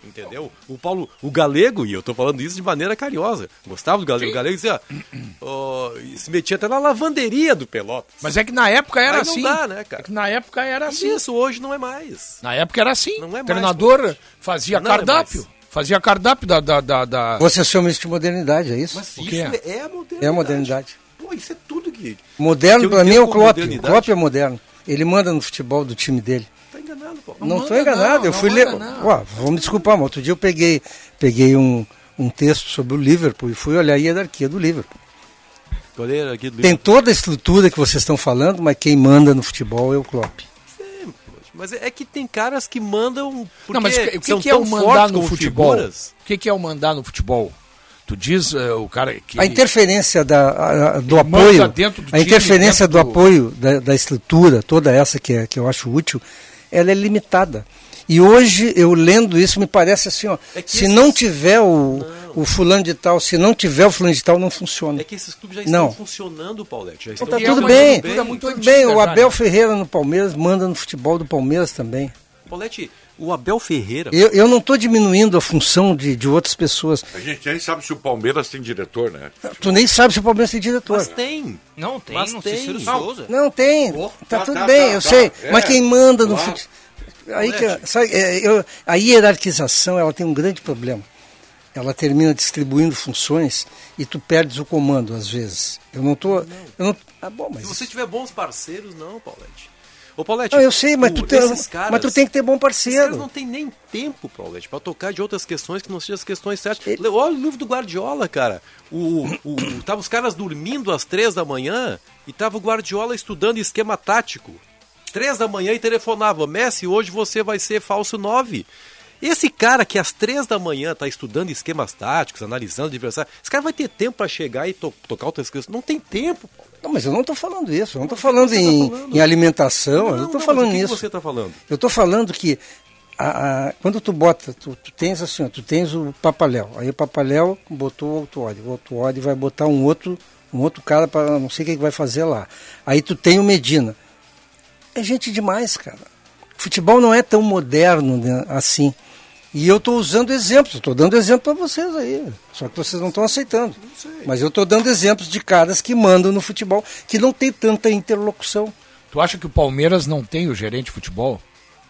Speaker 9: Entendeu? O Paulo, o galego, e eu tô falando isso de maneira carinhosa. Gostava do galego. O galego dizia, ó, e se metia até na lavanderia do Pelotas.
Speaker 8: Mas é que na época era
Speaker 9: Mas não
Speaker 8: assim.
Speaker 9: dá, né, cara?
Speaker 8: É que na época era assim.
Speaker 9: Isso, hoje não é mais.
Speaker 8: Na época era assim.
Speaker 9: Não é mais,
Speaker 8: treinador fazia
Speaker 9: Não é
Speaker 8: cardápio. fazia cardápio da. da, da, da-
Speaker 4: Você chama isso de modernidade, é isso?
Speaker 9: Mas
Speaker 8: O
Speaker 9: isso
Speaker 8: quê?
Speaker 9: é a modernidade.
Speaker 4: É a modernidade.
Speaker 9: Pô, isso é tudo que. que
Speaker 4: Moderno,
Speaker 9: eu
Speaker 4: para mim, é
Speaker 9: entendo
Speaker 4: o
Speaker 9: como
Speaker 4: Klopp. O
Speaker 9: um modernidade.
Speaker 4: Klopp é moderno. Ele manda no futebol do time dele.
Speaker 9: Tá enganado, pô.
Speaker 4: Não estou enganado, eu fui ler. Ó, vou me desculpar, mas outro dia eu peguei, peguei um, um texto sobre o Liverpool e fui olhar a hierarquia do Liverpool.
Speaker 9: Goleiro aqui do
Speaker 4: Tem toda a estrutura que vocês estão falando, mas quem manda no futebol é o Klopp.
Speaker 9: Mas é é que tem caras que mandam. Porque
Speaker 8: Não, mas o que- o que,
Speaker 9: são
Speaker 8: que é
Speaker 9: tão
Speaker 8: o
Speaker 9: fortes
Speaker 8: mandar no
Speaker 9: como
Speaker 8: futebol?
Speaker 9: figuras.
Speaker 8: O que, que é o mandar no futebol? Tu diz eh, o cara que.
Speaker 4: A interferência da, a- a- do
Speaker 8: Manda
Speaker 4: apoio,
Speaker 8: dentro do
Speaker 4: a
Speaker 8: time,
Speaker 4: interferência do
Speaker 8: dentro do-
Speaker 4: apoio da, da estrutura, toda essa que, é, que eu acho útil, ela é limitada. E hoje, eu lendo isso, me parece assim, ó,
Speaker 9: É que
Speaker 4: se
Speaker 9: esses-
Speaker 4: não tiver o, o fulano de tal, se não tiver o fulano de tal, não funciona.
Speaker 9: É que esses clubes já estão
Speaker 4: Não.
Speaker 9: funcionando, Paulette. Já
Speaker 4: Então tá
Speaker 9: estão funcionando
Speaker 4: tudo bem,
Speaker 9: bem. né?
Speaker 4: tudo bem. O Abel Ferreira no Palmeiras manda no futebol do Palmeiras também.
Speaker 9: Paulette, o Abel Ferreira.
Speaker 4: Eu, eu não estou diminuindo a função de, de outras pessoas.
Speaker 2: A gente nem sabe se o Palmeiras tem diretor, né?
Speaker 4: Tu nem sabe se o Palmeiras tem diretor.
Speaker 9: Mas tem.
Speaker 3: Não tem,
Speaker 9: Mas
Speaker 3: um
Speaker 9: tem.
Speaker 3: Cícero
Speaker 9: Não.
Speaker 3: Souza.
Speaker 4: Não tem, tá,
Speaker 2: tá,
Speaker 4: tudo
Speaker 2: tá,
Speaker 4: bem,
Speaker 2: tá,
Speaker 4: eu
Speaker 2: tá.
Speaker 4: sei.
Speaker 2: É,
Speaker 4: Mas quem manda no
Speaker 2: claro.
Speaker 4: futebol... Aí que, sabe, é, eu- a hierarquização ela tem um grande problema. Ela termina distribuindo funções e tu perdes o comando às vezes. Eu não tô, eu não, ah, bom, mas
Speaker 9: Se você tiver bons parceiros, não, Paulette. Ô, Paulette.
Speaker 4: não, Ah, eu sei, mas
Speaker 9: o-
Speaker 4: tu, tem,
Speaker 9: Tipo, esses caras-
Speaker 4: mas tu tem que ter bom
Speaker 9: Esses caras
Speaker 4: parceiro.
Speaker 9: não tem nem tempo, Paulete, pra tocar de outras questões que não sejam as questões certas. Le- Olha o livro do Guardiola, cara. O, o, o- tava os caras dormindo às três da manhã e tava o Guardiola estudando esquema tático. Três da manhã e telefonava, Messi, hoje você vai ser falso nove. Esse cara que às três da manhã tá estudando esquemas táticos, analisando adversário, esse cara vai ter tempo pra chegar e to- tocar outras questões. Não tem tempo, Paulete.
Speaker 4: Não, mas eu não estou falando isso. Eu não estou falando, em,
Speaker 9: tá falando?
Speaker 4: em alimentação. eu não
Speaker 9: Não,
Speaker 4: estou
Speaker 9: não,
Speaker 4: falando
Speaker 9: mas o que que
Speaker 4: nisso.
Speaker 9: você tá falando?
Speaker 4: Eu estou falando que a- a- quando tu bota, tu, tu tens assim, ó, tu tens o Papaléu. Aí o Papaléu botou o Autuori. O Autuori vai botar um outro, um outro cara para não sei o que, que vai fazer lá. Aí tu tem o Medina. É gente demais, cara. Futebol não é tão moderno né, assim. E eu estou usando exemplos, estou dando exemplo para vocês aí. Só que vocês não estão aceitando. Mas eu estou dando exemplos de caras que mandam no futebol, que não tem tanta interlocução.
Speaker 8: Tu acha que o Palmeiras não tem o gerente de futebol?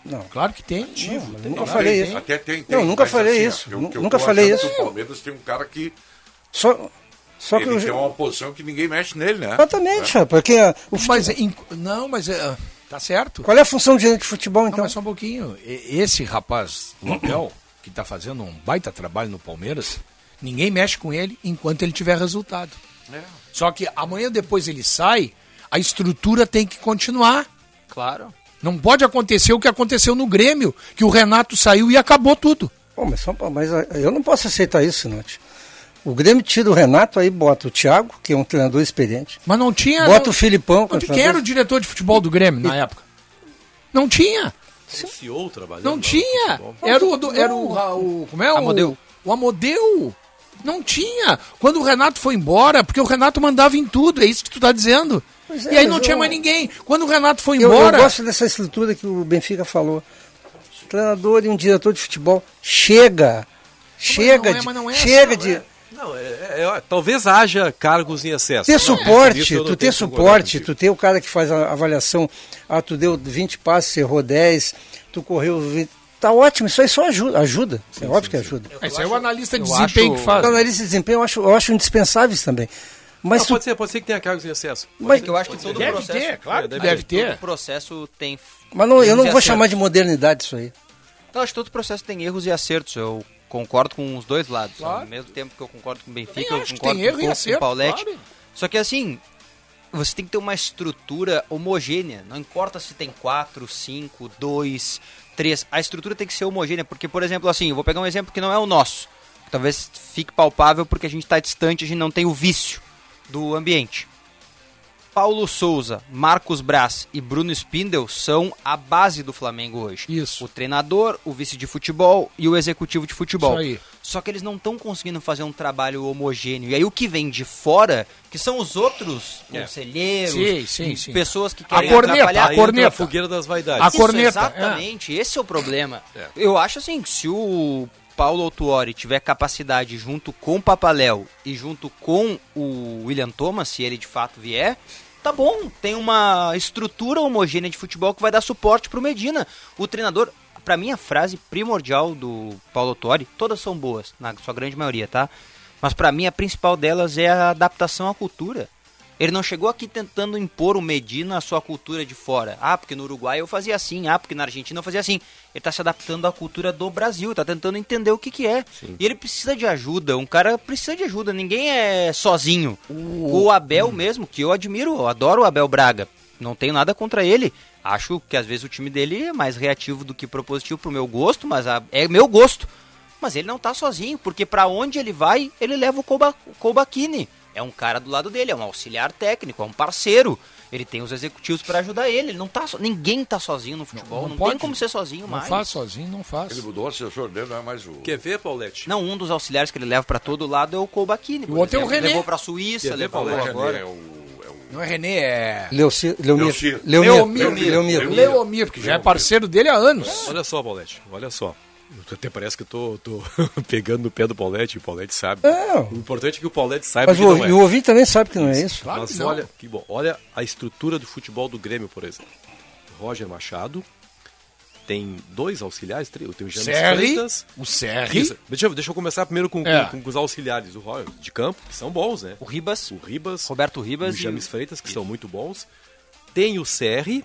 Speaker 4: Não.
Speaker 8: Claro que tem.
Speaker 4: Não, eu nunca falei
Speaker 2: Tem,
Speaker 4: isso.
Speaker 2: Até tem, tem.
Speaker 4: Não, eu nunca
Speaker 2: mas
Speaker 4: falei
Speaker 2: assim, ó,
Speaker 4: isso.
Speaker 2: eu-
Speaker 4: Nu-
Speaker 2: que eu
Speaker 4: nunca
Speaker 2: tô
Speaker 4: falei
Speaker 2: achando
Speaker 4: isso.
Speaker 2: que O Palmeiras tem um cara que
Speaker 4: Só, só que
Speaker 2: ele
Speaker 4: eu
Speaker 2: tem
Speaker 4: já-
Speaker 2: uma posição que ninguém mexe nele, né?
Speaker 4: Exatamente, rapaz. Porque ah, o futebol-
Speaker 8: É. Mas, em- não, mas eh, tá certo.
Speaker 4: qual é a função do gerente de futebol,
Speaker 8: Não,
Speaker 4: então?
Speaker 8: mas só um pouquinho. E- Esse rapaz, o Abel, [clears throat] que tá fazendo um baita trabalho no Palmeiras, ninguém mexe com ele enquanto ele tiver resultado.
Speaker 9: É.
Speaker 8: Só que amanhã depois ele sai, a estrutura tem que continuar.
Speaker 3: Claro.
Speaker 8: Não pode acontecer o que aconteceu no Grêmio, que o Renato saiu e acabou tudo.
Speaker 4: Pô, mas, só, mas ah, eu não posso aceitar isso, Sinote. O Grêmio tira o Renato, aí bota o Thiago, que é um treinador experiente.
Speaker 8: Mas não tinha.
Speaker 4: Bota
Speaker 8: não-
Speaker 4: o Filipão. que é um
Speaker 8: Não, tinha- quem era
Speaker 4: treinador-
Speaker 8: o diretor de futebol do Grêmio na época? Não tinha.
Speaker 9: Tinha um CEO trabalhando.
Speaker 8: Não
Speaker 9: lá no
Speaker 8: tinha.
Speaker 9: futebol.
Speaker 8: Era o, do- era o, Ra- o- Como é o.
Speaker 9: Amodeu.
Speaker 8: O Amodeu. Não tinha. Quando o Renato foi embora, porque o Renato mandava em tudo, é isso que tu tá dizendo.
Speaker 4: Pois
Speaker 8: e
Speaker 4: é,
Speaker 8: aí
Speaker 4: mas
Speaker 8: não tinha
Speaker 4: eu-
Speaker 8: mais ninguém. Quando o Renato foi
Speaker 4: Eu, eu
Speaker 8: embora.
Speaker 4: gosto dessa estrutura que o Benfica falou. Treinador e um diretor de futebol. Chega! Chega
Speaker 9: não é,
Speaker 4: de.
Speaker 9: mas não é
Speaker 4: chega de.
Speaker 9: Não, é- é- é- talvez haja cargos em excesso.
Speaker 4: Ter
Speaker 9: Não, é.
Speaker 4: suporte,
Speaker 9: isso eu não
Speaker 4: tu ter
Speaker 9: tenho que
Speaker 4: suporte, tu ter o cara que faz a avaliação, ah, tu deu 20 passos, errou 10, tu correu 20. Tá ótimo, isso aí só ajuda. Ajuda. é óbvio que ajuda.
Speaker 8: Esse é o analista de
Speaker 4: Eu
Speaker 8: desempenho
Speaker 4: acho-
Speaker 8: que faz.
Speaker 4: Os analistas de desempenho eu acho, eu acho indispensáveis também. Mas
Speaker 9: Não,
Speaker 4: tu-
Speaker 9: pode, ser, pode ser que tenha cargos em excesso. Pode
Speaker 4: Mas-
Speaker 9: ser,
Speaker 3: Eu acho que
Speaker 9: pode
Speaker 3: todo
Speaker 9: ser.
Speaker 3: processo.
Speaker 9: É,
Speaker 3: Todo processo tem.
Speaker 4: mas não- eu não vou
Speaker 3: erros e
Speaker 4: chamar de
Speaker 3: acertos.
Speaker 4: modernidade isso aí.
Speaker 3: Eu acho que todo processo tem erros e acertos. Eu concordo com os dois lados. Ao mesmo tempo que eu concordo com o Benfica, eu,
Speaker 8: acho que
Speaker 3: concordo
Speaker 8: tem erro
Speaker 3: com,
Speaker 8: e
Speaker 3: o Couto, com
Speaker 8: acerto,
Speaker 3: o Paulette.
Speaker 8: claro.
Speaker 3: Só que assim, você tem que ter uma estrutura homogênea. Não importa se tem 4, 5, 2, 3. A estrutura tem que ser homogênea. Porque, por exemplo, assim, eu vou pegar um exemplo que não é o nosso. que Talvez fique palpável porque a gente está distante, a gente não tem o vício do ambiente. Paulo Souza, Marcos Braz e Bruno Spindel são a base do Flamengo hoje.
Speaker 8: Isso.
Speaker 3: O treinador, o vice de futebol e o executivo de futebol.
Speaker 8: Isso aí.
Speaker 3: Só que eles não estão conseguindo fazer um trabalho homogêneo. E aí o que vem de fora, que são os outros
Speaker 9: É.
Speaker 3: conselheiros,
Speaker 9: Sim, sim, sim.
Speaker 3: pessoas que
Speaker 9: A
Speaker 3: querem
Speaker 9: corneta,
Speaker 3: atrapalhar.
Speaker 9: a Aí entra corneta. a fogueira das vaidades. A
Speaker 3: Isso,
Speaker 9: corneta, é.
Speaker 3: Exatamente, esse é o problema. Eu acho assim, que se o Paulo Autuori tiver capacidade junto com o Papaléu e junto com o William Thomas, se ele de fato vier, tá bom, tem uma estrutura homogênea de futebol que vai dar suporte pro Medina. O treinador, pra mim a frase primordial do Paulo Autuori, todas são boas, na sua grande maioria, tá? Mas pra mim a principal delas é a adaptação à cultura. Ele não chegou aqui tentando impor o Medina à sua cultura de fora. Ah, porque no Uruguai eu fazia assim, ah, porque na Argentina eu fazia assim. Ele está se adaptando à cultura do Brasil, está tentando entender o que, que é. E ele precisa de ajuda, um cara precisa de ajuda, ninguém é sozinho. O Abel mesmo, que eu admiro, eu adoro o Abel Braga, não tenho nada contra ele. Acho que às vezes o time dele é mais reativo do que propositivo pro meu gosto, mas a- é meu gosto. Mas ele não tá sozinho, porque pra onde ele vai, ele leva o Koba- o Kobachini. É um cara do lado dele, é um auxiliar técnico, é um parceiro. Ele tem os executivos pra ajudar ele. Ele não tá so... Ninguém tá sozinho no futebol. Não, tem como ser sozinho
Speaker 8: não
Speaker 3: mais.
Speaker 8: faz sozinho, não faz.
Speaker 2: Ele mudou, seu senhor dele não é mais o.
Speaker 9: Quer ver, Paulette?
Speaker 3: Não, um dos auxiliares que ele leva pra todo lado é o Kobachini.
Speaker 8: O outro é o René.
Speaker 3: Levou pra Suíça,
Speaker 8: Quer ver,
Speaker 3: levou
Speaker 8: Paulette?
Speaker 3: agora.
Speaker 8: Não é René, é.
Speaker 4: Leoci- Leomir.
Speaker 8: Leocir.
Speaker 4: Leomir.
Speaker 8: Leomir.
Speaker 4: Leomir.
Speaker 8: Leomir. Leomir, que já é parceiro dele há anos.
Speaker 9: É. Olha só, Paulette, olha só. Até parece que eu tô, tô [laughs] pegando no pé do Paulette, e o Paulette sabe. O importante é que o Paulette saiba
Speaker 4: Mas
Speaker 9: que
Speaker 4: o,
Speaker 9: não é.
Speaker 4: ouvi- o ouvinte também sabe que não é isso.
Speaker 9: Mas olha, que bom, olha a estrutura do futebol do Grêmio, por exemplo. Roger Machado tem dois auxiliares, três, tem o James
Speaker 8: Serri,
Speaker 9: Freitas.
Speaker 8: o Serri.
Speaker 9: É, Isso. Deixa, eu- deixa eu começar primeiro com, com-
Speaker 8: É.
Speaker 9: com os auxiliares o Roger, de campo, que são bons, né?
Speaker 3: O Ribas.
Speaker 9: O Ribas.
Speaker 3: Roberto Ribas
Speaker 9: O
Speaker 3: e
Speaker 9: James
Speaker 3: o-
Speaker 9: Freitas, que são muito bons. Tem o Serri.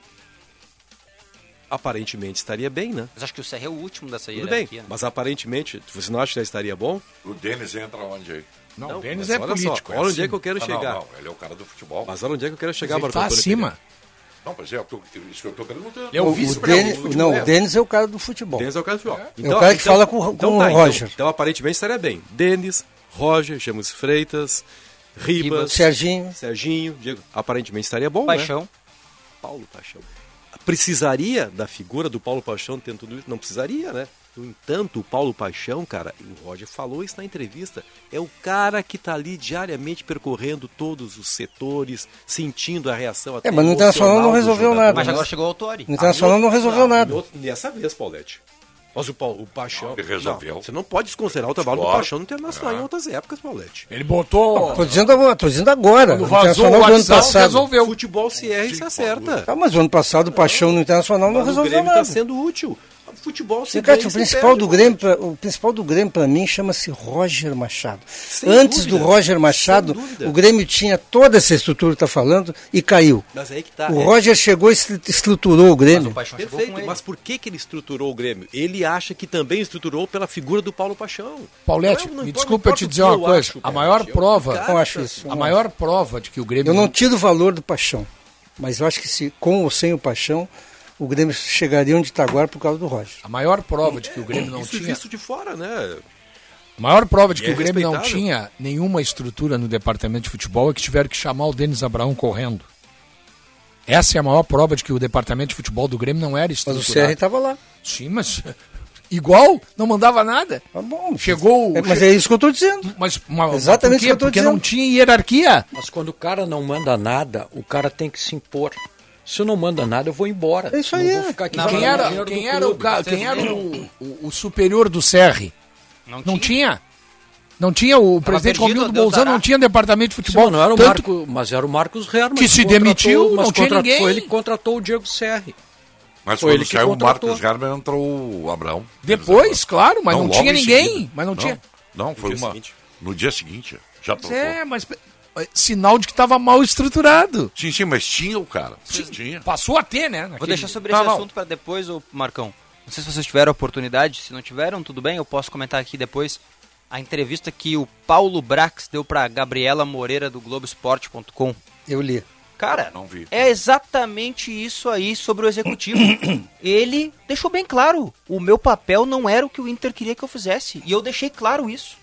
Speaker 9: Aparentemente estaria bem, né?
Speaker 3: Mas acho que o Serra é o último dessa
Speaker 9: Tudo
Speaker 3: hierarquia.
Speaker 9: bem, mas aparentemente, você não acha que já estaria bom?
Speaker 2: O Denis entra onde aí?
Speaker 8: Não,
Speaker 9: o Denis é político, é
Speaker 2: olha onde
Speaker 9: acima.
Speaker 2: é que eu quero
Speaker 9: Ah, não,
Speaker 2: chegar.
Speaker 9: não,
Speaker 2: ele é o cara do futebol.
Speaker 9: Mas olha onde é que eu quero chegar,
Speaker 2: ele
Speaker 9: Marco
Speaker 2: tá
Speaker 9: Antônio
Speaker 2: acima.
Speaker 9: Pereira.
Speaker 2: Não, pois é, eu tô- isso que eu tô perguntando.
Speaker 4: o, o Denis, não, o Denis é o cara do futebol.
Speaker 9: Denis é o cara do futebol.
Speaker 4: É o cara que fala com, o- com o Roger.
Speaker 9: Então, então, aparentemente estaria bem. Denis, Roger, James Freitas, Ribas,
Speaker 4: Ribas. Serginho.
Speaker 9: Serginho, Diego. Aparentemente estaria bom,
Speaker 3: Paixão.
Speaker 9: né? Paulo Paixão. Precisaria da figura do Paulo Paixão tendo tudo isso? Não precisaria, né? No entanto, o Paulo Paixão, cara, e o Roger falou isso na entrevista, é o cara que tá ali diariamente percorrendo todos os setores, sentindo a reação até
Speaker 4: É, mas no Internacional não
Speaker 9: emocional do
Speaker 4: resolveu
Speaker 9: jogador.
Speaker 4: nada. Mas agora chegou o Autori. No Internacional
Speaker 9: Aí,
Speaker 4: não resolveu nada.
Speaker 9: em outro- Nessa vez, Paulette. Mas o, Paulo, o Paixão.
Speaker 2: Ele resolveu.
Speaker 9: Não, você não pode desconsiderar o trabalho do
Speaker 2: Claro. Ah.
Speaker 9: Paixão no Internacional em outras épocas, Paulette.
Speaker 8: Ele botou.
Speaker 4: Tô dizendo agora, tô dizendo agora.
Speaker 9: Quando
Speaker 4: No
Speaker 9: vazou
Speaker 4: Internacional
Speaker 9: o
Speaker 4: do ano
Speaker 9: WhatsApp,
Speaker 4: passado.
Speaker 9: Resolveu. Futebol se erra e se acerta.
Speaker 4: Tá, mas o ano passado o Paixão no Internacional não
Speaker 9: Mas o
Speaker 4: resolveu
Speaker 9: Grêmio
Speaker 4: nada.
Speaker 9: está sendo útil. O futebol se
Speaker 4: Cicate,
Speaker 9: ganha
Speaker 4: o
Speaker 9: e se
Speaker 4: principal
Speaker 9: perde,
Speaker 4: do Grêmio, pra, o principal do Grêmio para mim chama-se Roger Machado.
Speaker 9: Sem
Speaker 4: Antes
Speaker 9: dúvida,
Speaker 4: do Roger Machado,
Speaker 9: sem dúvida.
Speaker 4: o Grêmio tinha toda essa estrutura que tá falando e caiu.
Speaker 9: Mas aí que tá,
Speaker 4: O
Speaker 9: é.
Speaker 4: Roger chegou e estru- estruturou o Grêmio.
Speaker 9: Perfeito, mas por que, que ele estruturou o Grêmio? Ele acha que também estruturou pela figura do Paulo Paixão.
Speaker 8: Paulette,
Speaker 9: Não, não
Speaker 8: me
Speaker 9: importa-
Speaker 8: desculpa eu
Speaker 9: não
Speaker 8: te
Speaker 9: importa o
Speaker 8: dizer
Speaker 9: que é
Speaker 8: uma
Speaker 9: eu
Speaker 8: coisa.
Speaker 9: acho,
Speaker 8: a
Speaker 9: cara.
Speaker 8: maior prova.
Speaker 4: Eu acho isso,
Speaker 8: A
Speaker 4: não.
Speaker 8: maior prova de que o Grêmio.
Speaker 4: Eu não tiro o valor do Paixão, mas eu acho que se com ou sem o Paixão, o Grêmio chegaria onde está agora por causa do Roger.
Speaker 8: A maior prova de que o Grêmio não
Speaker 9: Isso é
Speaker 8: tinha.
Speaker 9: visto de fora, né?
Speaker 8: A maior prova de
Speaker 9: E
Speaker 8: que
Speaker 9: é
Speaker 8: o Grêmio não
Speaker 9: respeitável.
Speaker 8: tinha nenhuma estrutura no departamento de futebol é que tiveram que chamar o Denis Abraão correndo. Essa é a maior prova de que o departamento de futebol do Grêmio não era estruturado.
Speaker 4: CR estava lá.
Speaker 8: Sim, mas [laughs] igual, não mandava nada.
Speaker 4: Tá bom.
Speaker 8: Chegou...
Speaker 4: É, mas é isso que eu estou dizendo.
Speaker 8: Mas, mas
Speaker 4: Exatamente
Speaker 8: por
Speaker 4: isso
Speaker 8: quê?
Speaker 4: que eu tô
Speaker 8: Porque
Speaker 4: dizendo.
Speaker 8: não tinha hierarquia.
Speaker 7: Mas quando o cara não manda nada, o cara tem que se impor. Se eu não manda nada, eu vou embora. É isso aí. Não vou ficar aqui
Speaker 8: Não, quem
Speaker 7: pagando
Speaker 8: era,
Speaker 7: dinheiro do
Speaker 8: quem era, o,
Speaker 7: clube.
Speaker 8: ca- quem era o, o- o superior do CR?
Speaker 3: Não,
Speaker 8: tinha. Não tinha, o presidente
Speaker 7: perdido,
Speaker 8: Romildo
Speaker 7: Deus
Speaker 8: Bolzano
Speaker 7: dará.
Speaker 8: não tinha um departamento de futebol.
Speaker 7: Não, não era o
Speaker 8: tanto-
Speaker 7: Marco, mas era o Marcos Herman.
Speaker 8: Que se
Speaker 7: contratou-
Speaker 8: demitiu,
Speaker 7: mas
Speaker 8: não tinha
Speaker 7: contratou-
Speaker 8: ninguém.
Speaker 7: Ele contratou o Diego Serri.
Speaker 2: Mas
Speaker 7: Foi
Speaker 2: quando
Speaker 7: ele que
Speaker 2: saiu o
Speaker 7: contratou.
Speaker 2: Marcos Garber, entrou o Abraão.
Speaker 8: Depois, claro, mas não
Speaker 2: logo
Speaker 8: tinha
Speaker 2: em
Speaker 8: ninguém,
Speaker 2: seguida.
Speaker 8: mas não tinha.
Speaker 2: Não, foi
Speaker 8: dia
Speaker 2: uma.
Speaker 8: seguinte.
Speaker 2: No dia seguinte, já trocou.
Speaker 8: É, mas pe- sinal de que estava mal estruturado.
Speaker 2: Sim, sim, mas tinha o cara. Sim, tinha.
Speaker 8: Passou a ter, né?
Speaker 3: Vou
Speaker 8: Naquele-
Speaker 3: deixar sobre esse assunto para depois, ô Marcão. Não sei se vocês tiveram a oportunidade, se não tiveram, tudo bem, eu posso comentar aqui depois a entrevista que o Paulo Brax deu para Gabriela Moreira do Globoesporte.com.
Speaker 4: Eu li.
Speaker 3: Cara,
Speaker 2: Não vi.
Speaker 3: é exatamente isso aí sobre o executivo.
Speaker 4: [coughs]
Speaker 3: Ele deixou bem claro, o meu papel não era o que o Inter queria que eu fizesse, e eu deixei claro isso.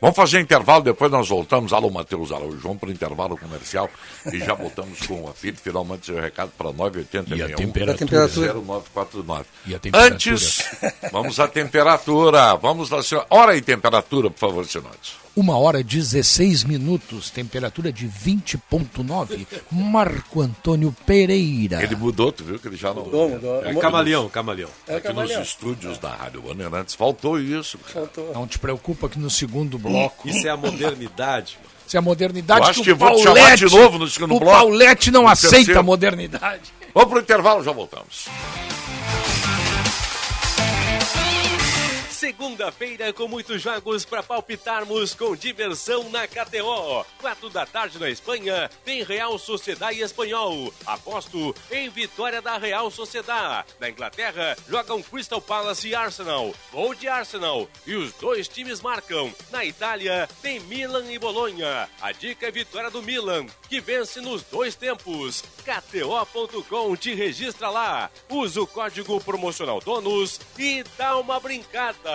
Speaker 2: Vamos fazer intervalo, depois nós voltamos. Alô, Matheus Araújo, vamos para o intervalo comercial e já voltamos com o apito. Finalmente, seu recado para 980
Speaker 8: E a temperatura?
Speaker 2: 0949.
Speaker 8: E a temperatura?
Speaker 2: Antes, vamos à temperatura. Vamos lá, senhora. Hora e temperatura, por favor, senhores.
Speaker 8: Uma hora e 16 minutos, temperatura de 20,9. Marco Antônio Pereira.
Speaker 2: Ele mudou, tu viu que ele já não.
Speaker 4: Mudou, mudou.
Speaker 12: É camaleão, camaleão.
Speaker 4: É
Speaker 2: aqui
Speaker 4: camaleão.
Speaker 2: nos estúdios da Rádio Bandeirantes. Faltou isso. cara.
Speaker 8: Não te preocupa que no segundo bloco.
Speaker 12: Isso é a modernidade.
Speaker 8: Isso é a modernidade
Speaker 2: Eu acho que
Speaker 8: o
Speaker 2: eu vou te chamar
Speaker 8: Paulette-
Speaker 2: de novo no segundo
Speaker 8: O
Speaker 2: bloco.
Speaker 8: Paulette não
Speaker 2: No
Speaker 8: aceita
Speaker 2: terceiro.
Speaker 8: a modernidade.
Speaker 2: Vamos pro intervalo, já voltamos.
Speaker 9: Segunda-feira com muitos jogos para palpitarmos com diversão na KTO. Quatro da tarde na Espanha, tem Real Sociedade Espanhol. Aposto em vitória da Real Sociedade. Na Inglaterra, jogam Crystal Palace e Arsenal. Gol de Arsenal e os dois times marcam. Na Itália, tem Milan e Bolonha. A dica é vitória do Milan, que vence nos dois tempos. KTO.com te registra lá. Usa o código promocional DONUS e dá uma brincada.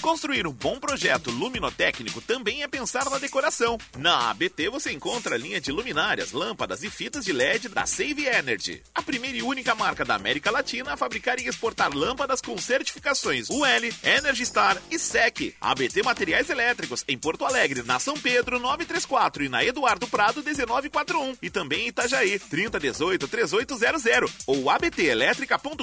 Speaker 11: Construir um bom projeto luminotécnico também é pensar na decoração. Na ABT você encontra a linha de luminárias, lâmpadas e fitas de LED da Save Energy, a primeira e única marca da América Latina a fabricar e exportar lâmpadas com certificações UL, Energy Star e SEC. ABT Materiais Elétricos em Porto Alegre, na São Pedro 934 e na Eduardo Prado 1941 e também em Itajaí 3018 3800 ou abtelétrica.com.br.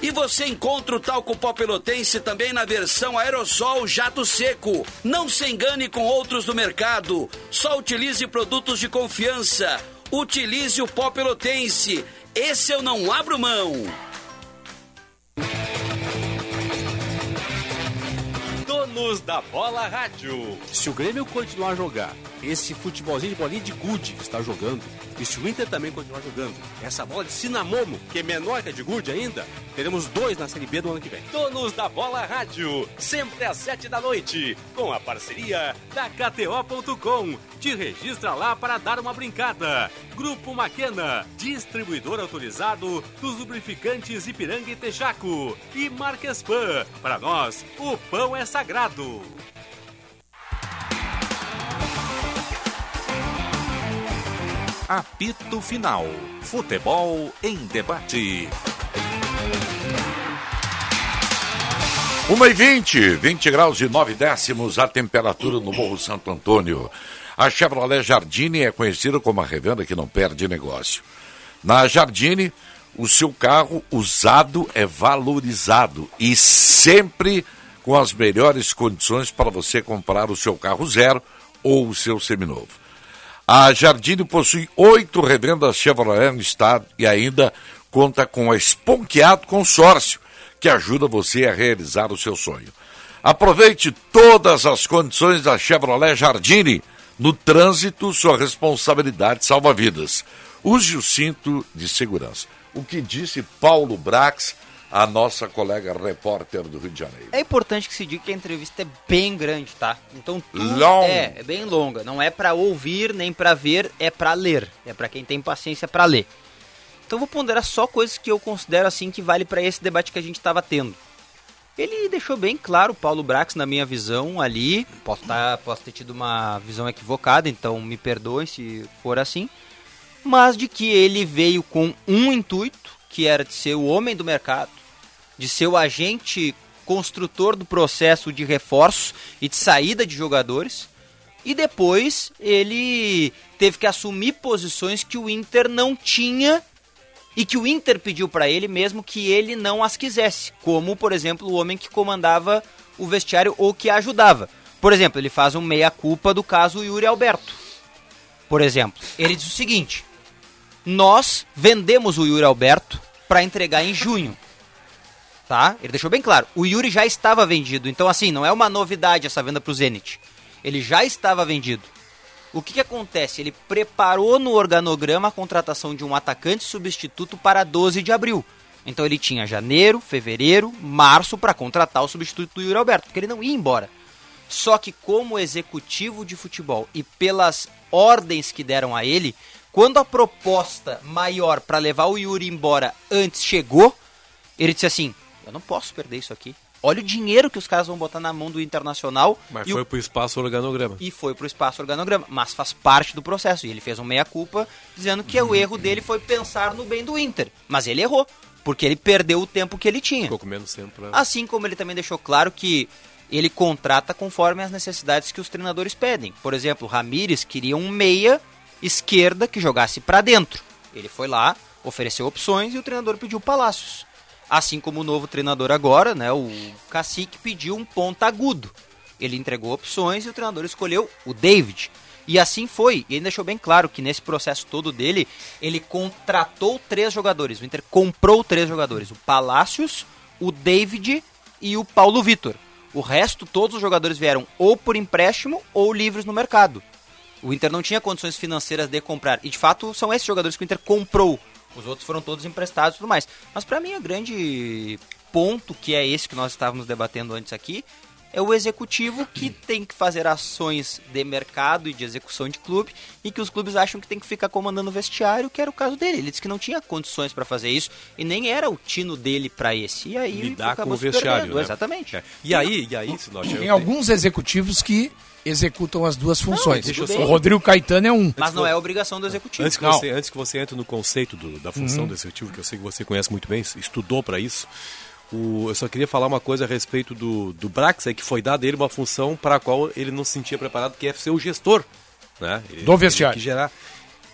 Speaker 13: E você encontra o talco pó pelotense também na versão aerossol jato seco. Não se engane com outros do mercado. Só utilize produtos de confiança. Utilize o pó pelotense. Esse eu não abro mão.
Speaker 9: Donos da Bola Rádio.
Speaker 14: Se o Grêmio continuar a jogar esse futebolzinho de bolinha de gude que está jogando, e se o Inter também continuar jogando essa bola de cinamomo, que é menor que a de gude ainda, teremos dois na Série B do ano que vem.
Speaker 9: Donos da Bola Rádio, sempre às sete da noite, com a parceria da KTO.com. Te registra lá para dar uma brincada. Grupo Maquena, distribuidor autorizado dos lubrificantes Ipiranga e Texaco. E Marquespan, para nós, o pão é sagrado.
Speaker 11: Apito Final. Futebol em debate.
Speaker 2: 1 e 20, 20 graus e 9 décimos a temperatura no Morro Santo Antônio. A Chevrolet Jardine é conhecida como a revenda que não perde negócio. Na Jardine, o seu carro usado é valorizado e sempre com as melhores condições para você comprar o seu carro zero ou o seu seminovo. A Jardine possui oito revendas Chevrolet no estado e ainda conta com a Esponqueado Consórcio, que ajuda você a realizar o seu sonho. Aproveite todas as condições da Chevrolet Jardine. No trânsito, sua responsabilidade salva vidas. Use o cinto de segurança. O que disse Paulo Brax, a nossa colega repórter do Rio de Janeiro.
Speaker 3: É importante que se diga que a entrevista é bem grande, tá? Então tudo
Speaker 2: Long.
Speaker 3: é, é bem longa, não é pra ouvir nem pra ver, é pra ler. É pra quem tem paciência pra ler. Então eu vou ponderar só coisas que eu considero assim que vale pra esse debate que a gente tava tendo. Ele deixou bem claro o Paulo Brax na minha visão ali, posso, tá, posso ter tido uma visão equivocada, então me perdoem se for assim, mas de que ele veio com um intuito, que era de ser o homem do mercado, de ser o agente construtor do processo de reforço e de saída de jogadores. E depois ele teve que assumir posições que o Inter não tinha e que o Inter pediu para ele mesmo que ele não as quisesse, como, por exemplo, o homem que comandava o vestiário ou que ajudava. Por exemplo, ele faz um meia-culpa do caso Yuri Alberto. Por exemplo, ele diz o seguinte: nós vendemos o Yuri Alberto para entregar em junho. Tá? Ele deixou bem claro. O Yuri já estava vendido. Então, assim, não é uma novidade essa venda para o Zenit. Ele já estava vendido. O que, que acontece? Ele preparou no organograma a contratação de um atacante substituto para 12 de abril. Então ele tinha janeiro, fevereiro, março para contratar o substituto do Yuri Alberto, porque ele não ia embora. Só que como executivo de futebol e pelas ordens que deram a ele, quando a proposta maior para levar o Yuri embora antes chegou, ele disse assim: "Eu não posso perder isso aqui. Olha o dinheiro que os caras vão botar na mão do Internacional
Speaker 9: Mas
Speaker 3: e o
Speaker 9: foi pro espaço organograma.
Speaker 3: e foi para o espaço organograma, mas faz parte do processo. E ele fez um meia-culpa dizendo que o erro dele foi pensar no bem do Inter. Mas ele errou, porque ele perdeu o tempo que ele tinha.
Speaker 9: Ficou com menos tempo, né?
Speaker 3: Assim como ele também deixou claro que ele contrata conforme as necessidades que os treinadores pedem. Por exemplo, o Ramires queria um meia esquerda que jogasse para dentro. Ele foi lá, ofereceu opções e o treinador pediu Palácios. Assim como o novo treinador agora, né, o Cacique pediu um ponta agudo. Ele entregou opções e o treinador escolheu o David. E assim foi. E ele deixou bem claro que nesse processo todo dele, ele contratou três jogadores. O Inter comprou três jogadores: o Palácios, o David e o Paulo Vitor. O resto, todos os jogadores vieram ou por empréstimo ou livres no mercado. O Inter não tinha condições financeiras de comprar. E de fato, são esses jogadores que o Inter comprou. Os outros foram todos emprestados e tudo mais. Mas para mim, o grande ponto, que é esse que nós estávamos debatendo antes aqui, é o executivo
Speaker 9: [clears throat]
Speaker 3: que tem que fazer ações de mercado e de execução de clube e que os clubes acham que tem que ficar comandando o vestiário, que era o caso dele. Ele disse que não tinha condições para fazer isso e nem era o tino dele para esse. E aí
Speaker 9: Lidar com
Speaker 3: acabou
Speaker 9: o
Speaker 3: se
Speaker 9: vestiário.
Speaker 3: perdendo,
Speaker 9: né?
Speaker 3: Exatamente.
Speaker 9: É. E aí, e aí, se nós eu
Speaker 8: Tem
Speaker 9: tenho-
Speaker 8: alguns executivos que executam as duas funções.
Speaker 9: deixa eu só-
Speaker 8: o Rodrigo Caetano é um.
Speaker 3: Mas não é obrigação do executivo.
Speaker 9: Antes que, você, antes que você entre no conceito do- da função
Speaker 8: Uhum.
Speaker 9: do executivo, que eu sei que você conhece muito bem, estudou para isso, o- eu só queria falar uma coisa a respeito do, do Brax, é que foi dada a ele uma função para a qual ele não se sentia preparado, que é ser o gestor. Né? Ele-
Speaker 8: Do
Speaker 9: ele
Speaker 8: vestiário.
Speaker 9: que gerar.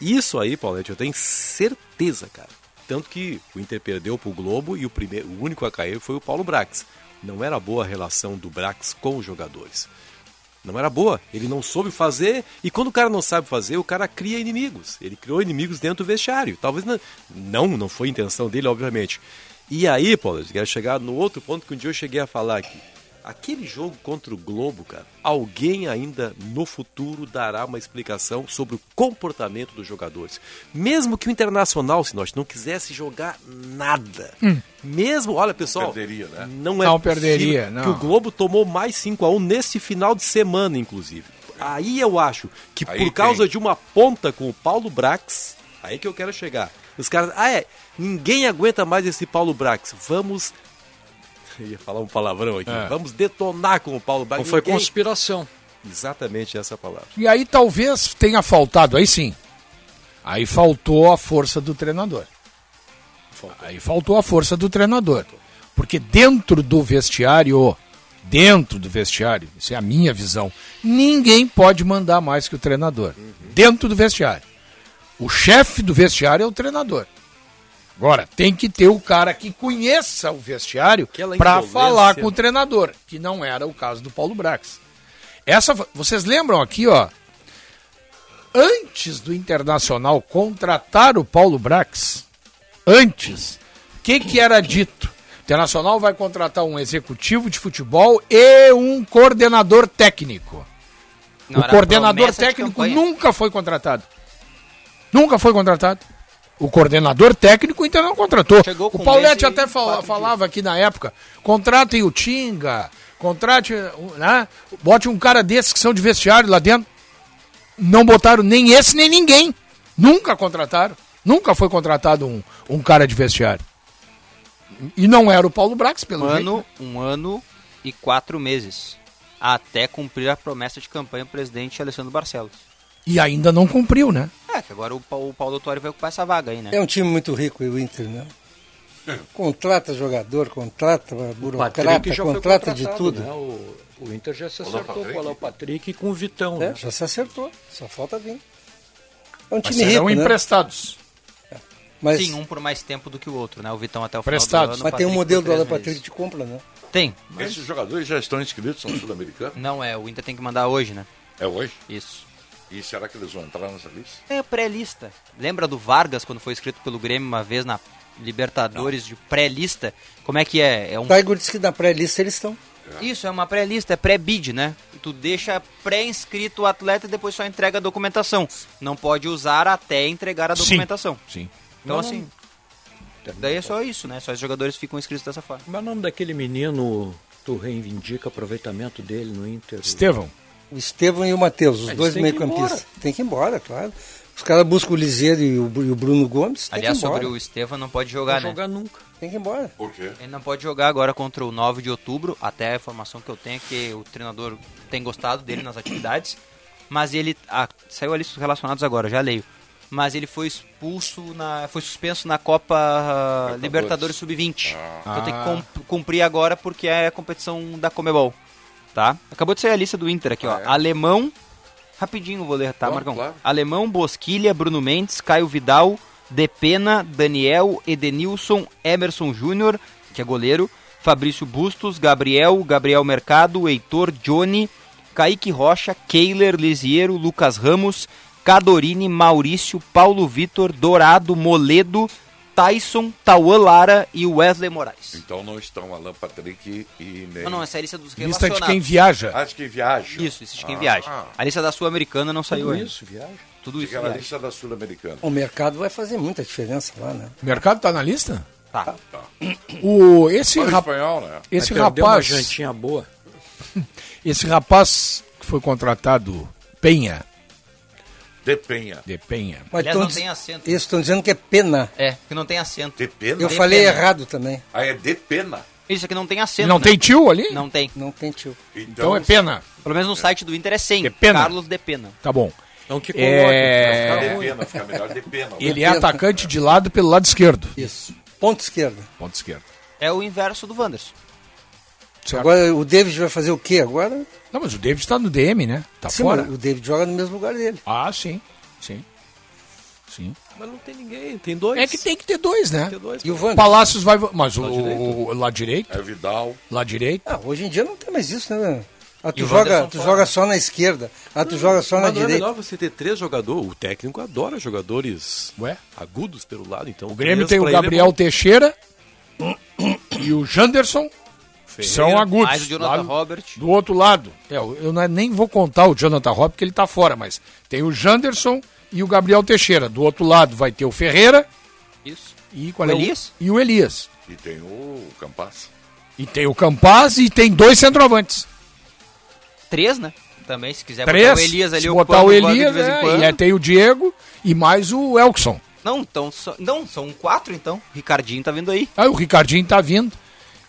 Speaker 9: Isso aí, Paulete, eu tenho certeza, cara. Tanto que o Inter perdeu para o Globo e o, primeiro, o único a cair foi o Paulo Brax. Não era boa a relação do Brax com os jogadores. Não era boa. Ele não soube fazer. E quando o cara não sabe fazer, o cara cria inimigos. Ele criou inimigos dentro do vestiário. Talvez não. Não, não foi a intenção dele, obviamente. E aí, Paulo, eu quero chegar no outro ponto que um dia eu cheguei a falar aqui. Aquele jogo contra o Globo, cara, alguém ainda no futuro dará uma explicação sobre o comportamento dos jogadores. Mesmo que o Internacional, se nós não quisesse jogar nada,
Speaker 8: Hum.
Speaker 9: mesmo, olha pessoal,
Speaker 2: Perderia, né?
Speaker 9: não é
Speaker 8: Não
Speaker 9: possível
Speaker 8: perderia,
Speaker 9: que
Speaker 8: não.
Speaker 9: o Globo tomou mais 5 a 1 nesse final de semana, inclusive. Aí eu acho que
Speaker 2: Aí
Speaker 9: por
Speaker 2: tem.
Speaker 9: causa de uma ponta com o Paulo Brax, aí que eu quero chegar. Os caras, ah é, ninguém aguenta mais esse Paulo Brax. Vamos [laughs] eu ia falar um palavrão aqui.
Speaker 8: É.
Speaker 9: Vamos detonar com o Paulo Brax.
Speaker 7: Não foi
Speaker 9: conspiração. Exatamente essa palavra.
Speaker 8: E aí talvez tenha faltado, aí sim. Aí faltou a força do treinador. Aí faltou a força do treinador. Porque dentro do vestiário, dentro do vestiário, isso é a minha visão, ninguém pode mandar mais que o treinador. Dentro do vestiário. O chefe do vestiário é o treinador. Agora, tem que ter o cara que conheça o vestiário
Speaker 5: Aquela
Speaker 8: para
Speaker 5: indolência.
Speaker 8: falar com o treinador, que não era o caso do Paulo Brax. Essa, fo- vocês lembram aqui, ó, antes do Internacional contratar o Paulo Brax, antes, o que, que era dito? O Internacional vai contratar um executivo de futebol e um coordenador técnico.
Speaker 3: Não,
Speaker 8: o
Speaker 3: era
Speaker 8: coordenador
Speaker 3: promessa de
Speaker 8: técnico
Speaker 3: campanha.
Speaker 8: nunca foi contratado. Nunca foi contratado. O coordenador técnico então não contratou. o
Speaker 5: com
Speaker 8: Paulete
Speaker 5: Lense
Speaker 8: até fala- falava aqui na época: contratem o Tinga, contrate, uh, né? Bote um cara desses que são de vestiário lá dentro. Não botaram nem esse, nem ninguém. Nunca contrataram. Nunca foi contratado um, um cara de vestiário. E não era o Paulo Brax, pelo
Speaker 3: um
Speaker 8: jeito.
Speaker 4: né?
Speaker 3: ano, um ano e quatro meses. Até cumprir a promessa de campanha do presidente Alessandro Barcelos.
Speaker 8: E ainda não cumpriu, né?
Speaker 3: É, que agora o, Pa- o Paulo Autuori vai ocupar essa vaga aí, né?
Speaker 4: É um time muito rico, o Inter, né? Contrata jogador, contrata burocrata, contrata um de tudo.
Speaker 7: né? O, o Inter já se
Speaker 4: Alan
Speaker 7: acertou
Speaker 4: Patrick.
Speaker 7: com o Alan Patrick e com o Vitão.
Speaker 4: É,
Speaker 7: né?
Speaker 4: já se acertou, só falta vir. É um
Speaker 7: Mas
Speaker 4: time
Speaker 7: serão
Speaker 4: rico, né?
Speaker 7: Tá,
Speaker 8: emprestados.
Speaker 4: Mas-
Speaker 3: Sim, um por mais tempo do que o outro, né? O Vitão até o
Speaker 4: Prestados.
Speaker 3: final do ano.
Speaker 4: Mas tem um
Speaker 3: Patrick
Speaker 4: modelo
Speaker 3: por
Speaker 4: do Alan
Speaker 3: três meses.
Speaker 4: Patrick de compra, né?
Speaker 3: Tem.
Speaker 2: Esses jogadores já estão inscritos no Sul-Americano?
Speaker 3: Não é, o Inter tem que mandar hoje, né?
Speaker 2: É hoje?
Speaker 3: Isso.
Speaker 2: E será que eles vão entrar nessa lista?
Speaker 3: É pré-lista. Lembra do Vargas quando foi escrito pelo Grêmio uma vez na Libertadores de pré-lista? Como é que é? É um
Speaker 4: O Tiger disse que na pré-lista eles estão.
Speaker 3: Isso, é uma pré-lista, é pré-bid, né? Tu deixa pré-inscrito o atleta e depois só entrega a documentação. Não pode usar até entregar a
Speaker 8: Sim,
Speaker 3: documentação.
Speaker 8: sim.
Speaker 3: Então,
Speaker 7: Não,
Speaker 3: assim. Daí é só isso, né? Só os jogadores ficam inscritos dessa forma.
Speaker 7: Mas o nome daquele menino, tu reivindica aproveitamento dele no Inter?
Speaker 8: Estevão.
Speaker 4: O Estevão e o Matheus, os
Speaker 7: Eles
Speaker 4: dois
Speaker 7: têm que ir
Speaker 4: meio-campistas. Tem que ir embora, claro. Os caras buscam o Liseiro e o, e o Bruno Gomes. Tem
Speaker 3: Aliás,
Speaker 4: que ir embora.
Speaker 3: sobre o Estevam, não pode jogar, né?
Speaker 7: nunca.
Speaker 4: Tem que ir embora.
Speaker 2: Por quê?
Speaker 3: Ele não pode jogar agora contra o 9 de outubro, até a informação que eu tenho é que o treinador tem gostado dele nas atividades, mas ele ah, saiu a lista dos relacionados agora, já leio. Mas ele foi expulso na foi suspenso na Copa ah, Libertadores
Speaker 5: Libertadores.
Speaker 3: Sub-20.
Speaker 5: Ah.
Speaker 3: Então tem que cum- cumprir agora porque é a competição da Comebol, tá? Acabou de sair a lista do Inter aqui, ó. Alemão Rapidinho vou ler, tá,
Speaker 5: Claro,
Speaker 3: Marcão?
Speaker 5: claro.
Speaker 3: Alemão, Bosquilha, Bruno Mendes, Caio Vidal, Depena, Daniel, Edenilson, Emerson Júnior, que é goleiro, Fabrício Bustos, Gabriel, Gabriel Mercado, Heitor, Johnny, Kaique Rocha, Keiler, Lisiero, Lucas Ramos, Cadorini, Maurício, Paulo Vitor, Dourado, Moledo, Tyson, Tauan Lara e Wesley Moraes.
Speaker 2: Então não estão Alan Patrick e nem...
Speaker 3: Não, não, essa é a lista dos
Speaker 8: Lista de
Speaker 3: relacionados.
Speaker 8: quem viaja.
Speaker 2: Ah, de quem viaja. Ah.
Speaker 3: Isso, isso de quem viaja. A lista da Sul-Americana não saiu ainda.
Speaker 7: viaja.
Speaker 3: Tudo isso. né?
Speaker 2: Aquela
Speaker 3: viaja.
Speaker 2: lista da Sul-Americana.
Speaker 4: O mercado vai fazer muita diferença lá, né?
Speaker 8: O mercado tá na lista?
Speaker 3: Tá.
Speaker 8: O, esse
Speaker 2: Fala
Speaker 8: rap-
Speaker 2: espanhol, né?
Speaker 8: Esse
Speaker 7: Mas perdeu
Speaker 8: rapaz.
Speaker 7: Uma jantinha boa.
Speaker 8: [laughs] Esse rapaz que foi contratado, Penha.
Speaker 2: De Penha.
Speaker 8: De Penha.
Speaker 4: Mas
Speaker 3: Aliás,
Speaker 4: tão
Speaker 3: não
Speaker 4: diz-
Speaker 3: tem acento.
Speaker 4: Isso, estão dizendo que é pena.
Speaker 3: É, que não tem acento.
Speaker 2: De pena?
Speaker 4: Eu falei errado também.
Speaker 2: Ah, é de pena.
Speaker 3: Isso aqui não tem acento.
Speaker 8: Não
Speaker 3: né?
Speaker 8: tem tio ali?
Speaker 3: Não tem.
Speaker 4: Não tem tio.
Speaker 8: Então é pena.
Speaker 3: Pelo menos no site do Inter é 100.
Speaker 8: pena.
Speaker 3: Carlos de Pena.
Speaker 8: Tá bom.
Speaker 7: Então que
Speaker 8: coloque, É.
Speaker 2: né? Fica de pena, fica melhor de pena. né?
Speaker 8: Ele é atacante de lado pelo lado esquerdo.
Speaker 4: Isso. Ponto esquerdo.
Speaker 8: Ponto esquerdo.
Speaker 3: É o inverso do Wanderson.
Speaker 4: Agora o David vai fazer o quê agora?
Speaker 8: Não, mas o David tá no DM, né? Tá
Speaker 4: Sim,
Speaker 8: fora.
Speaker 4: mas O David joga no mesmo lugar né? dele.
Speaker 8: Ah, sim. Sim. Sim.
Speaker 9: Mas não tem ninguém, tem dois.
Speaker 8: É que tem que ter dois, né?
Speaker 9: Tem dois,
Speaker 4: E o
Speaker 8: O
Speaker 4: Wander?
Speaker 8: Palácios vai. Mas o, o, lá direito.
Speaker 2: É Vidal.
Speaker 8: Lá direito.
Speaker 4: Ah, hoje em dia não tem mais isso, né? Ah,
Speaker 9: E
Speaker 4: tu
Speaker 9: o
Speaker 4: joga,
Speaker 9: Wanderson
Speaker 4: tu
Speaker 9: fora.
Speaker 4: joga só na esquerda. Ah, tu joga só na
Speaker 9: Mas não é
Speaker 4: direita.
Speaker 9: melhor você ter três jogadores. O técnico adora jogadores
Speaker 8: Ué?
Speaker 9: agudos pelo lado, então.
Speaker 8: O Grêmio tem o Gabriel Teixeira e o Janderson. que São agudos.
Speaker 3: Mais o Jonathan
Speaker 8: Lá do-
Speaker 3: Robert.
Speaker 8: Do outro lado. É, eu eu não- nem vou contar o Jonathan Robb, porque ele tá fora, mas tem o Janderson e o Gabriel Teixeira. Do outro lado vai ter o Ferreira
Speaker 3: Isso.
Speaker 8: e qual
Speaker 3: O
Speaker 8: é
Speaker 3: Elias?
Speaker 8: E o Elias.
Speaker 2: E tem o Campas.
Speaker 8: E tem o Campaz e tem dois centroavantes.
Speaker 3: Três, né? Também, se quiser
Speaker 8: Três.
Speaker 3: botar o Elias ali
Speaker 8: se
Speaker 3: ocupando
Speaker 8: botar o
Speaker 3: banco de
Speaker 8: Elias,
Speaker 3: vez em
Speaker 8: é,
Speaker 3: quando.
Speaker 8: e aí tem o Diego e mais o Elkson.
Speaker 3: Não, então, só- não, são quatro então. Ricardinho tá vindo aí.
Speaker 8: Aí o Ricardinho tá vindo.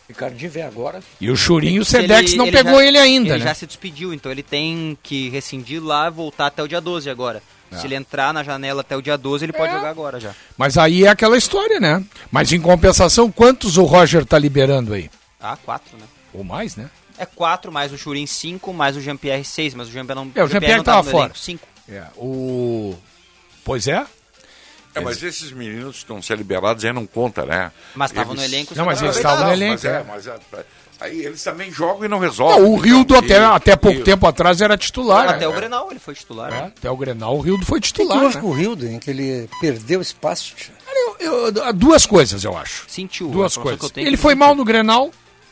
Speaker 7: Ricardinho vem agora.
Speaker 8: E o Churinho, o
Speaker 3: Se ele-
Speaker 8: Sedex não pegou
Speaker 3: já-
Speaker 8: ele ainda,
Speaker 3: Ele
Speaker 8: né?
Speaker 3: já se despediu, então ele tem que rescindir lá e voltar até o dia 12 agora.
Speaker 8: Ah.
Speaker 3: Se ele entrar na janela até o dia 12, ele pode jogar agora já.
Speaker 8: Mas aí é aquela história, né? Mas em compensação, quantos o Roger tá liberando aí?
Speaker 3: Ah, quatro, né?
Speaker 8: Ou mais, né?
Speaker 3: é 4, mais o Churin 5, mais o Jean-Pierre 6, mas o Jean-Pierre não
Speaker 8: É, o Jean-Pierre
Speaker 3: não tá
Speaker 8: tava
Speaker 3: no
Speaker 8: fora.
Speaker 3: elenco, cinco.
Speaker 8: É, o... Pois é.
Speaker 2: É, mas esses meninos que estão sendo liberados aí não conta, né?
Speaker 3: Mas estavam no elenco,
Speaker 8: Não, mas eles estavam no elenco,
Speaker 2: Mas
Speaker 8: é.
Speaker 2: é, mas é, aí eles também jogam e não resolvem.
Speaker 8: Não, o Rildo até,
Speaker 2: Então,
Speaker 8: até pouco
Speaker 2: Rildo.
Speaker 8: tempo atrás era titular.
Speaker 3: Até o
Speaker 8: né?
Speaker 3: Grenal ele foi titular. né?
Speaker 8: Até o Grenal, o Rildo foi
Speaker 4: O que
Speaker 8: titular.
Speaker 4: que houve
Speaker 8: né?
Speaker 4: com o Rildo, hein? Que ele perdeu espaço, tia?
Speaker 8: Eu- eu- duas coisas, eu acho.
Speaker 3: Sentiu.
Speaker 8: Duas
Speaker 4: a informação
Speaker 8: coisas.
Speaker 4: que eu tenho
Speaker 8: Ele
Speaker 4: que
Speaker 8: foi mal no Grenal,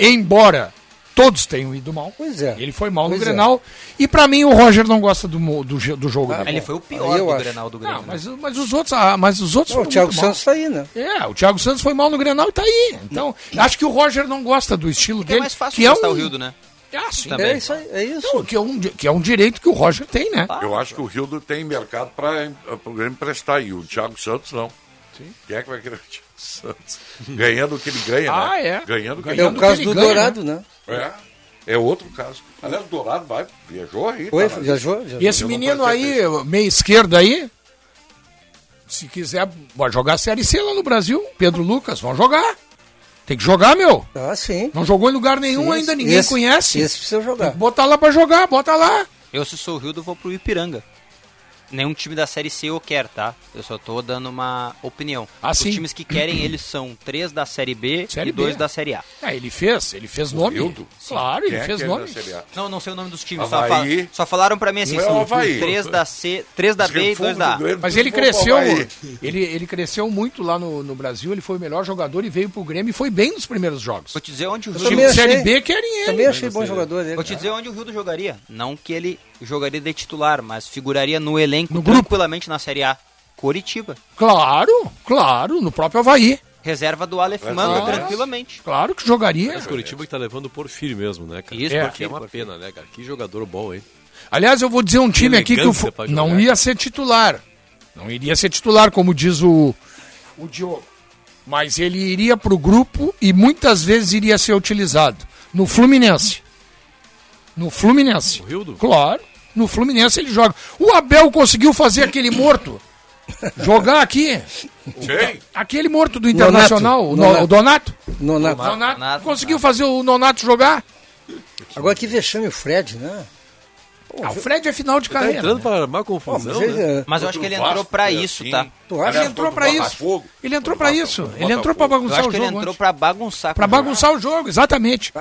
Speaker 8: embora todos tenham ido mal.
Speaker 4: Pois é.
Speaker 8: Ele foi mal
Speaker 4: Pois
Speaker 8: no
Speaker 4: é.
Speaker 8: Grenal. E pra mim o Roger não gosta do, mo- do, je- do
Speaker 4: Ah,
Speaker 8: jogo dele.
Speaker 3: ele foi o pior do Grenal do Grêmio.
Speaker 8: mas, mas os outros, ah, mas os outros
Speaker 4: Não, o
Speaker 8: foram
Speaker 4: Thiago
Speaker 8: muito mal.
Speaker 4: Santos tá aí, né?
Speaker 8: É, o Thiago Santos foi mal no Grenal e tá aí. Então, acho que o Roger não gosta do estilo dele.
Speaker 3: mais fácil
Speaker 8: que é
Speaker 3: gostar
Speaker 8: um,
Speaker 3: o Rildo, né?
Speaker 8: Ah, sim.
Speaker 3: Também.
Speaker 8: É isso Não, que, é um, di- que é um direito que o Roger tem, né?
Speaker 2: Eu acho que o Rildo tem mercado para o Grêmio prestar e o Thiago Santos não. Quem é que vai querer o Thiago Santos? Ganhando o que ele ganha,
Speaker 8: Ah,
Speaker 2: né?
Speaker 8: é.
Speaker 2: Ganhando o que
Speaker 4: É
Speaker 2: ele
Speaker 4: o
Speaker 2: ganha.
Speaker 4: caso do Dourado, né?
Speaker 2: É. É outro caso. Aliás, o Dourado vai, viajou aí.
Speaker 4: Oi,
Speaker 2: tá na-
Speaker 4: viajou?
Speaker 8: E esse
Speaker 2: Eu não
Speaker 8: menino
Speaker 2: parecia
Speaker 8: aí, meio esquerdo aí, se quiser vai jogar Série C lá no Brasil, Pedro Lucas, vão jogar. Tem que jogar, meu.
Speaker 4: Ah, sim.
Speaker 8: Não jogou em lugar nenhum
Speaker 4: Sim,
Speaker 8: ainda,
Speaker 4: esse-
Speaker 8: ninguém
Speaker 4: esse-
Speaker 8: conhece.
Speaker 4: esse precisa jogar.
Speaker 8: Tem [laughs] que botar lá pra jogar, bota lá.
Speaker 3: Eu, se sou o Rildo, vou pro Ipiranga. Nenhum time da Série C eu quero, tá? Eu só tô dando uma opinião. Os
Speaker 8: Ah, sim.
Speaker 3: times que querem, eles são três da Série B
Speaker 8: Série
Speaker 3: e dois
Speaker 8: B.
Speaker 3: da Série A.
Speaker 8: É, ele fez, ele fez nome. Claro,
Speaker 3: é
Speaker 8: ele fez nome.
Speaker 3: Não, não sei o nome dos times. Só,
Speaker 8: Havaí.
Speaker 3: fala- só falaram pra mim assim,
Speaker 8: Não é o
Speaker 3: são
Speaker 8: Havaí.
Speaker 3: três da C, três da
Speaker 8: Os
Speaker 3: B e dois da A.
Speaker 8: Mas ele cresceu, ele, ele cresceu muito lá no, no Brasil, ele foi o melhor jogador e veio pro Grêmio e foi bem nos primeiros jogos.
Speaker 3: Vou te dizer onde o
Speaker 8: Os
Speaker 3: Rildo-
Speaker 8: times de Série B querem ele. né?
Speaker 4: Também achei bom jogador né, dele.
Speaker 3: Vou te dizer onde o Rildo jogaria. Não que ele jogaria de titular, mas figuraria no elenco tranquilamente na Série A. Coritiba.
Speaker 8: Claro, claro, no próprio Havaí.
Speaker 3: Reserva do Aleph Manga, tranquilamente.
Speaker 8: Claro que jogaria.
Speaker 9: Mas Curitiba que tá levando o Porfírio mesmo, né, cara?
Speaker 3: Isso,
Speaker 9: é,
Speaker 3: Porfírio,
Speaker 9: que é uma pena, né, cara? Que jogador bom, hein?
Speaker 8: Aliás, eu vou dizer um time aqui que eu
Speaker 9: Elegância
Speaker 8: fu-
Speaker 9: pra jogar.
Speaker 8: não ia ser titular. Não iria ser titular, como diz o, o Diogo. Mas ele iria pro grupo e muitas vezes iria ser utilizado. No Fluminense. No Fluminense. O Rildo? Claro. No Fluminense ele joga. O Abel conseguiu fazer aquele morto. Jogar aqui.
Speaker 2: Quem?
Speaker 8: Aquele morto do Internacional, o, no, o Donato.
Speaker 4: Nonato.
Speaker 8: Nonato. Conseguiu fazer o Nonato jogar?
Speaker 4: Agora que vexame o Fred, né?
Speaker 8: Ah, o Fred é final de
Speaker 4: Tá
Speaker 8: carreira.
Speaker 9: entrando pra armar confusão,
Speaker 4: é-
Speaker 8: é-
Speaker 9: né? é assim.
Speaker 3: Mas eu acho que ele entrou pra
Speaker 8: assim,
Speaker 3: isso, tá?
Speaker 8: Tu acha? Ele entrou pra isso. Ele entrou pra isso. Ele entrou pra
Speaker 3: Eu
Speaker 8: bagunçar
Speaker 3: acho
Speaker 8: o
Speaker 3: que ele
Speaker 8: jogo.
Speaker 3: entrou
Speaker 8: antes.
Speaker 3: pra bagunçar. com
Speaker 8: Pra
Speaker 3: o jogo.
Speaker 8: bagunçar o jogo, exatamente.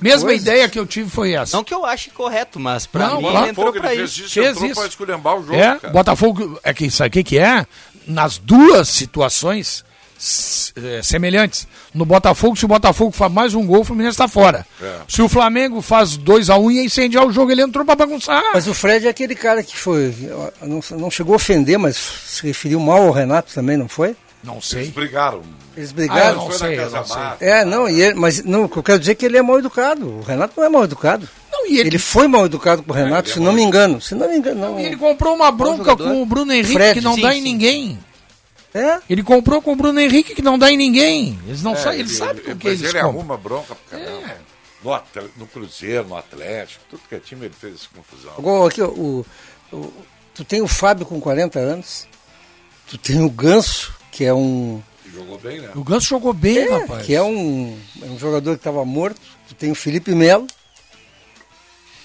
Speaker 8: Mesma
Speaker 3: coisa.
Speaker 8: ideia Ah, que eu tive foi essa.
Speaker 3: Não que eu ache correto, mas pra
Speaker 8: Não,
Speaker 3: mim
Speaker 8: claro.
Speaker 3: ele entrou
Speaker 8: Ele
Speaker 3: pra
Speaker 8: fez
Speaker 3: isso.
Speaker 8: isso, Fez entrou isso. pra
Speaker 2: esculhambar o
Speaker 8: é, Botafogo, é que sabe o que, que é? Nas duas situações s- eh, semelhantes. No Botafogo, se o Botafogo faz mais um gol, o Fluminense tá fora.
Speaker 4: É.
Speaker 8: Se o Flamengo faz 2 a 1 um, ia incendiar o jogo, ele entrou pra bagunçar.
Speaker 4: Mas o Fred é aquele cara que foi. ó, Não, não chegou a ofender, mas se referiu mal ao Renato também, não foi?
Speaker 8: Não sei.
Speaker 2: Eles brigaram.
Speaker 4: Eles brigaram.
Speaker 8: Ah, eu não
Speaker 2: Foi na
Speaker 8: sei, eu
Speaker 2: Casa
Speaker 8: não sei.
Speaker 2: Mata.
Speaker 4: É, não, e ele- mas não, o que eu quero dizer é que ele é mal educado. O Renato não é mal educado.
Speaker 8: e ele...
Speaker 4: foi mal educado com o Renato, se não me engano. Se não me engano, não.
Speaker 8: E ele comprou uma bronca
Speaker 4: jogador.
Speaker 8: com o Bruno Henrique
Speaker 4: Fred,
Speaker 8: que não
Speaker 4: sim,
Speaker 8: dá em
Speaker 4: sim.
Speaker 8: ninguém.
Speaker 4: É?
Speaker 8: Ele comprou com o Bruno Henrique que não dá em ninguém. Eles não
Speaker 2: É,
Speaker 8: sabem, eles sabem com o
Speaker 2: ele,
Speaker 8: que
Speaker 2: mas
Speaker 8: eles
Speaker 2: ele
Speaker 8: compram. É.
Speaker 2: arruma bronca pra caramba. No, Atl- no Cruzeiro, no Atlético, tudo que é time ele fez essa confusão.
Speaker 4: Agora, aqui, ó, o, o- tu tem o Fábio com 40 anos, tu tem o Ganso, que é um.
Speaker 2: Jogou bem, né?
Speaker 8: O Ganso jogou bem,
Speaker 4: é,
Speaker 8: rapaz.
Speaker 4: Que é um, é um jogador que estava morto. Tu tem o Felipe Melo.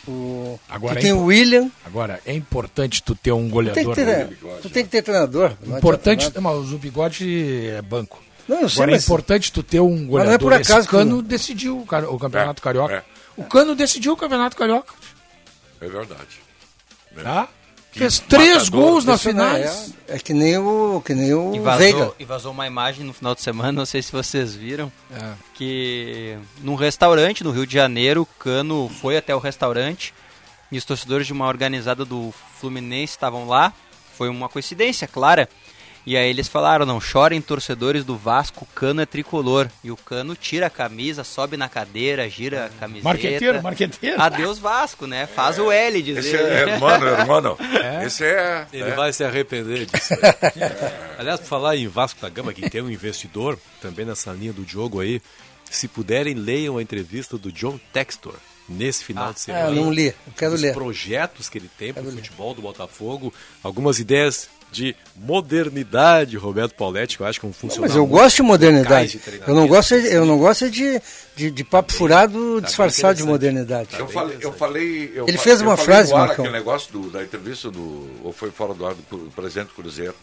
Speaker 4: O, tu tem o
Speaker 8: é impo-
Speaker 4: William.
Speaker 8: Agora, é importante tu ter um
Speaker 4: Tu tem,
Speaker 8: goleador.
Speaker 4: que ter,
Speaker 8: né?
Speaker 4: tu tem que ter treinador. não
Speaker 8: importante,
Speaker 4: adianta nada.
Speaker 8: mas o bigode é banco.
Speaker 4: Não, eu sei,
Speaker 8: Agora,
Speaker 4: mas-
Speaker 8: é importante tu ter um
Speaker 4: não é
Speaker 8: goleador.
Speaker 4: por
Speaker 8: Esse
Speaker 4: acaso que-
Speaker 8: Cano decidiu o, cara- o Campeonato Carioca. O Cano decidiu o Campeonato Carioca.
Speaker 2: É verdade. É.
Speaker 8: Tá? Fez três gols nas
Speaker 4: Isso não é-
Speaker 8: finais.
Speaker 4: É, que nem o, que nem
Speaker 3: E
Speaker 4: o um Veiga.
Speaker 3: vazou, e vazou uma imagem no final de semana, não sei se vocês viram, que num restaurante no Rio de Janeiro, o Cano foi até o restaurante e os torcedores de uma organizada do Fluminense estavam lá. Foi uma coincidência, clara. E aí eles falaram, não chorem torcedores do Vasco, o Cano é tricolor. E o Cano tira a camisa, sobe na cadeira, gira a camiseta.
Speaker 8: Marqueteiro, marqueteiro.
Speaker 3: Adeus Vasco, né? Faz o L, dizer.
Speaker 2: Esse é hermano, hermano. Esse é.
Speaker 9: Ele
Speaker 2: é.
Speaker 9: vai se arrepender
Speaker 2: [laughs]
Speaker 9: disso. Aliás, por falar em Vasco da Gama, que tem um investidor também nessa linha do Diogo aí, se puderem, leiam a entrevista do John Textor. nesse final de
Speaker 4: ah,
Speaker 9: semana.
Speaker 4: eu não li. Eu quero
Speaker 9: os
Speaker 4: ler.
Speaker 9: projetos que ele tem para o
Speaker 4: Quero ler.
Speaker 9: futebol do Botafogo, algumas ideias de modernidade, Roberto Pauletti, que eu acho que é um funcionário.
Speaker 4: Mas eu
Speaker 9: muito
Speaker 4: gosto de
Speaker 9: eficaz de
Speaker 4: modernidade.
Speaker 9: treinamento.
Speaker 4: eu não gosto, de- eu não gosto de, de, de papo furado disfarçado de modernidade.
Speaker 2: Eu falei, eu falei. eu
Speaker 4: Ele
Speaker 2: fa-
Speaker 4: fez
Speaker 2: eu
Speaker 4: uma
Speaker 2: falei
Speaker 4: frase,
Speaker 2: no ar
Speaker 4: Marcão.
Speaker 2: aquele negócio do- da entrevista do. Ou foi fora do ar do Cru- presidente do Cruzeiro.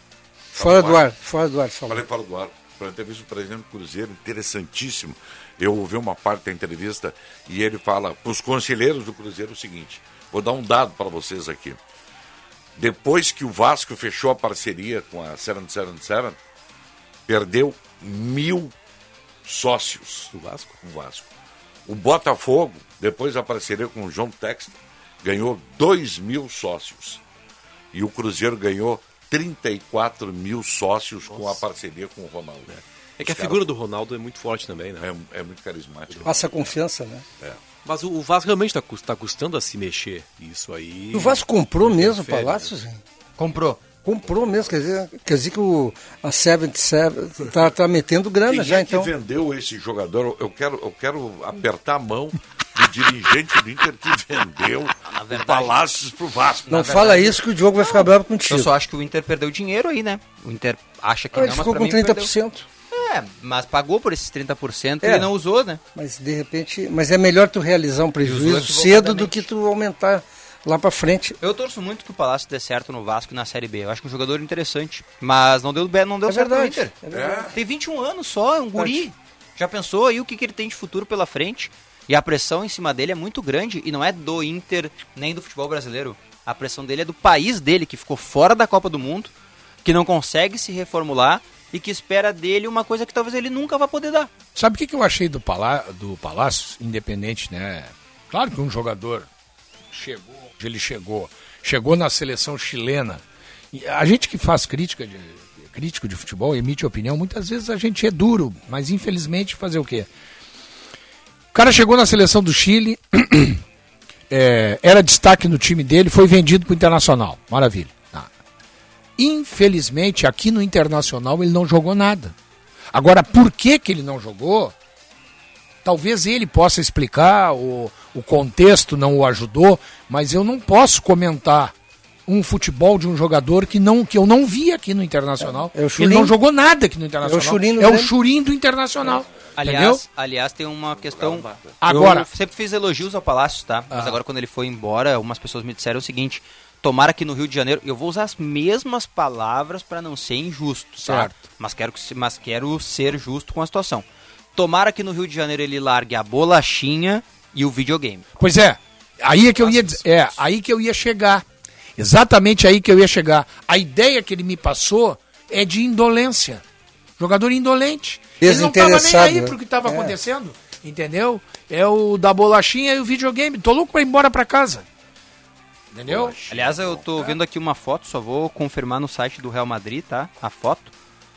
Speaker 4: Fora
Speaker 2: Tava
Speaker 4: do
Speaker 2: no
Speaker 4: ar, fora do ar, fala.
Speaker 2: Falei fora do ar. Foi uma entrevista do presidente do Cruzeiro, interessantíssimo. Eu ouvi uma parte da entrevista e ele fala para os conselheiros do Cruzeiro o seguinte: vou dar um dado para vocês aqui. Depois que o Vasco fechou a parceria com a 777, perdeu mil sócios. O Vasco? O Vasco. O Botafogo, depois da parceria com o João Texto, ganhou 2 mil sócios. E o Cruzeiro ganhou 34 mil sócios com a parceria com o Ronaldo.
Speaker 9: É que a figura do Ronaldo é muito forte também, né?
Speaker 2: É, muito carismático.
Speaker 4: Passa confiança, né?
Speaker 9: Mas o, o Vasco realmente está custando a se mexer. Isso aí. né?
Speaker 4: O Vasco comprou mesmo o
Speaker 9: interfere,
Speaker 4: Palácio, Zé?
Speaker 3: Comprou.
Speaker 4: Comprou mesmo, quer dizer, quer dizer que o, a 77 está tá metendo grana
Speaker 2: Quem
Speaker 4: já,
Speaker 2: é
Speaker 4: então.
Speaker 2: que vendeu esse jogador? Eu quero, eu quero apertar a mão do dirigente do Inter que [laughs] vendeu o Palácios pro Vasco.
Speaker 4: Não fala isso que o Diogo vai ficar bravo contigo.
Speaker 3: Eu só acho que o Inter perdeu dinheiro aí, né? O Inter acha que
Speaker 4: Ele
Speaker 3: não,
Speaker 4: ficou
Speaker 3: mas pra
Speaker 4: com
Speaker 3: mim perdeu.
Speaker 4: 30%.
Speaker 3: É, mas pagou por esses 30%
Speaker 4: É.
Speaker 3: e não usou, né?
Speaker 4: Mas de repente, mas é melhor tu realizar um prejuízo
Speaker 3: outros
Speaker 4: cedo do que tu aumentar lá pra frente.
Speaker 3: Eu torço muito que o Palácio dê certo no Vasco e na Série B. Eu acho que é um jogador interessante. Mas não deu, bem- não deu
Speaker 4: É
Speaker 3: certo
Speaker 4: verdade,
Speaker 3: no Inter.
Speaker 4: é verdade.
Speaker 3: Tem 21 anos só, é um guri. Já pensou aí o que, que ele tem de futuro pela frente? E a pressão em cima dele é muito grande. E não é do Inter nem do futebol brasileiro. A pressão dele é do país dele, que ficou fora da Copa do Mundo, que não consegue se reformular e que espera dele uma coisa que talvez ele nunca vá poder dar.
Speaker 8: Sabe o que, que eu achei do, Palá do Palácio? Independente, né? Claro que um jogador chegou onde ele chegou. Chegou na seleção chilena. E a gente que faz crítica de, crítico de futebol, emite opinião, muitas vezes a gente é duro, mas infelizmente fazer o quê? O cara chegou na seleção do Chile, [clears throat] é, era destaque no time dele, foi vendido pro Internacional. Maravilha. Tá. Infelizmente, aqui no Internacional ele não jogou nada. Agora, por que, que ele não jogou? Talvez ele possa explicar, o, o contexto não o ajudou, mas eu não posso comentar um futebol de um jogador que, não, que eu não vi aqui no Internacional.
Speaker 4: É o
Speaker 8: ele
Speaker 4: Churinho.
Speaker 8: não jogou nada aqui no Internacional.
Speaker 4: É o Churinho do
Speaker 8: É o
Speaker 4: Grêmio.
Speaker 8: Churinho do Internacional. entendeu?
Speaker 3: Aliás, aliás, tem uma questão.
Speaker 8: Agora- Ah.
Speaker 3: Eu sempre fiz elogios ao Palácio, tá? Mas agora, quando ele foi embora, algumas pessoas me disseram o seguinte: tomara que no Rio de Janeiro. Eu vou usar as mesmas palavras para não ser injusto, tá?
Speaker 8: Certo.
Speaker 3: Mas quero, que se- mas quero ser justo com a situação. Tomara que no Rio de Janeiro ele largue a bolachinha e o videogame.
Speaker 8: Pois é, aí é que eu ia dizer- é, aí que eu ia chegar. Exatamente aí que eu ia chegar. A ideia que ele me passou é de indolência. Jogador indolente. Ele não tava nem
Speaker 4: Desinteressado,
Speaker 8: aí
Speaker 4: né?
Speaker 8: pro que tava
Speaker 4: É.
Speaker 8: acontecendo, entendeu? É o da bolachinha e o videogame. Tô louco pra ir embora pra casa. Entendeu?
Speaker 3: Aliás, eu tô vendo aqui uma foto, só vou confirmar no site do Real Madrid, tá? A foto.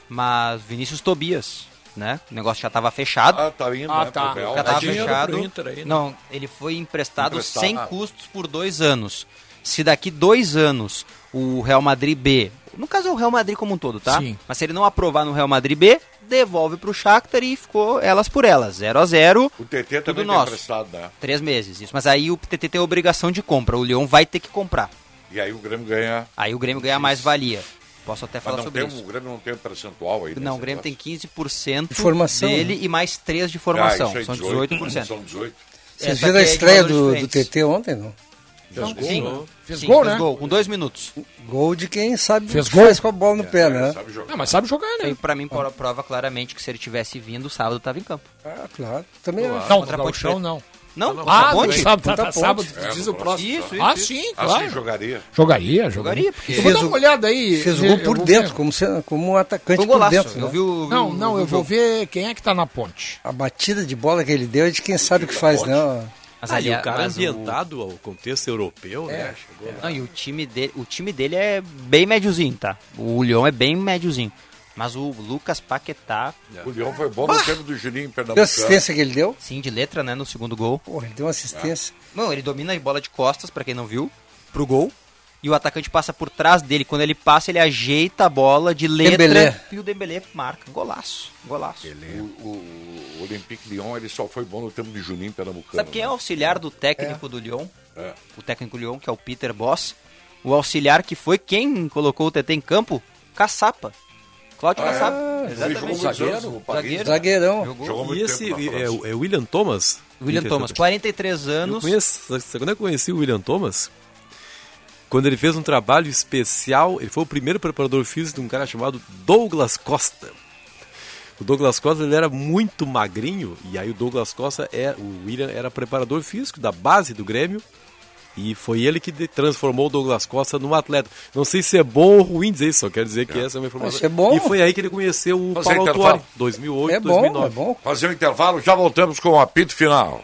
Speaker 3: Mas Vinícius Tobias, né? O negócio já tava fechado.
Speaker 2: Ah, tá indo,
Speaker 8: Ah,
Speaker 2: né,
Speaker 8: tá.
Speaker 2: pro Real.
Speaker 3: Já tava
Speaker 8: dinheiro
Speaker 3: fechado.
Speaker 8: pro Inter aí, né?
Speaker 3: Não, ele foi emprestado,
Speaker 8: Emprestado.
Speaker 3: sem
Speaker 8: Ah.
Speaker 3: custos por dois anos. Se daqui dois anos o Real Madrid B, no caso é o Real Madrid como um todo, tá?
Speaker 8: Sim.
Speaker 3: Mas se ele não aprovar no Real Madrid B, devolve pro Shakhtar e ficou elas por elas, 0 a 0
Speaker 2: O TT
Speaker 3: Tudo
Speaker 2: também tem
Speaker 3: nosso.
Speaker 2: emprestado, né?
Speaker 3: Três meses, isso. Mas aí o TT tem obrigação de compra, o Leão vai ter que comprar.
Speaker 2: E aí o Grêmio ganha.
Speaker 3: Aí o Grêmio ganha mais valia. Posso até
Speaker 2: Mas
Speaker 3: falar
Speaker 2: não
Speaker 3: sobre
Speaker 2: tem,
Speaker 3: isso.
Speaker 2: o Grêmio não tem um percentual aí.
Speaker 3: Não, o Grêmio tem 15%
Speaker 4: De formação,
Speaker 3: dele
Speaker 4: né?
Speaker 3: e mais 3 de formação.
Speaker 2: Ah, isso
Speaker 3: São
Speaker 2: aí,
Speaker 3: 18%.
Speaker 2: 18%. São 18%.
Speaker 4: Vocês
Speaker 3: Essa
Speaker 4: viram a
Speaker 3: aqui é de
Speaker 4: estreia
Speaker 3: valores
Speaker 4: do, do
Speaker 3: diferentes.
Speaker 4: TT ontem, não?
Speaker 3: Não,
Speaker 2: gol, né?
Speaker 3: sim.
Speaker 8: Fez
Speaker 3: Sim,
Speaker 8: gol,
Speaker 3: fez
Speaker 8: né?
Speaker 3: gol, com dois minutos.
Speaker 4: Gol de quem sabe
Speaker 8: Fez
Speaker 4: o que
Speaker 8: gol?
Speaker 4: faz com a bola
Speaker 2: É,
Speaker 4: no pé, né?
Speaker 8: Não, mas sabe jogar, né?
Speaker 3: E pra mim pro- prova claramente que se ele tivesse vindo, sábado tava em campo.
Speaker 4: Ah, claro. Também acho.
Speaker 8: Não,
Speaker 3: Contra
Speaker 8: contra
Speaker 3: a Ponte
Speaker 8: Gauchão,
Speaker 3: Preta.
Speaker 8: não.
Speaker 3: Não,
Speaker 8: Ah,
Speaker 3: tá bom,
Speaker 8: no
Speaker 3: gente?
Speaker 8: sábado, tá,
Speaker 3: Contra
Speaker 8: tá,
Speaker 3: a Ponte.
Speaker 8: sábado,
Speaker 2: É,
Speaker 8: diz
Speaker 2: no
Speaker 8: o próximo.
Speaker 3: Isso, isso, Assim
Speaker 8: ah,
Speaker 3: isso.
Speaker 8: sim,
Speaker 2: Ah,
Speaker 8: claro.
Speaker 2: sim, jogaria.
Speaker 8: Jogaria, jogaria.
Speaker 3: Jogaria, porque
Speaker 8: Eu vou
Speaker 4: Fez
Speaker 8: dar uma
Speaker 4: o-
Speaker 8: olhada aí.
Speaker 4: Fez o
Speaker 8: eu-
Speaker 4: gol
Speaker 8: eu
Speaker 4: por
Speaker 8: vou
Speaker 4: dentro,
Speaker 8: ver.
Speaker 4: como, se- como atacante
Speaker 3: Foi um
Speaker 4: por
Speaker 3: golaço.
Speaker 4: dentro.
Speaker 3: eu
Speaker 4: né?
Speaker 3: vi o,
Speaker 8: Não,
Speaker 3: vi o-
Speaker 8: não,
Speaker 3: vi o
Speaker 8: eu vou
Speaker 3: jogo.
Speaker 8: ver quem é que tá na ponte.
Speaker 4: A batida de bola que ele deu é de quem sabe o que faz, né? não.
Speaker 3: Mas
Speaker 9: Ah,
Speaker 3: ali,
Speaker 9: e o cara
Speaker 3: mas
Speaker 9: ambientado ao contexto europeu,
Speaker 4: É.
Speaker 9: né? Chegou lá.
Speaker 3: Não, e o time dele, o time dele é bem médiozinho, tá? O Leão é bem médiozinho. Mas o Lucas Paquetá,
Speaker 2: O Leão foi
Speaker 3: Ah!
Speaker 2: bom no tempo do Juninho Pernambucano.
Speaker 4: Deu assistência que ele deu?
Speaker 3: sim, de letra, né, no segundo gol. Ah.
Speaker 4: Porra, ele deu uma assistência.
Speaker 3: Não, ele domina a bola de costas, pra quem não viu, pro gol. e o atacante passa por trás dele. Quando ele passa, ele ajeita a bola de letra
Speaker 2: Dembélé.
Speaker 3: e o Dembélé marca. Golaço, golaço.
Speaker 2: O, o, o Olympique Lyon ele só foi bom no tempo de Juninho Pernambucano.
Speaker 3: Sabe quem é o auxiliar do técnico do Lyon?
Speaker 2: É.
Speaker 3: O técnico do Lyon, que é o Peter Boss. O auxiliar que foi quem colocou o TT em campo? Caçapa. Cláudio
Speaker 2: Ah, é?
Speaker 3: Caçapa.
Speaker 2: Ele jogou muitos anos no Paris.
Speaker 4: Zagueirão.
Speaker 3: Jogou.
Speaker 9: e esse é, o- é o William Thomas?
Speaker 3: William
Speaker 9: Inter-
Speaker 3: Thomas, 43
Speaker 9: Eu
Speaker 3: anos.
Speaker 9: conheço, sabe quando eu conheci o William Thomas? Quando ele fez um trabalho especial, ele foi o primeiro preparador físico de um cara chamado Douglas Costa. O Douglas Costa ele era muito magrinho e aí o Douglas Costa é o William era preparador físico da base do Grêmio e foi ele que de- transformou o Douglas Costa num atleta. Não sei se é bom ou ruim dizer isso, só quero dizer que essa é uma informação.
Speaker 2: Isso é bom. É
Speaker 9: E foi aí que ele conheceu o
Speaker 2: Fazer
Speaker 9: Paulo
Speaker 2: intervalo.
Speaker 9: Autuori,
Speaker 3: É
Speaker 9: 2008, 2009.
Speaker 2: Fazer um intervalo, já voltamos com o apito final.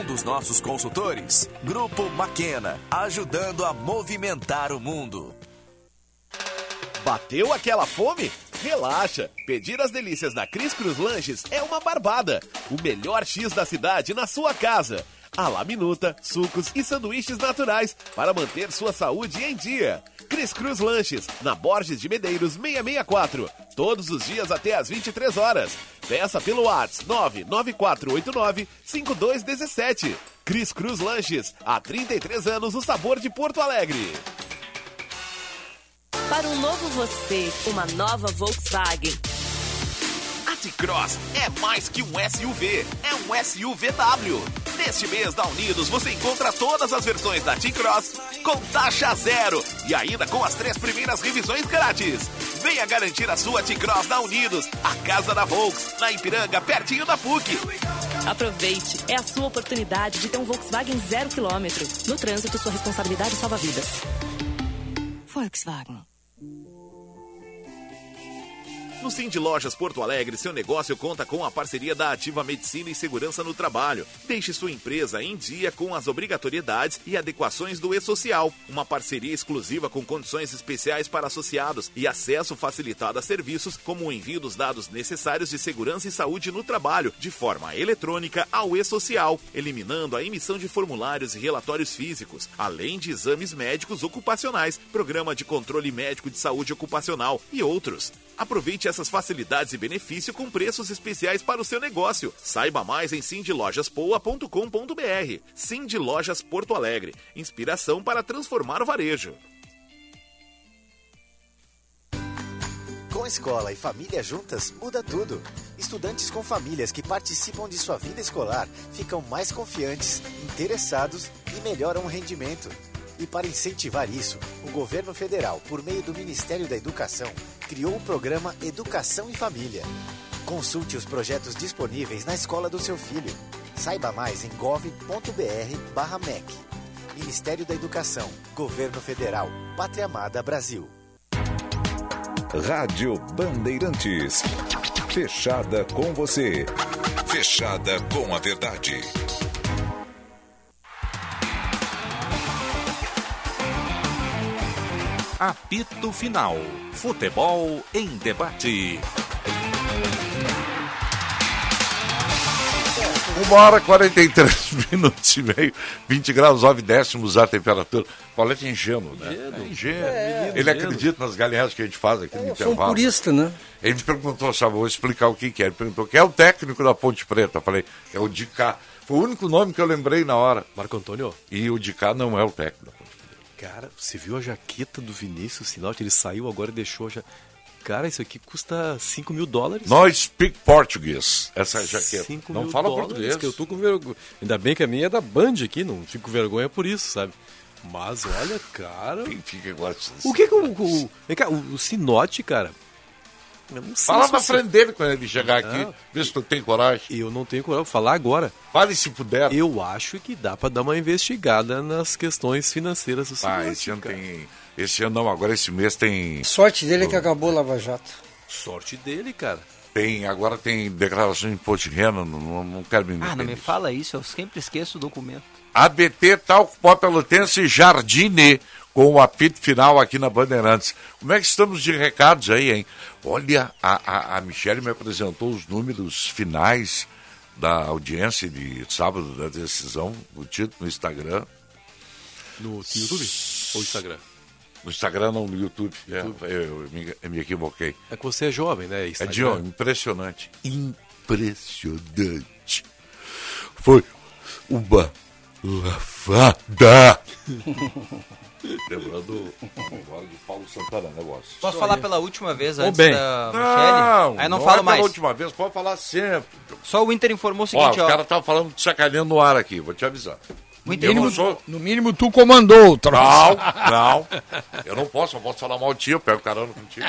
Speaker 15: dos nossos consultores. Grupo Maquena, ajudando a movimentar o mundo.
Speaker 11: Bateu aquela fome? Relaxa! Pedir as delícias da Cris Cruz Lanches é uma barbada. O melhor X da cidade na sua casa. A la minuta, sucos e sanduíches naturais para manter sua saúde em dia. Cris Cruz Lanches, na Borges de Medeiros 664. Todos os dias até às 23 horas. Peça pelo WhatsApp 99489 5217. Cris Cruz Lanches, há 33 anos o sabor de Porto Alegre.
Speaker 16: Para um novo você, uma nova Volkswagen.
Speaker 11: A T-Cross é mais que um SUV, é um SUVW. Neste mês da Unidos você encontra todas as versões da T-Cross com taxa zero e ainda com as três primeiras revisões grátis. Venha garantir a sua T-Cross na Unidos, a casa da Volks, na Ipiranga, pertinho da PUC.
Speaker 16: Aproveite, é a sua oportunidade de ter um Volkswagen zero quilômetro. No trânsito, sua responsabilidade salva vidas. Volkswagen.
Speaker 11: No Sim de Lojas Porto Alegre, seu negócio conta com a parceria da Ativa Medicina e Segurança no Trabalho. Deixe sua empresa em dia com as obrigatoriedades e adequações do E-Social, uma parceria exclusiva com condições especiais para associados e acesso facilitado a serviços como o envio dos dados necessários de segurança e saúde no trabalho, de forma eletrônica ao E-Social, eliminando a emissão de formulários e relatórios físicos, além de exames médicos ocupacionais, programa de controle médico de saúde ocupacional e outros. Aproveite essas facilidades e benefício com preços especiais para o seu negócio. Saiba mais em sindilojaspoa.com.br. Sim de Lojas Porto Alegre. Inspiração para transformar o varejo.
Speaker 17: Com escola e família juntas, muda tudo. Estudantes com famílias que participam de sua vida escolar ficam mais confiantes, interessados e melhoram o rendimento. E para incentivar isso, o governo federal, por meio do Ministério da Educação, criou o programa Educação e Família. Consulte os projetos disponíveis na escola do seu filho. Saiba mais em gov.br/mec. Ministério da Educação, Governo Federal, Pátria Amada Brasil.
Speaker 18: Rádio Bandeirantes. Fechada com você. Fechada com a verdade.
Speaker 1: Apito Final. Futebol em debate.
Speaker 2: Uma hora e 43 [laughs] minutos e meio, 20 graus, 9 décimos a temperatura. Paulete é ingênuo, né? É ingênuo. Ele acredita nas galinhadas que a gente faz aqui no
Speaker 4: Eu sou um
Speaker 2: intervalo.
Speaker 4: purista, né?
Speaker 2: Ele me perguntou, sabe, vou explicar o que que é. Ele perguntou, quem é o técnico da Ponte Preta? Eu falei, é o Dicá. Foi o único nome que eu lembrei na hora.
Speaker 9: Marco Antônio?
Speaker 2: E o Dicá não é o técnico da Ponte Preta.
Speaker 9: Cara, você viu a jaqueta do Vinícius Sinalti? Ele saiu agora e deixou já. Cara, isso aqui custa 5 mil dólares.
Speaker 2: Nós speak português, essa jaqueta.
Speaker 9: Cinco
Speaker 2: não
Speaker 9: mil
Speaker 2: fala
Speaker 9: dólares,
Speaker 2: português.
Speaker 9: Que eu tô com vergonha. Ainda bem que a minha é da Band aqui, não fico com vergonha por isso, sabe? Mas olha, cara.
Speaker 2: Quem fica gosta
Speaker 9: O que que o. o, vem cá, o, o Sinote, cara. Eu não sei
Speaker 2: Fala
Speaker 9: se
Speaker 2: na
Speaker 9: você-
Speaker 2: frente dele quando ele chegar
Speaker 9: Não.
Speaker 4: Ah.
Speaker 2: aqui. Vê se tu tem coragem.
Speaker 9: Eu não tenho coragem. Falar agora.
Speaker 2: Fale se puder.
Speaker 9: Eu acho que dá para dar uma investigada nas questões financeiras do
Speaker 2: Ah, esse ano tem. Esse ano não, agora esse mês tem.
Speaker 4: Sorte dele é que acabou o Lava Jato.
Speaker 9: Sorte dele, cara.
Speaker 2: Tem, agora tem declaração de imposto de renda, não- não, não quero me meter.
Speaker 3: Ah, não me fala isso, eu sempre esqueço o documento.
Speaker 2: ABT Talco Pó Pelotense e Jardine com o apito final aqui na Bandeirantes. Como é que estamos de recados aí, hein? Olha, a, a, a Michele me apresentou os números finais da audiência de sábado da decisão, o título no Instagram.
Speaker 9: No YouTube ou Instagram?
Speaker 2: No Instagram não, no YouTube. É, eu, eu me, eu me equivoquei.
Speaker 9: É que você é jovem, né?
Speaker 2: É
Speaker 9: Instagram.
Speaker 2: de homem, impressionante. Impressionante. Foi uma lavada. [laughs] Lembrando o blog de Paulo Santana, negócio.
Speaker 3: Posso falar pela última vez
Speaker 2: Ô,
Speaker 3: antes
Speaker 2: bem.
Speaker 3: da
Speaker 2: Não,
Speaker 3: Michele? Aí não,
Speaker 2: não é
Speaker 3: falo
Speaker 2: pela
Speaker 3: mais.
Speaker 2: última vez, pode falar sempre.
Speaker 3: Só o Inter informou o
Speaker 2: Ó,
Speaker 3: seguinte,
Speaker 2: o
Speaker 3: ó.
Speaker 2: cara tá falando de sacaneando no ar aqui, vou te avisar.
Speaker 3: No
Speaker 2: Eu não
Speaker 8: mínimo-
Speaker 2: sou...
Speaker 8: No mínimo, tu comandou o
Speaker 3: [laughs]
Speaker 2: Não,
Speaker 8: troço.
Speaker 2: não. Eu não posso, eu posso falar mal de ti, eu pego carona contigo.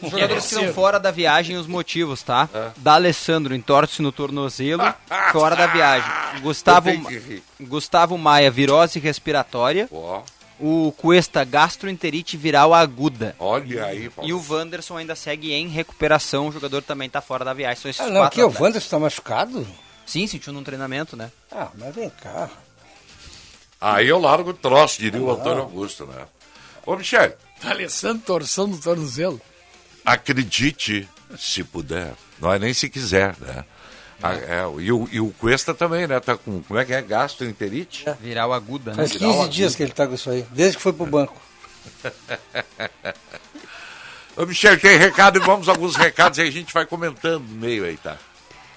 Speaker 3: Os [laughs] jogadores que
Speaker 2: assim.
Speaker 3: estão fora da viagem, os motivos, tá?
Speaker 2: É.
Speaker 3: Da Alessandro, entorce no
Speaker 2: [laughs]
Speaker 3: tornozelo, fora da viagem. Gustavo,
Speaker 2: Ah, Eu tenho que rir.
Speaker 3: Gustavo Maia, virose respiratória. O Cuesta, gastroenterite viral aguda.
Speaker 2: Olha aí,
Speaker 3: E o Wanderson ainda segue em recuperação, o jogador também tá fora da viagem. São esses
Speaker 4: Ah,
Speaker 3: ah,
Speaker 4: não,
Speaker 3: quatro
Speaker 4: aqui o
Speaker 9: né?
Speaker 3: atletas.
Speaker 4: Wanderson tá machucado?
Speaker 3: Sim, sentiu num treinamento, né?
Speaker 4: Ah, mas vem cá.
Speaker 2: Aí eu largo o troço, diria o
Speaker 8: Ah.
Speaker 2: Antônio Augusto, né? Ô, Michele,
Speaker 8: Alessandro Tá torção do tornozelo.
Speaker 2: acredite se puder. Não é nem se quiser, né? Ah, é, e, o, e o Cuesta também, né? Tá com, como é que é? Gastroenterite?
Speaker 3: Viral aguda, né?
Speaker 4: Faz 15 dias que ele tá com isso aí, desde que foi pro banco.
Speaker 2: [laughs] Ô, Michel, tem recado e vamos a alguns recados aí a gente vai comentando no meio aí, tá?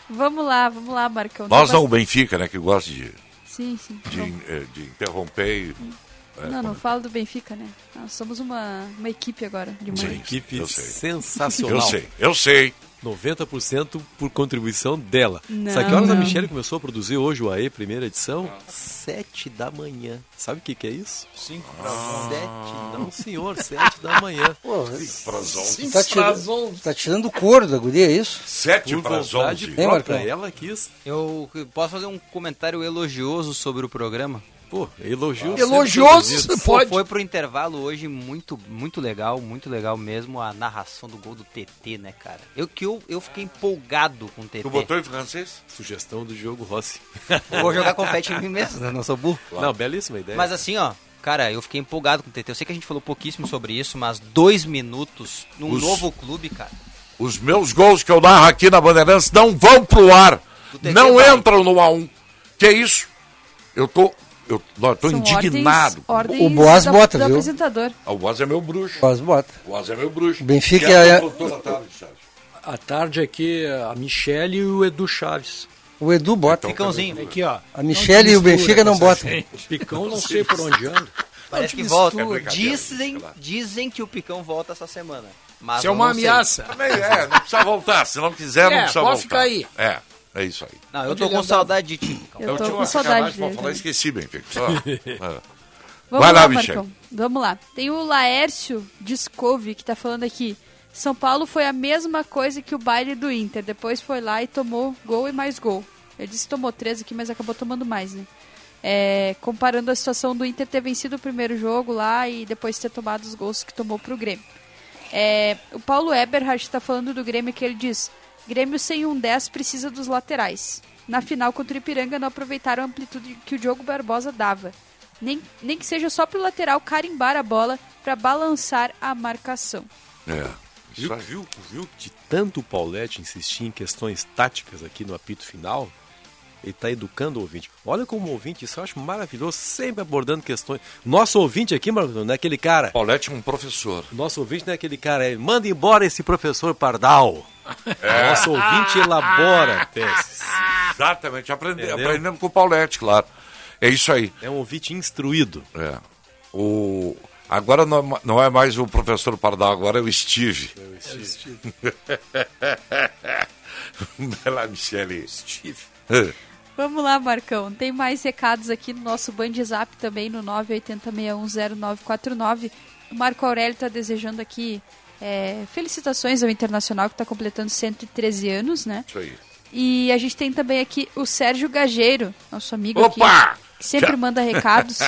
Speaker 6: Vamos lá, vamos lá, Marcão.
Speaker 2: Nós
Speaker 6: Tem
Speaker 2: não, o
Speaker 6: bast-
Speaker 2: Benfica, né? Que gosta de,
Speaker 6: Sim, sim.
Speaker 2: de, eh, de interromper e... eh,
Speaker 6: não, não falo do Benfica, né? Nós somos uma, uma equipe agora de
Speaker 9: Uma
Speaker 6: mãe.
Speaker 9: equipe
Speaker 2: eu sei.
Speaker 9: sensacional.
Speaker 2: Eu sei, eu sei.
Speaker 9: 90% por contribuição dela.
Speaker 6: Não,
Speaker 9: Sabe que horas a
Speaker 6: não.
Speaker 9: Michelle começou a produzir hoje o AE, primeira edição? Sete da manhã. Sabe o que, que é isso? Cinco
Speaker 2: pra um.
Speaker 9: Sete, não, senhor, sete da manhã.
Speaker 4: Pô,
Speaker 9: Sim,
Speaker 4: Tá tirando, tá tirando o couro da guria, é isso?
Speaker 2: Sete
Speaker 9: Por vontade
Speaker 4: Hein,
Speaker 9: própria,
Speaker 4: Marcão?
Speaker 9: ela quis.
Speaker 3: Eu posso fazer um comentário elogioso sobre o programa?
Speaker 9: Pô,
Speaker 4: Ah,
Speaker 9: elogio.
Speaker 3: sempre produzido. Pô, Foi pro intervalo hoje muito, muito legal, muito legal mesmo a narração do gol do TT, né, cara? Eu que eu, eu fiquei empolgado com o TT.
Speaker 9: Tu botou
Speaker 2: em francês?
Speaker 9: Sugestão do jogo Rossi.
Speaker 3: [laughs] Eu Vou jogar confete em mim mesmo, né? não sou burro.
Speaker 9: Não, belíssima ideia.
Speaker 3: Mas assim, ó, cara, eu fiquei empolgado com o TT. Eu sei que a gente falou pouquíssimo sobre isso, mas dois minutos num
Speaker 2: Os-
Speaker 3: novo clube, cara.
Speaker 2: Os meus gols que eu narro aqui na Bandeirantes não vão pro ar. Não entram no A1. Que isso? Eu tô. Eu, não, eu tô
Speaker 6: São
Speaker 2: indignado.
Speaker 6: Ordens, ordens da- do apresentador.
Speaker 2: Ah, O Boas é meu bruxo.
Speaker 4: Boas bota.
Speaker 2: O Boas é meu bruxo.
Speaker 4: O Benfica
Speaker 2: Que
Speaker 4: é-
Speaker 2: a produtora tá, Michele.
Speaker 7: A tarde aqui, a Michele e o Edu Chaves.
Speaker 4: O Edu bota.
Speaker 3: Então,
Speaker 7: Picãozinho. Aqui, ó.
Speaker 4: A Michele e o Benfica não botam.
Speaker 7: [laughs] O Picão não sei por onde anda.
Speaker 3: Parece que volta. tipo Dizem, dizem que o Picão volta essa semana. Mas
Speaker 2: Isso é uma
Speaker 3: eu não sei.
Speaker 2: ameaça. Também é, não precisa voltar. Se não quiser, não
Speaker 3: É,
Speaker 2: precisa
Speaker 3: pode
Speaker 2: voltar.
Speaker 3: ficar aí.
Speaker 2: É, é isso aí.
Speaker 3: Não, eu tô com saudade de ti. Picão.
Speaker 6: Eu tô
Speaker 2: tinha
Speaker 6: com
Speaker 2: uma
Speaker 6: saudade
Speaker 2: sacanagem pra
Speaker 6: dele
Speaker 2: falar,
Speaker 6: também.
Speaker 2: esqueci, Benfica.
Speaker 6: [laughs]
Speaker 2: Só- É.
Speaker 6: Vamos
Speaker 2: Vai
Speaker 6: lá,
Speaker 2: lá,
Speaker 6: Marcão.
Speaker 2: Michele.
Speaker 6: Vamos lá. Tem o Laércio Discove que tá falando aqui. São Paulo foi a mesma coisa que o baile do Inter. Depois foi lá e tomou gol e mais gol. Ele disse que tomou 13 aqui, mas acabou tomando mais, né? É, comparando a situação do Inter ter vencido o primeiro jogo lá e depois ter tomado os gols que tomou pro Grêmio. É, o Paulo Eberhard está falando do Grêmio que ele diz: Grêmio sem um 10 precisa dos laterais. Na final contra o Ipiranga não aproveitaram a amplitude que o Diogo Barbosa dava. Nem, nem que seja só pro lateral carimbar a bola para balançar a marcação.
Speaker 2: É.
Speaker 9: Viu, viu, viu de tanto o Paulette insistir em questões táticas aqui no apito final, ele está educando o ouvinte. Olha como o ouvinte, isso eu acho maravilhoso, sempre abordando questões. Nosso ouvinte aqui, Marcão, não é aquele cara.
Speaker 2: Paulette é um professor.
Speaker 9: Nosso ouvinte não é aquele cara, é, manda embora esse professor Pardal.
Speaker 2: [laughs] É.
Speaker 9: Nosso ouvinte elabora teses.
Speaker 2: Exatamente, aprende-
Speaker 9: Entendeu?
Speaker 2: aprendemos com o Paulette, claro. É isso aí.
Speaker 9: É um ouvinte instruído.
Speaker 2: É. O... Agora não é ma- não é mais o professor Pardal, agora é o Steve. [laughs] Bela Michele.
Speaker 8: Steve.
Speaker 6: Vamos lá, Marcão. Tem mais recados aqui no nosso Band Zap um, também, no 980610949. O Marco Aurélio está tá desejando aqui É, felicitações ao Internacional que está completando 113 anos, né?
Speaker 2: Isso aí.
Speaker 6: E a gente tem também aqui o Sérgio Gageiro, nosso amigo
Speaker 2: Opa!
Speaker 6: aqui, que sempre
Speaker 2: Já-
Speaker 3: [laughs]
Speaker 6: manda recados.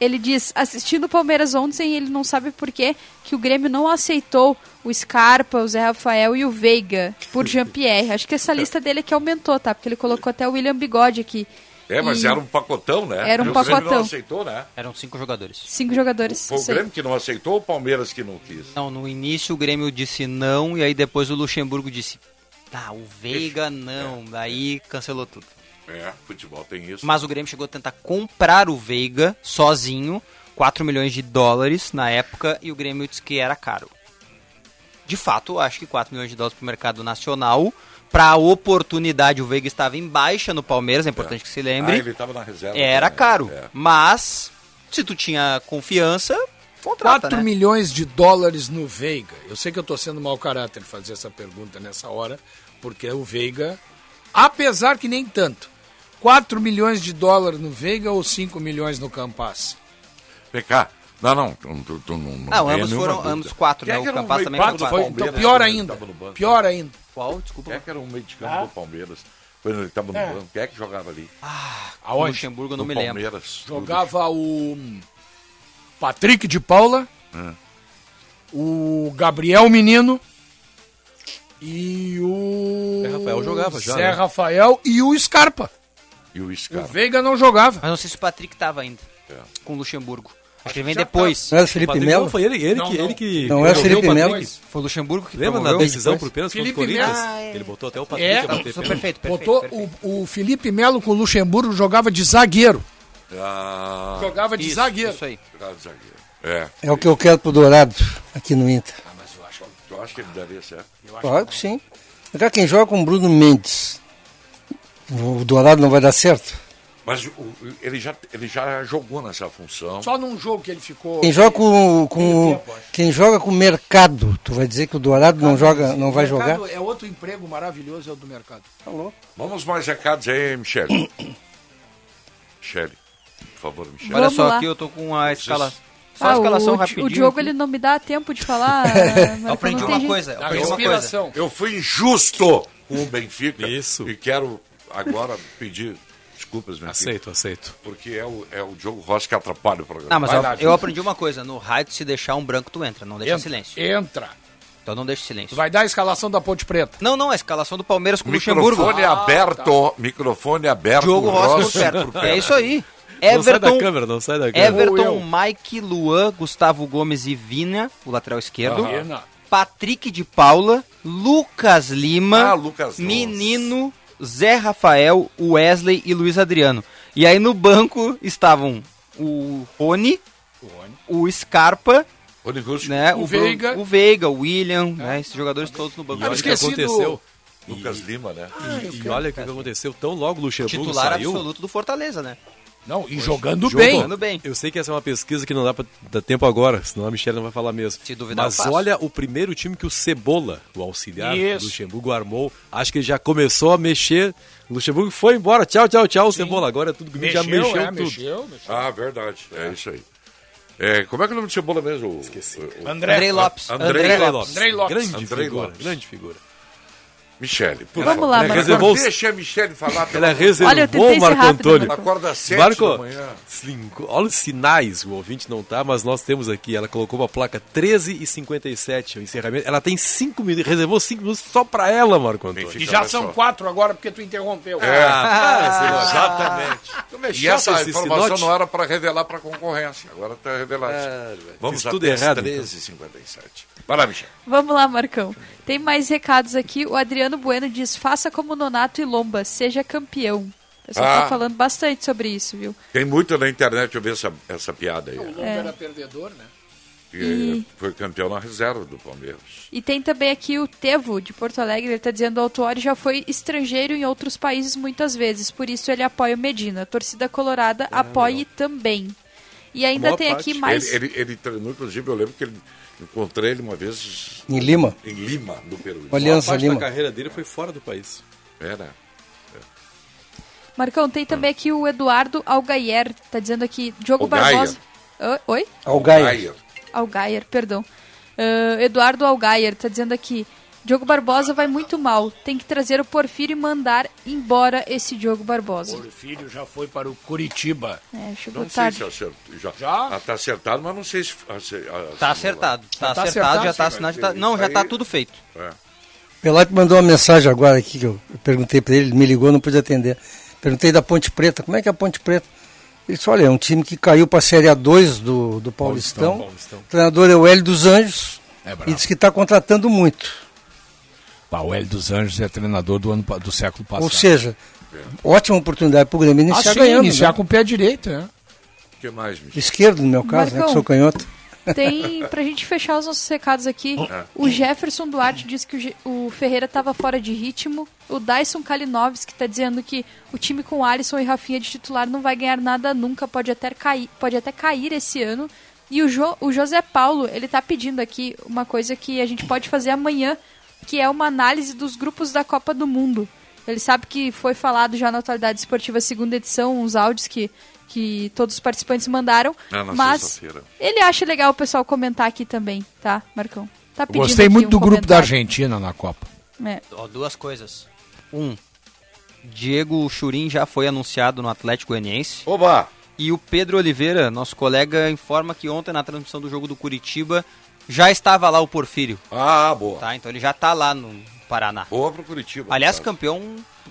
Speaker 6: Ele diz, assistindo o Palmeiras ontem, ele não sabe por quê, que o Grêmio não aceitou o Scarpa, o Zé Rafael e o Veiga por Jean-Pierre. Acho
Speaker 3: [laughs]
Speaker 6: que essa lista dele é que aumentou, tá? Porque ele colocou até o William Bigode aqui.
Speaker 2: É, mas
Speaker 6: E
Speaker 2: era um pacotão, né?
Speaker 6: Hum. Era um
Speaker 2: E o Grêmio
Speaker 6: pacotão.
Speaker 2: não aceitou, né?
Speaker 3: Eram cinco jogadores.
Speaker 6: Cinco jogadores.
Speaker 2: Foi o
Speaker 6: isso aí.
Speaker 2: Grêmio que não aceitou ou o Palmeiras que não quis?
Speaker 3: Não, no início o Grêmio disse não, e aí depois o Luxemburgo disse, tá, o Veiga não, daí cancelou tudo.
Speaker 2: É, futebol tem isso.
Speaker 3: Mas o Grêmio chegou a tentar comprar o Veiga sozinho, 4 milhões de dólares na época, e o Grêmio disse que era caro. De fato, eu acho que 4 milhões de dólares para o mercado nacional, para a oportunidade, o Veiga estava em baixa no Palmeiras, é importante que se lembre.
Speaker 2: Ah, ele estava na reserva.
Speaker 3: Era
Speaker 2: também.
Speaker 3: caro,
Speaker 2: É.
Speaker 3: mas se tu tinha confiança, contrata,
Speaker 8: 4
Speaker 3: né?
Speaker 8: milhões de dólares no Veiga. Eu sei que eu tô sendo mau caráter fazer essa pergunta nessa hora, porque o Veiga, apesar que nem tanto, 4 milhões de dólares no Veiga ou 5 milhões no Campas?
Speaker 2: Vem cá. Não, não. Tu, tu- tu não, não
Speaker 3: Não,
Speaker 2: é
Speaker 3: ambos
Speaker 2: nenhuma
Speaker 3: foram-
Speaker 2: dúvida.
Speaker 3: ambos quatro,
Speaker 2: Quem
Speaker 3: né?
Speaker 2: é
Speaker 3: O
Speaker 2: que era
Speaker 3: Campas
Speaker 2: meio
Speaker 3: também foram
Speaker 2: quatro do
Speaker 3: quatro.
Speaker 2: Palmeiras
Speaker 3: Então, pior
Speaker 2: quando ele
Speaker 3: ainda.
Speaker 2: tava no banco?
Speaker 3: Pior
Speaker 8: ainda.
Speaker 3: Qual? Desculpa.
Speaker 2: Quem é que era um meio de campo
Speaker 3: Ah.
Speaker 2: do Palmeiras? Quando ele estava no
Speaker 8: É.
Speaker 2: banco, quem é que jogava ali? Ah,
Speaker 8: aonde?
Speaker 3: Luxemburgo, eu não
Speaker 2: no
Speaker 3: me lembro.
Speaker 2: Palmeiras.
Speaker 8: Jogava o Patrick de Paula,
Speaker 2: Hum.
Speaker 8: o Gabriel Menino e o
Speaker 9: Zé Rafael jogava já,
Speaker 8: Zé
Speaker 9: né?
Speaker 8: Rafael e o Scarpa.
Speaker 2: E o
Speaker 8: O
Speaker 2: Scarpa.
Speaker 8: Veiga não jogava.
Speaker 3: Mas não sei se o Patrick estava ainda com o Luxemburgo. Acho que ele vem
Speaker 8: já
Speaker 3: depois.
Speaker 4: tá. Não era o Felipe
Speaker 3: O Patrick
Speaker 4: Melo?
Speaker 3: não Foi ele, ele
Speaker 4: Não,
Speaker 3: que.
Speaker 4: não.
Speaker 3: Ele que
Speaker 4: Não era o
Speaker 3: promoveu
Speaker 4: Felipe
Speaker 3: Patrick.
Speaker 4: Melo?
Speaker 3: é Foi o Luxemburgo que
Speaker 9: Lembra na
Speaker 3: promoveu?
Speaker 9: decisão por pênalti contra o
Speaker 8: Felipe
Speaker 9: Corinthians?
Speaker 8: Melo. Ah, é.
Speaker 9: Ele botou até o Patrick
Speaker 8: É,
Speaker 9: pra bater pênalti.
Speaker 8: botou O, o Felipe Melo com o Luxemburgo jogava de zagueiro.
Speaker 2: Ah.
Speaker 8: Jogava de zagueiro.
Speaker 3: Isso aí.
Speaker 2: Jogava de zagueiro. É.
Speaker 4: [laughs] É o que eu quero pro Dourado aqui no Inter.
Speaker 2: Ah, mas eu acho, eu acho que ele daria certo.
Speaker 4: Claro que sim. Agora quem joga com o Bruno Mendes. O Dourado não vai dar certo?
Speaker 2: Mas o- o- ele, já, ele já jogou nessa função.
Speaker 8: Só num jogo que ele ficou.
Speaker 4: Quem joga com, com quem joga com o mercado, tu vai dizer que o Dourado não joga, não vai jogar?
Speaker 8: É outro emprego maravilhoso, é o do mercado.
Speaker 4: Falou.
Speaker 2: Vamos mais recados aí,
Speaker 8: [coughs]
Speaker 2: Michele. Michele, por favor, Michele.
Speaker 3: Olha só,
Speaker 6: lá.
Speaker 3: aqui eu tô com a escala. Só
Speaker 6: Ah,
Speaker 3: a escalação
Speaker 6: o,
Speaker 3: rapidinho.
Speaker 6: O Diogo ele não me dá tempo
Speaker 3: [laughs]
Speaker 6: de falar. Marcão,
Speaker 3: Eu aprendi
Speaker 6: não tem
Speaker 3: uma
Speaker 6: jeito.
Speaker 3: coisa. Eu aprendi uma coisa.
Speaker 8: Inspiração.
Speaker 2: Eu fui injusto com o Benfica. Isso. E quero agora pedir desculpas, meu
Speaker 9: Aceito, aceito.
Speaker 2: Porque é o, é o Diogo Rossi que atrapalha o programa.
Speaker 3: Não, mas
Speaker 2: Vai
Speaker 3: eu,
Speaker 2: lá,
Speaker 3: eu
Speaker 2: Diogo.
Speaker 3: aprendi uma coisa. No rádio, se deixar um branco, tu entra. Não deixa
Speaker 8: Entra,
Speaker 3: silêncio.
Speaker 8: Entra.
Speaker 3: Então não deixa silêncio.
Speaker 8: Vai dar a escalação da Ponte Preta.
Speaker 3: Não, não. A escalação do Palmeiras com o Luxemburgo.
Speaker 2: Microfone
Speaker 9: Ah,
Speaker 2: aberto,
Speaker 9: tá.
Speaker 2: microfone aberto.
Speaker 3: Diogo Rossi por
Speaker 9: [laughs]
Speaker 2: por
Speaker 3: perto.
Speaker 2: perto.
Speaker 3: É isso aí.
Speaker 9: Não sai da
Speaker 3: Everton,
Speaker 9: câmera, não sai da câmera.
Speaker 3: Everton, Mike, Luan, Gustavo Gomes e Vina, o lateral esquerdo.
Speaker 9: Aham. Vina.
Speaker 3: Patrick de Paula, Lucas
Speaker 9: Ah,
Speaker 3: Lima, Menino, Zé Rafael, Wesley e Luiz Adriano. E aí no banco estavam o Rony, o Scarpa, né,
Speaker 8: O
Speaker 3: o,
Speaker 8: Veiga.
Speaker 3: Veiga. o Veiga, o William, né, esses jogadores todos no banco.
Speaker 9: E olha o que aconteceu.
Speaker 2: Lucas Lima, né?
Speaker 9: E, e olha o que aconteceu. Tão logo o Luxemburgo
Speaker 3: Titular
Speaker 9: saiu.
Speaker 3: absoluto do Fortaleza, né?
Speaker 8: Não, e
Speaker 3: Jogando bem.
Speaker 9: Eu sei que essa é uma pesquisa que não dá pra dar tempo agora, senão a Michelle não vai falar mesmo.
Speaker 3: duvidar, eu
Speaker 9: Mas
Speaker 3: faço.
Speaker 9: olha o primeiro time que o Cebola, o auxiliar
Speaker 3: Isso.
Speaker 9: do Luxemburgo, armou. Acho que ele já começou a mexer. O Luxemburgo foi embora. Tchau, tchau, tchau. O Cebola agora é tudo que já mexeu tudo.
Speaker 2: Ah, verdade. É isso aí. É, como é que é o nome do Cebola mesmo? Esqueci.
Speaker 9: André. Andrei Lopes.
Speaker 2: André,
Speaker 9: Andrei
Speaker 2: Lopes.
Speaker 9: Lopes. Grande
Speaker 2: Andrei
Speaker 9: figura,
Speaker 2: Lopes.
Speaker 9: grande figura.
Speaker 2: Michele, por
Speaker 9: Vamos
Speaker 2: favor.
Speaker 9: lá, Marco. Reservou-
Speaker 2: Deixa a Michele falar. pelo
Speaker 9: Ela
Speaker 2: amor de Deus.
Speaker 9: é reservou o Marco Antônio.
Speaker 2: Acorda às sete
Speaker 9: Marco,
Speaker 2: da manhã.
Speaker 9: cinco- olha os sinais, o ouvinte não tá, mas nós temos aqui. Ela colocou uma placa 13 e 57 o encerramento. Ela tem 5 minutos, reservou 5 minutos só pra ela, Marco Antônio.
Speaker 8: E já são quatro agora porque tu interrompeu.
Speaker 9: É,
Speaker 8: Ah,
Speaker 2: Ah,
Speaker 9: Ah,
Speaker 8: [laughs] Como é
Speaker 2: exatamente. E
Speaker 8: chato
Speaker 2: essa
Speaker 8: esse
Speaker 2: informação
Speaker 8: sinote.
Speaker 2: não era para revelar para a concorrência. Agora está revelada. Vamos
Speaker 9: Fiz
Speaker 2: até
Speaker 9: tudo
Speaker 2: as
Speaker 9: errado,
Speaker 2: 13h57. então. Vai lá, Michele.
Speaker 6: Vamos lá, Marcão. Tem mais recados aqui. O Adriano Bueno diz: faça como Nonato e Lomba, seja campeão. O pessoal
Speaker 2: Ah.
Speaker 6: tá falando bastante sobre isso, viu?
Speaker 2: Tem muito na internet eu ver essa, essa piada aí.
Speaker 8: Lomba
Speaker 6: É.
Speaker 8: era perdedor, né?
Speaker 2: Que Foi campeão na reserva do Palmeiras.
Speaker 6: E tem também aqui o Tevo, de Porto Alegre, ele tá dizendo o Autuori já foi estrangeiro em outros países muitas vezes, por isso ele apoia o Medina. A torcida colorada apoie também. E ainda
Speaker 2: A maior
Speaker 6: tem
Speaker 2: parte.
Speaker 6: aqui mais...
Speaker 2: Ele, ele, ele treinou, inclusive, eu lembro que ele encontrei ele uma vez.
Speaker 4: Em Lima?
Speaker 2: é Em Lima, no Peru.
Speaker 4: O Aliança
Speaker 9: A parte
Speaker 4: Lima.
Speaker 9: da carreira dele foi fora do país.
Speaker 2: Era.
Speaker 6: Marcão, tem
Speaker 2: Ah.
Speaker 6: também aqui o Eduardo Algaier, tá dizendo aqui, Diogo
Speaker 2: Algaier.
Speaker 6: Barbosa... Hã? Oi?
Speaker 4: Algaier.
Speaker 6: Algaier, perdão. Ah, Eduardo Algaier está dizendo aqui: Diogo Barbosa vai muito mal. Tem que trazer o Porfírio e mandar embora esse Diogo Barbosa.
Speaker 8: Porfírio já foi para o Curitiba.
Speaker 6: É, chegou
Speaker 2: Não sei
Speaker 6: tarde.
Speaker 2: se acertou. Já, já? tá acertado, mas não sei se. Está
Speaker 3: Tá acertado. Tá acertado, já tá assinado. já tá- Não, já tá tudo feito.
Speaker 2: É.
Speaker 4: Pelote mandou uma mensagem agora aqui que eu eu perguntei para ele, ele me ligou, não pude atender. Perguntei da Ponte Preta, como é que é a Ponte Preta? Ele disse, olha, é um time que caiu para a Série A2 do, do Paulistão.
Speaker 8: Paulistão, Paulistão.
Speaker 4: O treinador é o Hélio dos Anjos
Speaker 8: É brabo.
Speaker 4: e diz que está contratando muito.
Speaker 8: O Hélio dos Anjos é treinador do, ano, pa- do século passado.
Speaker 4: Ou seja, ótima oportunidade para o Grêmio iniciar
Speaker 8: Ah, sim,
Speaker 4: ganhando.
Speaker 8: iniciar
Speaker 4: né?
Speaker 8: com o pé direito, né?
Speaker 2: O que mais, bicho?
Speaker 4: Esquerdo, no meu caso, né, que
Speaker 6: Marcão.
Speaker 4: sou canhoto. [laughs]
Speaker 6: Tem, pra gente fechar os nossos recados aqui,
Speaker 4: É.
Speaker 6: o Jefferson Duarte disse que o, Ge- o Ferreira estava fora de ritmo. O Dyson Kalinowski tá dizendo que o time com Alisson e Rafinha de titular não vai ganhar nada nunca, pode até cair, pode até cair esse ano. E o, Jo- o José Paulo, ele tá pedindo aqui uma coisa que a gente pode fazer amanhã, que é uma análise dos grupos da Copa do Mundo. Ele sabe que foi falado já na Atualidade Esportiva segunda edição, uns áudios que, que todos os participantes mandaram,
Speaker 2: Ah, na
Speaker 6: mas
Speaker 2: sexta-feira.
Speaker 6: ele acha legal o pessoal comentar aqui também, tá, Marcão? Tá
Speaker 8: Eu
Speaker 6: pedindo
Speaker 8: Gostei
Speaker 6: aqui
Speaker 8: muito
Speaker 6: um
Speaker 8: do grupo da
Speaker 6: comentário.
Speaker 8: Argentina na Copa.
Speaker 6: É.
Speaker 3: Ó, duas coisas. Um, Diego Churin já foi anunciado no Atlético Goianiense.
Speaker 2: Oba!
Speaker 3: E o Pedro Oliveira, nosso colega, informa que ontem na transmissão do jogo do Curitiba já estava lá o Porfírio.
Speaker 2: Ah, boa.
Speaker 3: Tá, então ele já tá lá no Paraná.
Speaker 2: Boa pro Curitiba.
Speaker 3: Aliás,
Speaker 2: no caso.
Speaker 3: campeão,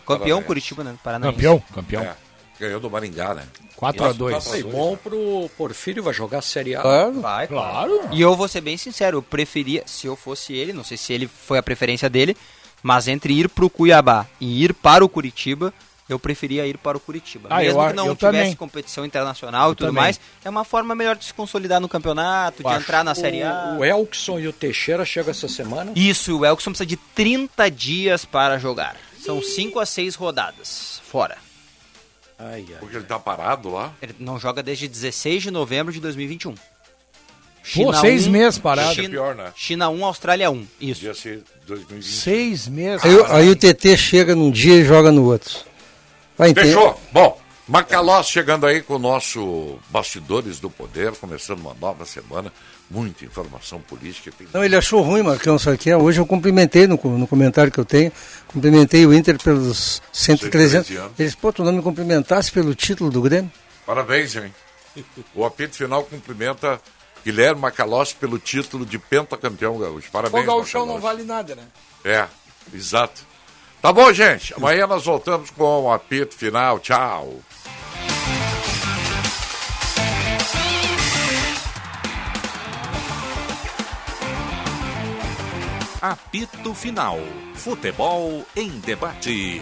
Speaker 3: campeão
Speaker 2: Paranaense.
Speaker 3: Curitiba, né? Paraná.
Speaker 8: Campeão, campeão.
Speaker 2: É, Ganhou do Maringá, né?
Speaker 8: 4 a 2.
Speaker 2: Nossa,
Speaker 8: Nossa,
Speaker 7: Foi tá bom pro Porfírio, vai jogar a Série A.
Speaker 3: Vai,
Speaker 8: claro.
Speaker 3: E eu vou ser bem sincero, eu preferia, se eu fosse ele, não sei se ele foi a preferência dele, mas entre ir pro Cuiabá e ir para o Curitiba, eu preferia ir para o Curitiba.
Speaker 8: Ah,
Speaker 3: Mesmo
Speaker 8: eu a-
Speaker 3: que não
Speaker 8: eu
Speaker 3: tivesse
Speaker 8: também.
Speaker 3: competição internacional e
Speaker 8: Eu
Speaker 3: tudo
Speaker 8: também.
Speaker 3: mais, é uma forma melhor de se consolidar no campeonato, de
Speaker 7: Acho.
Speaker 3: entrar na Série A.
Speaker 7: O, o Elkson e o Teixeira chegam essa
Speaker 8: né?
Speaker 7: semana.
Speaker 3: Isso, e o Elkson precisa de 30 dias para jogar. São 5 a 6 rodadas, fora.
Speaker 2: Porque ele tá parado lá.
Speaker 3: Ele não joga desde 16 de novembro de 2021.
Speaker 8: seis meses parado.
Speaker 3: parado.
Speaker 8: Isso é
Speaker 3: pior, né? um. China 1, Austrália 1. Isso.
Speaker 2: Devia ser 2020.
Speaker 8: Seis meses.
Speaker 4: Aí, o- aí o TT chega num dia e joga no outro. Vai entender.
Speaker 2: Fechou? Bom, Macalós chegando aí com o nosso Bastidores do Poder, começando uma nova semana. Muita informação política. Tem...
Speaker 4: Não, ele achou ruim, Marcão, isso aqui. é? Hoje eu cumprimentei no, co- no comentário que eu tenho, cumprimentei o Inter pelos 113 anos.
Speaker 2: 113 anos.
Speaker 4: Eles, pô, tu não me cumprimentasse pelo título do Grêmio?
Speaker 2: Parabéns, hein? O apito final cumprimenta Guilherme Macalós pelo título de pentacampeão gaúcho.
Speaker 5: O
Speaker 2: Parabéns,
Speaker 5: gauchão
Speaker 2: Macalós.
Speaker 5: não vale nada, né?
Speaker 2: É, exato. Tá bom, gente. Amanhã nós voltamos com o apito final. Tchau.
Speaker 11: Apito Final. Futebol em debate.